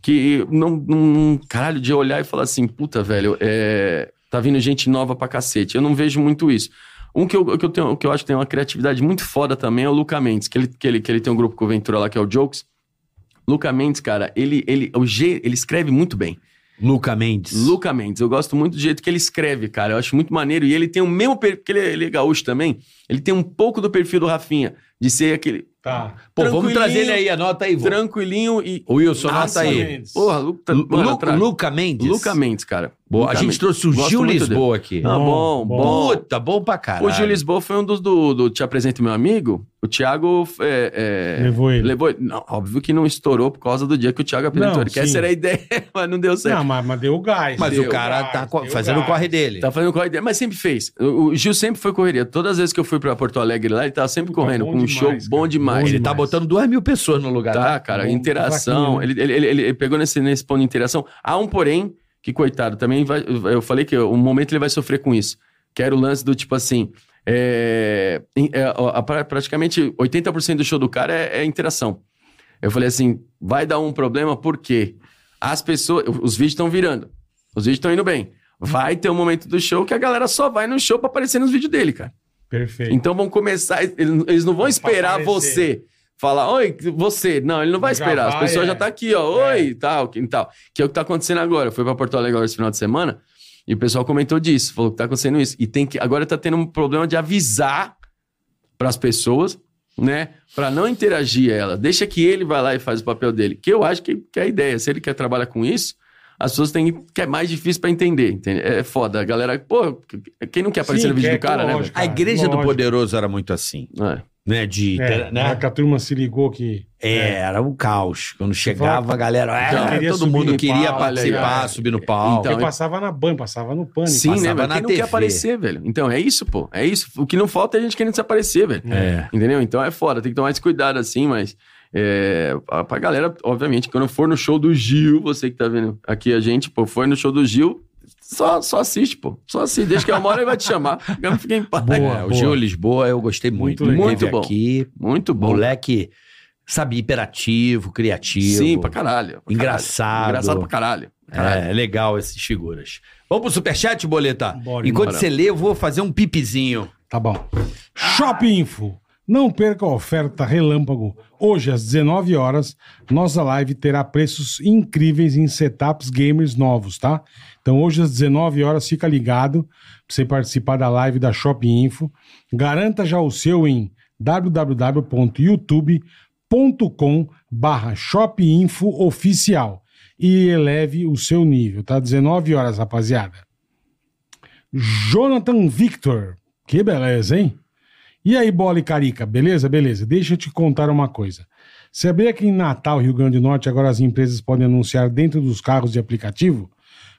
G: Que não, não- Caralho, de olhar e falar assim, puta, velho, é, tá vindo gente nova pra cacete. Eu não vejo muito isso. Um que eu, que eu, tenho, que eu acho que tem uma criatividade muito foda também é o Luca Mendes, que ele, que ele, que ele tem um grupo com o Ventura lá, que é o Jokes. Luca Mendes, cara, ele, ele, o je- ele escreve muito bem.
C: Luca Mendes.
G: Luca Mendes, eu gosto muito do jeito que ele escreve, cara. Eu acho muito maneiro. E ele tem o mesmo perfil, porque ele, é- ele é gaúcho também. Ele tem um pouco do perfil do Rafinha, de ser aquele.
D: Tá.
E: Pô, vamos
G: Tranquilinho.
E: trazer ele aí, anota aí, vô.
G: Tranquilinho e.
E: Wilson, anota
G: Nossa,
E: aí.
D: Mendes.
G: Porra, Lu- tá-
E: Lu-
G: mano,
E: Lu-
G: tra-
E: Luca Mendes.
G: Luca Mendes, cara.
E: Boa, a
G: Luca
E: gente
G: Mendes.
E: trouxe o
G: Gosto
E: Gil
G: muito dele.
E: Lisboa aqui.
G: Ah,
D: Bom,
G: bom, bom.
E: Puta, bom pra caralho.
G: O Gil Lisboa foi um dos do, do Te Apresento Meu Amigo. O Thiago é, é,
D: Levou ele.
G: levou ele. Não, óbvio que não estourou por causa do dia que o Thiago apresentou
D: Não,
G: ele. Que
D: sim.
G: essa era a ideia, [LAUGHS] mas não deu certo.
D: Não, mas, mas deu gás.
E: Mas
D: deu
E: o cara
D: gás,
E: tá co-
D: deu
E: fazendo o
D: gás.
E: corre dele.
G: Tá fazendo correria, mas sempre fez. O, o Gil sempre foi correria. Todas as vezes que eu fui pra Porto Alegre lá, ele tava sempre
D: Puta,
G: correndo,
D: bom
G: com um
D: demais,
G: show
D: cara.
G: bom demais.
D: Bom
E: ele tá
D: demais.
E: botando duas mil pessoas no lugar.
G: Tá,
E: Tá?
G: cara,
D: bom,
G: interação.
D: tá
G: Ele, ele, ele, ele pegou nesse, nesse ponto de interação. Há um porém, que coitado, também vai, eu falei que um momento ele vai sofrer com isso. Que era o lance do tipo assim. é, em- é, ó, a pra- praticamente 80% do show do cara é, é interação. Eu falei assim: vai dar um problema porque as pessoas. Os vídeos estão virando. Os vídeos estão indo bem. Vai ter um momento do show que a galera só vai no show pra aparecer nos vídeos dele, cara.
D: Perfeito.
G: Então vão começar. Eles eles não vão esperar
D: aparecer.
G: você falar, oi, você. Não, ele não vai
D: Já
G: esperar. As
D: vai,
G: pessoas
D: é.
G: já tá aqui, ó,
D: É.
G: oi, tal, que tal. Que é o que tá acontecendo agora. Eu fui pra Porto Alegre agora esse final de semana e o pessoal comentou disso, falou que tá acontecendo isso. E tem que. Agora tá tendo um problema de avisar pras pessoas, né? Pra não interagir ela. Deixa que ele vai lá e faz o papel dele. Que eu acho que, que é a ideia. Se ele quer trabalhar com isso. As pessoas têm que é mais difícil pra entender, entende? É foda, a galera. Pô, quem não quer aparecer
D: Sim,
G: no vídeo
D: quer,
G: do cara, né?
D: lógico,
E: A igreja do
D: lógico.
E: poderoso era muito assim,
G: velho? É.
E: né? De,
D: É,
E: né?
D: na hora que a turma se ligou que.
E: É, era um caos. Quando chegava, a galera.
D: Já
E: é,
D: queria
E: todo
D: subir
E: mundo
D: no
E: queria
D: palco,
E: participar,
G: já.
E: subir no palco.
G: Então,
D: Porque passava na banha, passava no pânico.
G: Sim, né,
E: Passava
G: velho?
E: na
G: Quem não quer
E: TV.
G: aparecer, velho? Então, é isso, pô. É isso. O que não falta é a gente querendo se aparecer, velho.
E: É.
G: Entendeu? Então é foda. Tem que tomar esse cuidado, assim, mas... É, pra pra galera, obviamente, quando for no show do Gil, você que tá vendo aqui a gente, pô, foi no show do Gil, só, só assiste, pô. Só assiste. Deixa que uma hora ele vai te chamar. [LAUGHS] Eu fiquei em paz.
D: Boa,
E: É, o
D: boa.
E: Gil Lisboa eu gostei
D: Muito
E: muito.
D: legal.
E: Muito
G: Muito bom.
E: aqui,
G: Muito bom.
E: moleque, sabe, hiperativo, criativo.
G: Sim, pra caralho. pra caralho.
E: Engraçado.
G: Engraçado pra caralho. caralho.
E: É, legal essas figuras. Vamos pro superchat, Boleta?
D: Bora,
E: Enquanto
G: bora.
E: você lê, eu vou fazer um pipizinho.
D: Tá bom. Shop Info. Não perca a oferta Relâmpago. Hoje, às 19 horas, nossa live terá preços incríveis em setups gamers novos, tá? Então, hoje, às 19 horas, fica ligado pra você participar da live da Shop Info. Garanta já o seu em www.youtube.com barra Shop Info Oficial e eleve o seu nível, tá? 19 horas, rapaziada. Jonathan Victor. Que beleza, hein? E aí, bola e carica, beleza? Beleza. Deixa eu te contar uma coisa. Sabia que em Natal, Rio Grande do Norte, agora as empresas podem anunciar dentro dos carros de aplicativo?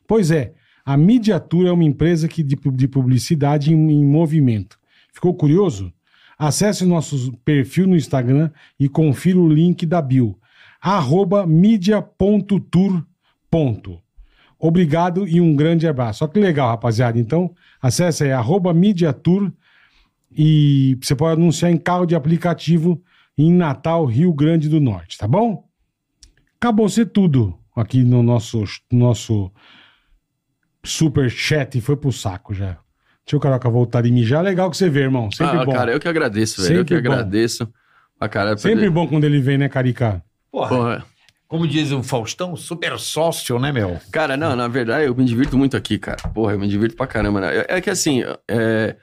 D: Pois é, a Mediatura é uma empresa que, de, pu- de publicidade em, em movimento. Ficou curioso? Acesse nosso perfil no Instagram e confira o link da bio. Arroba media.tour. ponto. Obrigado e um grande abraço. Olha que legal, rapaziada. Então, acesse aí, arroba Mediatur e você pode anunciar em carro de aplicativo em Natal, Rio Grande do Norte, tá bom? Acabou ser tudo aqui no nosso, nosso super chat e foi pro saco já. Deixa o Caroca voltar e mijar. Legal que você vê, irmão. Sempre
G: Ah,
D: bom.
G: Cara, eu que agradeço, velho. Eu que
D: Sempre bom.
G: agradeço. Pra caralho.
D: Sempre bom quando ele vem, né, Carica?
G: Porra.
E: Como diz o Faustão, super sócio, né, meu?
G: Cara, não, na verdade eu me divirto muito aqui, cara. Porra, eu me divirto pra caramba. Né? É é que assim, é,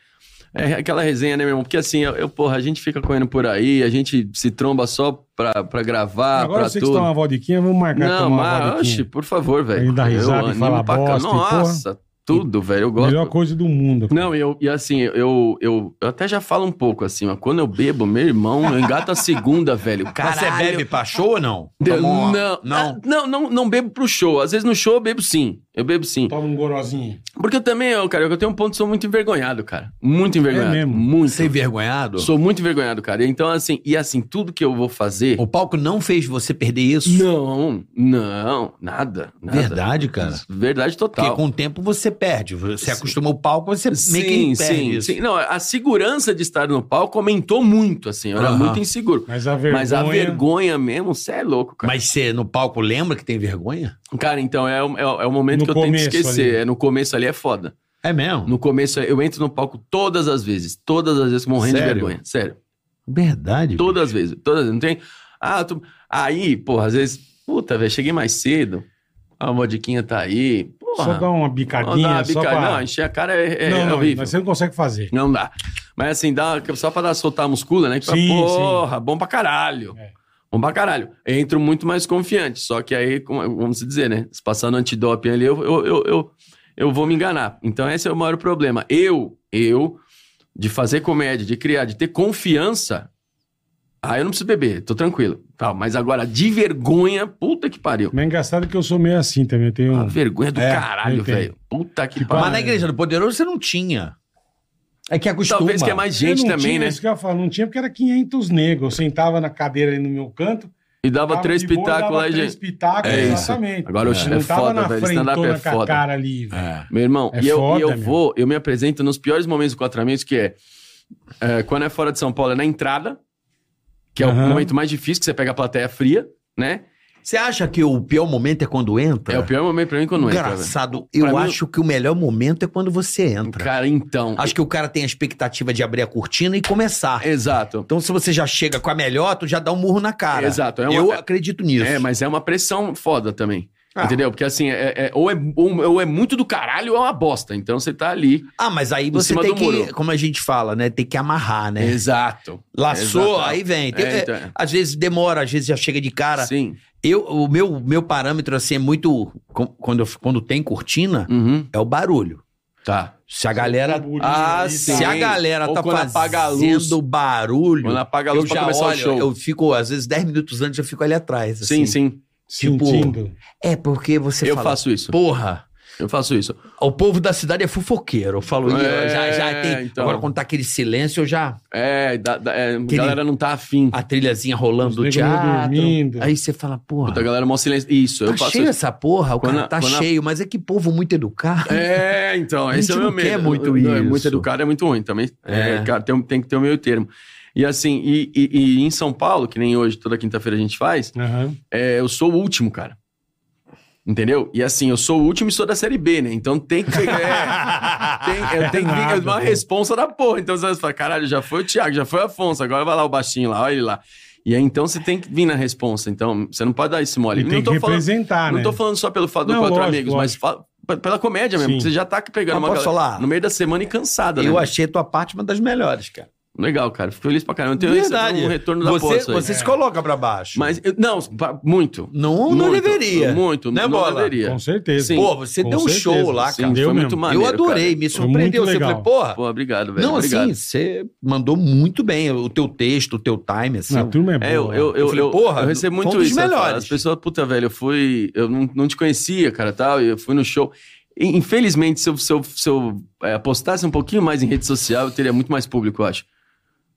G: é aquela resenha, né, meu irmão? Porque assim, eu, eu, porra, a gente fica correndo por aí, a gente se tromba só pra, pra gravar,
D: Agora
G: Ah, pra
D: eu sei que você
G: tudo.
D: tá uma vodiquinha, vamos marcar
G: não,
D: tomar uma
G: mas, oxe,
D: vodiquinha.
G: por favor, velho.
D: Ele dá risada e
G: animo
D: fala
G: pra
D: bosta
G: caralho.
D: e, porra.
G: Nossa, tudo, velho. Eu gosto.
D: Melhor coisa do mundo.
G: Não, e eu, e assim, eu, eu, eu até já falo um pouco assim, mas quando eu bebo, meu irmão, eu engato a segunda, [LAUGHS] velho. Caralho,
E: Você é bebe pra show ou não?
G: Deu-
E: Tomou uma-
G: Não,
E: Não.
G: ah, não, não, não bebo pro show. Às vezes no show eu bebo sim. Eu bebo sim.
D: Toma um gorozinho.
G: Porque eu também, eu, cara, eu tenho um ponto, sou muito envergonhado, cara. Muito envergonhado.
D: É mesmo?
G: Muito.
E: Sem vergonhado?
G: Sou muito envergonhado, cara. Então, assim, e assim, tudo que eu vou fazer.
E: O palco não fez você perder isso?
G: Não, não, nada. nada.
E: Verdade, cara.
G: Verdade
E: Porque
G: total.
E: com o tempo você perde. Você
G: Sim.
E: acostuma o palco, você meio que perde isso.
G: Não, a segurança de estar no palco aumentou muito, assim. Eu era
E: Aham.
G: muito inseguro.
D: Mas a vergonha...
G: Mas a vergonha mesmo, você é louco, cara.
E: Mas você no palco lembra que tem vergonha?
G: Cara, então é, o- é, o- é o momento
D: No
G: que eu tento
D: começo
G: esquecer.
D: ali.
G: É, no começo ali é foda.
E: É mesmo?
G: No começo eu entro no palco todas as vezes. Todas as vezes morrendo
E: Sério?
G: de vergonha. Sério.
E: Verdade.
G: Uhum. Todas as vezes. Todas as vezes. Não tem. Ah, tu- aí, porra, às vezes. Puta, velho, cheguei mais cedo. A modiquinha tá aí. Porra.
D: Só dá uma bicadinha,
G: Não, dá uma bica-
D: só pra...
G: não, encher a cara é, é
D: não, não,
G: horrível.
D: mas você não consegue fazer.
G: Não dá. Mas assim, dá, só pra dar, soltar a muscula, né? Que fala,
D: Sim,
G: porra, bom pra caralho.
D: É.
G: Bom pra caralho. Eu entro muito mais confiante. Só que aí, como- vamos dizer, né? Se passar no antidoping ali, eu, eu, eu, eu, eu vou me enganar. Então esse é o maior problema. Eu, eu, de fazer comédia, de criar, de ter confiança, ah, eu não preciso beber, tô tranquilo. Tal, mas agora, de vergonha, puta que pariu.
D: Mas é engraçado que eu sou meio assim também. Eu tenho...
G: A vergonha do
D: É, eu
G: caralho,
D: entendo. é
G: velho. Puta que
D: Que
G: pariu.
C: Mas na igreja do poderoso você não tinha. É que acostuma.
G: Talvez que é mais gente
D: Eu não
G: também,
D: tinha,
G: né?
D: Isso que eu falo, não tinha porque era 500 negros. Eu sentava na cadeira ali no meu canto.
G: E dava
D: tava
G: três
D: de boa,
G: pitacos
D: dava
G: lá,
D: três
G: gente.
D: pitacos,
G: É isso.
D: exatamente.
G: Agora o
D: Eu
G: Chile é
D: não tava
G: foda,
D: na
G: velho. Stand-up
D: frentona
G: é
D: com a
G: foda.
D: cara ali, velho.
G: Meu irmão,
D: É
G: e eu,
D: foda,
G: e eu
D: meu.
G: vou, eu me apresento nos piores momentos do Quatro Amigos, que é, é, quando é fora de São Paulo, é na entrada, que é
D: Aham.
G: o momento mais difícil, que você pega a plateia fria, né?
C: Você acha que o pior momento é quando entra?
G: É o pior momento pra mim quando entra, velho.
C: Engraçado. Eu
G: Pra mim-
C: acho que o melhor momento é quando você entra.
G: Cara, então.
C: Acho que o cara tem a expectativa de abrir a cortina e começar.
G: Exato.
C: Então, se você já chega com a melhor, tu já dá um murro na cara.
G: Exato, é uma-
C: Eu acredito nisso.
G: É, mas é uma pressão foda também.
C: Ah.
G: Entendeu? Porque assim, é- é- ou, é, ou, ou é muito do caralho ou é uma bosta. Então você tá ali.
C: Ah, mas aí você
G: cima
C: tem
G: do
C: que,
G: muro.
C: como a gente fala, né? Tem que amarrar, né?
G: Exato.
C: Laçou,
G: Exato.
C: aí vem. Tem-
G: É,
C: é,
G: então, é.
C: Às vezes demora, às vezes já chega de cara.
G: Sim.
C: Eu, o meu, meu parâmetro, assim, é muito... com- Quando, eu- quando tem cortina,
G: Uhum.
C: é o barulho.
G: Tá.
C: Se a galera...
D: Burburinho
G: Ah,
D: ali,
G: sim.
C: Se a galera
G: Ou
C: tá
G: quando
C: fazendo
G: apaga a luz.
C: barulho...
G: Quando apaga a luz
C: eu
G: pra
C: já
G: começar o
C: olho,
G: show.
C: eu fico, às vezes, 10 minutos antes, eu fico ali atrás.
G: Sim,
C: assim.
G: sim.
C: Tipo,
D: Sentindo.
C: É, porque você
G: eu
C: fala,
G: faço isso.
C: porra,
G: Eu faço isso.
C: o povo da cidade é fofoqueiro. Eu falo, "Ih,
G: É,
C: já, já tem...
G: então.
C: Agora, quando tá aquele silêncio, eu já...
G: É, da, da- é, a galera não tá afim.
C: A trilhazinha rolando
D: Os
C: do
D: negros meio
C: teatro.
D: dormindo.
C: Aí você fala, porra...
G: Puta, a galera mó silêncio. Isso, eu
C: tá
G: faço
C: cheio
G: isso.
C: essa porra, o
G: Quando
C: cara
G: a-
C: tá
G: quando a-
C: cheio, mas é que povo muito
G: [LAUGHS]
C: educado.
G: É, então,
C: A
G: esse é
C: gente
G: o meu
C: não quer
G: medo.
C: muito
G: Não, É muito
C: isso.
G: educado, é muito ruim também.
C: É.
G: É, cara, tem, tem que ter o meio termo. E assim, e, e- e em São Paulo, que nem hoje, toda quinta-feira a gente faz,
D: Aham.
G: é, eu sou o último, cara. Entendeu? E assim, eu sou o último e sou da Série B, né? Então tem que
C: [LAUGHS]
G: pegar. é, tem- eu tenho que
D: nada,
G: ter uma
D: pô.
G: responsa da porra. Então você fala, caralho, já foi o Thiago, já foi o Afonso, agora vai lá o baixinho lá, olha ele lá. E aí então você tem que vir na responsa. Então você não pode dar esse mole.
D: E tem
G: não
D: que
G: tô falando,
D: representar,
G: não
D: né?
G: tô falando só pelo fato do
D: Não,
G: Quatro
D: lógico,
G: Amigos, mas
D: lógico.
G: fa- p- pela comédia mesmo.
D: Sim.
G: porque Você já tá pegando
C: Mas
G: uma
C: Ah, posso
G: galera
C: falar?
G: no meio da semana e cansada, né?
C: Eu achei tua parte uma das melhores, cara.
G: Legal, cara. Fico feliz pra caramba. Eu tenho
C: Verdade.
G: esse, um retorno da porra.
C: Você,
G: isso aí.
C: você se coloca pra baixo.
G: Mas, eu- não, pa- muito.
C: não, Um não
G: Muito,
C: deveria.
G: Muito,
C: Né,
G: não
C: Bola?
G: deveria.
D: Com certeza.
G: Sim.
C: Pô, você
D: Com
C: deu um
D: certeza.
C: show lá,
D: Sim,
C: cara.
D: deu
G: foi
D: mesmo.
G: muito maneiro,
C: eu adorei,
G: cara.
C: me surpreendeu.
D: muito
C: Você
D: legal.
C: falei, porra.
G: Pô, obrigado, velho.
C: não, assim,
G: obrigado.
C: você mandou muito bem o teu texto, o teu time, assim.
D: A turma é boa.
G: É, eu, eu, eu,
C: falei,
G: eu-
C: porra,
G: eu recebo
C: foi um
G: muito
C: dos
G: isso. né,
C: melhores.
G: cara? As pessoas, puta, velho, eu fui. Eu não, não te conhecia, cara, tal. e Eu fui no show. E, Infelizmente, se eu, se eu, se eu, é, apostasse um pouquinho mais em rede social, eu teria muito mais público, eu acho.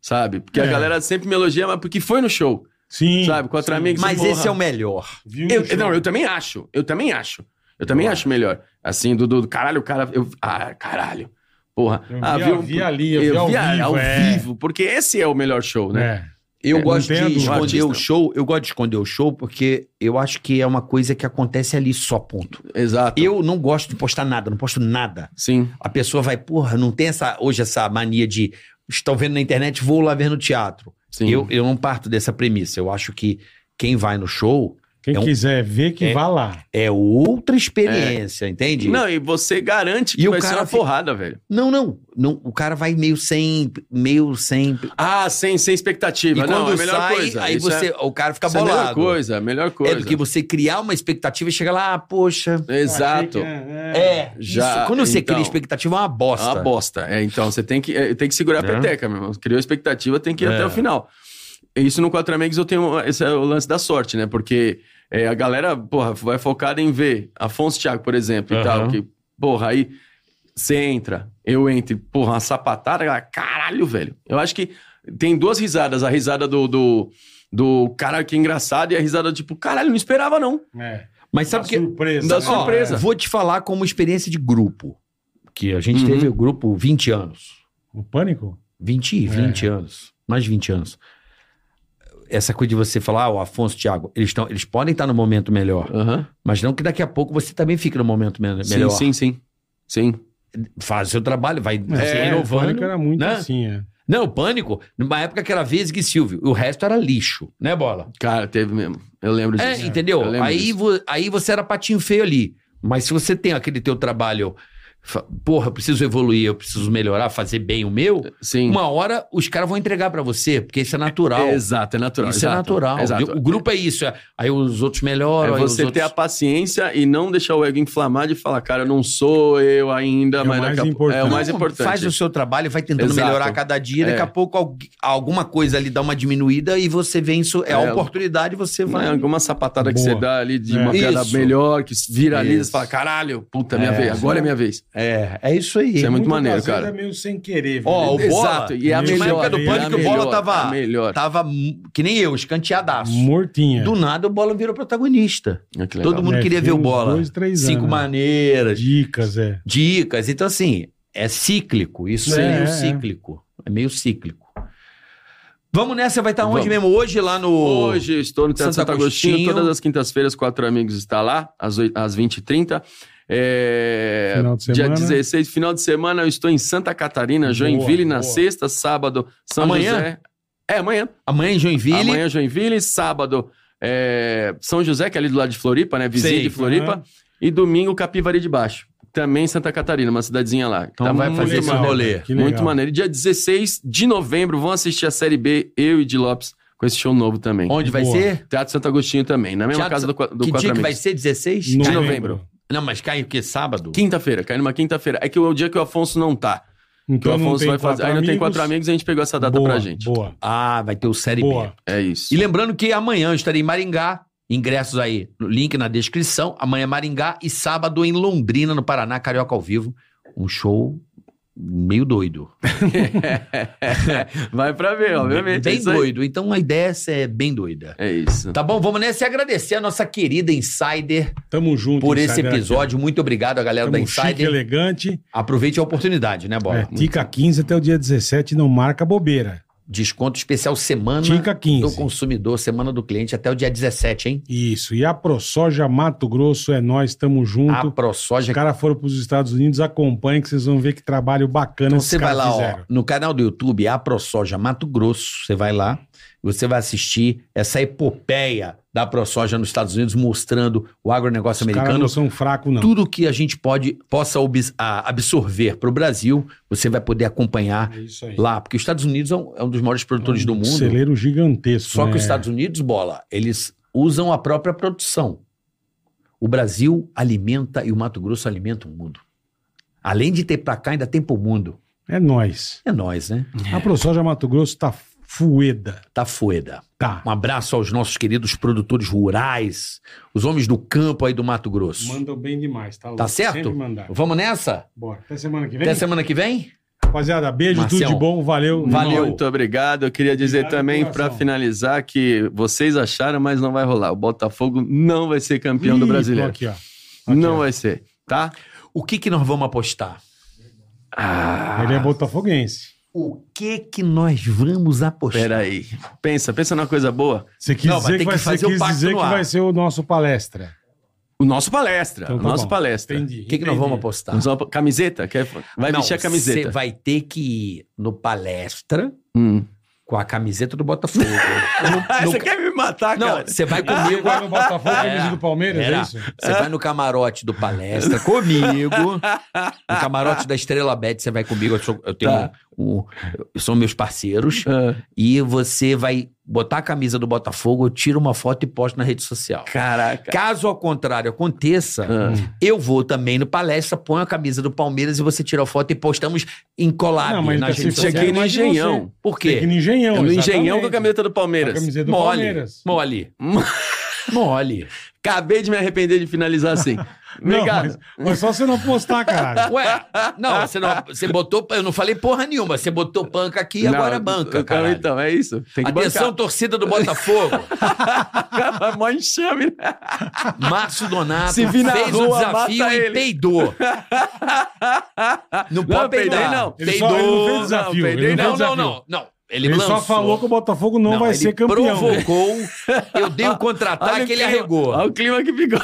G: Sabe? Porque a
D: É.
G: galera sempre me elogia, mas porque foi no show.
D: Sim.
G: sabe, quatro amigos,
C: Mas
G: porra.
C: esse é o melhor.
D: Viu
G: Eu-
D: no show.
G: não, eu também acho. Eu também acho. Eu também acho melhor. Assim, do, do do caralho, o cara. Eu, ah, caralho. Porra.
D: Eu
G: ah,
D: vi-
G: viu?
D: eu vi ali, eu vi ao
G: a-
D: vivo, é.
G: vivo, porque esse é o melhor show, né?
D: É.
C: Eu
G: É,
C: gosto
D: entendo.
C: de esconder
G: Artista.
C: o show, eu gosto de esconder o show porque eu acho que é uma coisa que acontece ali só, ponto.
G: Exato.
C: Eu não gosto de postar nada, não posto nada.
G: Sim.
C: A pessoa vai, porra, não tem essa hoje essa mania de estão vendo na internet, vou lá ver no teatro.
G: Sim.
C: Eu, eu não parto dessa premissa. Eu acho que quem vai no show
D: Quem
C: É um-
D: quiser ver, que
C: É.
D: vá lá.
C: é outra experiência, entende?
G: É. Não, e você garante que
C: E o
G: vai ser
C: cara
G: uma
C: fica-
G: porrada, velho.
C: não, não, não. O cara vai meio sem, meio sem.
G: Ah, sem, sem
C: E
G: expectativa. não, é
C: quando
G: a melhor
C: sai,
G: coisa.
C: aí
G: Isso
C: você,
G: é,
C: o cara fica
G: isso é a melhor
C: bolado.
G: coisa, a melhor
C: É
G: coisa.
C: do que você criar uma expectativa e chega lá, ah, poxa.
G: Exato.
D: Eu achei que-
C: É,
G: já,
C: isso, quando você
G: então.
C: cria expectativa é uma bosta.
G: É uma bosta. É, então, você tem que, é, tem que segurar a
C: Né?
G: peteca, meu irmão. Criou expectativa, tem que ir
C: É.
G: até o final. Isso no Quatro Amigos eu tenho. Esse é o lance da sorte, né? Porque é, a galera, porra, vai focada em ver Afonso Thiago, por exemplo, e tal. Que, porra, aí você entra, eu entro, e, porra, uma sapatada, a galera, caralho, velho. Eu acho que tem duas risadas. A risada do. do do cara que é engraçado e a risada tipo, caralho, não esperava não.
D: É.
C: Mas sabe
D: Da
C: o que.
D: surpresa.
G: da
D: né?
G: surpresa.
C: Ó, vou te falar como experiência de grupo. Que a gente
G: Uhum.
C: teve o grupo 20 anos.
D: O pânico?
C: 20,
D: É.
C: 20 anos. Mais 20 anos. Essa coisa de você falar, ah, o Afonso, Thiago, eles, tão, eles podem estar no momento melhor, mas não que daqui a pouco você também fique no momento me-
G: Sim,
C: melhor.
G: sim, sim. Sim.
C: Faz o seu trabalho, vai se
D: É, o
C: inovando.
D: pânico era muito
C: né?
D: assim, é.
C: Não, o pânico, numa época que era Vesga e Silvio, o resto era lixo, né, Bola?
G: Cara, teve mesmo. Eu lembro
C: É,
G: disso. né? Eu
C: entendeu?
G: lembro
C: Aí,
G: disso.
C: vo- aí você era patinho feio ali, mas se você tem aquele teu trabalho fa- porra, eu preciso evoluir, eu preciso melhorar, fazer bem o meu,
G: Sim.
C: uma hora os caras vão entregar pra você, porque isso é natural.
G: Exato, é natural.
C: Isso é
G: exato,
C: natural.
G: Exato.
C: O grupo é isso. é- aí os outros melhoram.
G: É
C: aí os
G: você ter
C: outros-
G: a paciência e não deixar o ego inflamar de falar, cara, eu não sou eu ainda,
D: É o
G: mas
D: mais
G: daqui a pouco. É o
D: importante.
G: mais
C: Não,
G: importante.
C: Faz o seu trabalho, vai tentando
G: Exato.
C: melhorar a cada dia. Daqui
G: É.
C: a pouco algu- alguma coisa ali dá uma diminuída e você vem. Isso é a
G: É.
C: oportunidade, você
G: Né,
C: vai.
G: alguma sapatada que
D: Boa.
G: você dá ali de
D: É.
G: uma piada
C: Isso.
G: melhor, que viraliza,
C: Isso.
G: você fala, caralho, puta, minha
D: É.
G: vez, agora é minha vez.
C: É, é isso aí.
G: Isso é muito
D: Muitas
G: maneiro,
D: vezes
G: cara.
D: É meio sem querer.
C: Ó, o
D: velho.
C: Bola,
G: Exato, e é a
D: na época
G: melhor.
C: do
G: é a
C: Pânico, o Bola
G: melhor,
C: tava- Tá.
G: é a melhor.
C: Tava mu- que nem eu, escanteadaço.
D: Mortinha.
C: Do nada o Bola virou protagonista.
G: Olha que legal.
C: Todo mundo
D: É,
C: queria ver o
D: tem uns
C: Bola.
D: dois, três
C: Cinco
D: anos.
C: maneiras,
D: Dicas, é.
C: dicas. Então, assim, é cíclico. Isso é,
D: É,
C: meio
D: é.
C: cíclico. É meio cíclico. Vamos nessa, vai estar onde
G: Vamos.
C: mesmo? Hoje lá no.
G: Hoje estou no Teatro
C: Santo
G: Santo Agostinho,
C: Agostinho.
G: todas as quintas-feiras, quatro amigos está lá, às, oito- às 20h30. É,
D: Final de
G: Dia
D: semana.
G: 16, final de semana, eu estou em Santa Catarina, Joinville, na
D: boa.
G: sexta, sábado, São
C: Amanhã?
G: José. É, amanhã.
C: Amanhã em Joinville.
G: Amanhã, Joinville, sábado, é, São José, que é ali do lado de Floripa, né? Vizinho
C: Sei.
G: de Floripa.
D: Aham.
G: E domingo, Capivari de Baixo. Também em Santa Catarina, uma cidadezinha lá.
C: Então vai fazer esse
G: maneiro.
C: rolê.
D: Que legal.
G: Muito maneiro. E dia 16 de novembro, vão assistir a Série B, eu e de Lopes, com esse show novo também.
C: Onde vai
D: Boa.
C: ser?
G: Teatro Santo Agostinho também, na mesma
C: Teatro
G: casa do, qua- do
C: que
G: Quatro
C: dia que vai
G: Amigos.
C: ser? 16?
G: No-
C: Cai-
G: novembro.
C: Não, mas cai o quê? Sábado?
G: Quinta-feira, cai numa quinta-feira. É que o, é o dia que o Afonso não tá. Que
D: Então
G: o
D: não
G: Afonso
D: tem
G: vai fazer.
D: quatro
G: Ainda tem
D: amigos.
G: quatro amigos e a gente pegou essa data
D: boa,
G: pra gente.
D: Boa,
C: Ah, vai ter o Série B.
D: boa.
G: É isso.
C: E lembrando que amanhã eu estarei em Maringá. Ingressos aí, no link na descrição. Amanhã é Maringá e sábado em Londrina, no Paraná, Carioca ao vivo. Um show meio doido.
G: vai pra ver, obviamente. é
C: bem
G: isso aí.
C: doido. Então a ideia essa é bem doida.
G: É isso.
C: Tá bom? Vamos nessa e agradecer a nossa querida Insider
D: Tamo junto.
C: por esse
D: Instagram.
C: episódio. Muito obrigado a galera
D: Tamo
C: da
D: chique,
C: Insider.
D: elegante.
C: Aproveite a oportunidade, né, Bola?
D: É, Tica 15 até o dia 17, não marca bobeira.
C: Desconto especial semana
D: Tica
C: do
D: 15.
C: consumidor, semana do cliente, até o dia 17, hein?
D: Isso. E a ProSoja Mato Grosso é nós, tamo
C: A
D: junto.
C: ProSoja.
D: Os caras foram pros Estados Unidos, acompanhem que vocês vão ver que trabalho bacana
C: Então
D: esses
C: você vai
D: caras
C: lá, ó,
D: fizeram.
C: no canal do YouTube, a ProSoja Mato Grosso, você vai lá, você vai assistir essa epopeia da ProSoja nos Estados Unidos, mostrando o agronegócio
D: Os caras
C: americano,
D: não são fracos, não.
C: tudo que a gente pode, possa obs- a- absorver para o Brasil, você vai poder acompanhar
D: É isso aí.
C: lá, porque os Estados Unidos é um, é um dos maiores produtores do
D: Um
C: mundo,
D: celeiro gigantesco.
C: só que
D: né?
C: os Estados Unidos, bola, eles usam a própria produção. O Brasil alimenta e o Mato Grosso alimenta o mundo. Além de ter para cá, ainda tem para o mundo.
D: É nós.
C: É nós, né?
D: A ProSoja Mato Grosso tá fueda.
C: Tá foda.
D: Tá.
C: Um abraço aos nossos queridos produtores rurais, os homens do campo aí do Mato Grosso.
D: Mandam bem demais, tá?
C: Tá certo?
D: Sempre mandaram.
C: Vamos nessa?
D: Bora. Até semana que vem.
C: Até semana que vem?
D: Rapaziada, beijo,
C: Marcião.
D: tudo de bom. Valeu.
C: Valeu.
G: Muito obrigado. Eu queria dizer
D: Obrigado de
G: também,
D: coração.
G: pra finalizar, que vocês acharam, mas não vai rolar. O Botafogo não vai ser campeão do
D: Ih, tô
G: brasileiro.
D: Aqui, ó. Aqui,
G: não
D: ó.
G: vai ser, tá?
C: O que que nós vamos apostar?
G: Ah.
D: Ele é
C: Ah.
D: botafoguense.
C: O que que nós vamos apostar?
G: Peraí. Pensa, pensa numa coisa boa.
D: Você quis
C: Não, mas
D: dizer,
C: tem
D: que vai,
C: que fazer
D: você
C: o
D: quis
C: pacto
D: dizer
C: no
D: que
C: ar.
D: vai ser o nosso palestra.
G: O nosso palestra.
D: Então
G: o
D: tá
G: nosso
D: bom.
G: palestra.
D: Entendi.
C: O que que nós vamos apostar?
G: Nós vamos- um Camiseta? Quer... Vai
C: Não,
G: vestir a camiseta.
C: Você vai ter que ir no palestra
G: Hum.
C: com a camiseta do
G: [LAUGHS]
C: Botafogo.
G: Ah,
C: no-
G: você quer me matar,
C: Não,
G: cara?
C: você Ah, vai
D: Você
C: comigo.
D: Ah, vai no Botafogo,
C: É.
D: camisa do Palmeiras,
C: Era.
D: é isso?
C: Você vai no camarote do palestra comigo. No camarote da Estrela Bet, você vai comigo. Eu, sou- eu tenho
G: Tá.
C: um- um- são meus parceiros.
G: Ah,
C: E você vai botar a camisa do Botafogo, eu tiro uma foto e posto na rede social.
G: Caraca.
C: Caso ao contrário aconteça,
G: Ah.
C: eu vou também no palestra, ponho a camisa do Palmeiras e você tira a foto e postamos em collab
D: Não, mas ele
C: nas
D: tá
C: redes
D: se
C: sociais.
G: Cheguei no
D: Mas de
G: Engenhão.
C: Por
D: Tem que ir
C: quê?
D: no
G: Eu
D: Engenhão,
G: É no
D: exatamente.
G: Engenhão com a camisa do
D: A
G: Palmeiras.
D: camiseta do
C: Mole.
D: Palmeiras.
G: [LAUGHS]
C: Mole. Mole.
G: Acabei de me arrepender de finalizar [LAUGHS] assim.
D: Não,
G: Obrigado.
D: mas, mas só você não postar, caralho.
C: Ué,
G: [LAUGHS]
C: não, você não, você botou, eu não falei porra nenhuma, você botou panca aqui e
G: Não,
C: agora é
G: então,
C: banca, cara.
G: Então, é isso. Tem que
C: Atenção, torcida do
G: [LAUGHS]
C: Botafogo.
G: bancar. Mó enxame, né?
C: Márcio Donato
G: Se vir na
C: fez o
G: rua,
C: desafio
G: mata
C: e
G: ele.
C: peidou. Não pode
G: peidei,
C: peidar.
G: não.
D: Ele só- ele não fez desafio,
G: peidei,
D: ele não
C: Não,
D: fez
C: não,
D: desafio.
C: não, não. [LAUGHS] Ele,
D: Ele, só
C: lançou.
D: falou que o Botafogo não, vai
C: ele
D: ser campeão. né?
G: [LAUGHS]
C: provocou, eu dei o
G: Olha o
C: contra-ataque ele
G: clima-
C: arregou.
G: Olha o clima que ficou.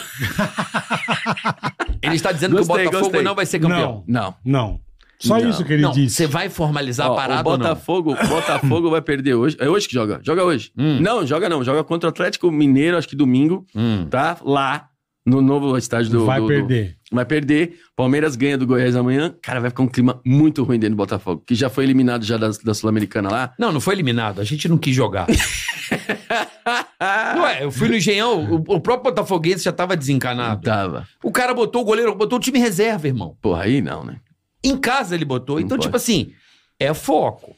C: Ele está dizendo que o
G: Gostei,
C: Botafogo
G: gostei.
C: não vai ser campeão.
G: Não.
D: Não. Só
G: Não.
D: isso que ele disse.
C: você vai formalizar a
G: Ó,
C: parada
G: o
C: ou não?
G: Botafogo, o Botafogo vai perder hoje. É hoje que Hum. joga? Joga hoje. Não, joga não. Joga contra o Atlético Mineiro, acho que domingo,
C: Hum.
G: tá? Lá. no novo estádio do.
D: Vai
G: do- do-
D: perder.
G: vai perder. Palmeiras ganha do Goiás amanhã. Cara, vai ficar um clima muito ruim dentro do Botafogo, que já foi eliminado já da, da Sul-Americana lá.
C: Não, não foi eliminado. A gente não quis
G: [LAUGHS]
C: jogar.
G: Ah,
C: Ué, eu fui no Engenhão, o, o próprio Botafoguense já tava desencanado.
G: Tava.
C: O cara botou o goleiro, botou o time reserva, irmão.
G: Porra, aí não, né?
C: Em casa ele botou.
G: Não
C: Então,
G: pode.
C: tipo assim, é foco.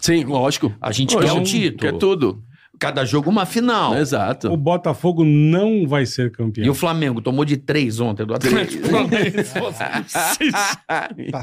G: Sim, lógico.
C: A gente
G: Lógico.
C: quer o título.
G: Quer tudo.
C: Cada jogo uma final.
G: Exato.
D: O Botafogo não vai ser campeão.
C: E o Flamengo tomou de três ontem do Atlético.
G: [LAUGHS]
D: Tá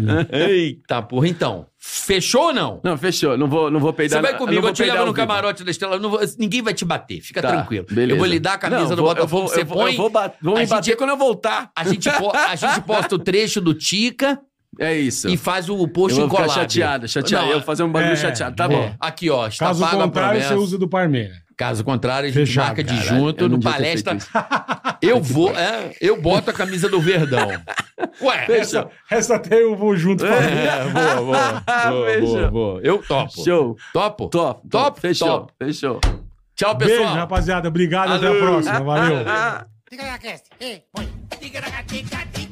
C: [LAUGHS]
D: né?
C: Eita porra, então. Fechou ou não?
G: Não, fechou. Não vou, não vou peidar.
C: Você vai
G: na-
C: comigo,
G: não
C: eu,
G: vou
C: te
G: peidar
C: levo
G: ao
C: no
G: vivo.
C: camarote da Estrela. eu não vou- ninguém vai te bater, fica
G: Tá,
C: tranquilo.
G: beleza.
C: Eu vou lhe dar a camisa
G: Não,
C: do
G: vou-
C: Botafogo
G: eu
C: que
G: vou-
C: você
G: eu vou-
C: põe.
G: Eu vou, bat- vou
C: a
G: me
C: gente-
G: bater quando eu voltar.
C: A gente, po-
G: [LAUGHS]
C: a gente posta o trecho do Tica
G: É isso.
C: e faz o
G: eu
C: post
G: vou ficar
C: encolado.
G: chateado, chateado.
C: Não,
G: eu vou fazer um barulho
D: é,
G: chateado. Tá
D: é.
G: bom.
C: Aqui, ó, está
D: Caso
C: pago
D: contrário,
C: a
D: você
C: promessa.
D: usa do Parmeira.
C: Caso contrário, a gente
D: Fechado,
C: marca de
G: Caralho,
C: junto
G: eu não
C: no
G: devia ter
C: palestra.
G: feito isso.
C: [LAUGHS] Eu vou, é, eu boto a camisa do
G: [LAUGHS]
C: Verdão. Ué,
G: Fechou.
D: Essa até eu vou junto. Parmeira.
C: é, boa, boa, boa,
G: Fechou. [LAUGHS]
C: boa, boa. Eu topo.
G: Show.
C: Topo?
G: Top,
C: Top,
G: top. Fechou,
C: top.
G: fechou.
C: Tchau, [LAUGHS] pessoal.
D: Beijo, rapaziada. Obrigado. Até a
C: Alô. [LAUGHS]
D: próxima. Valeu.
B: Tica na cast. Ei, põe. Tica na tica, tica.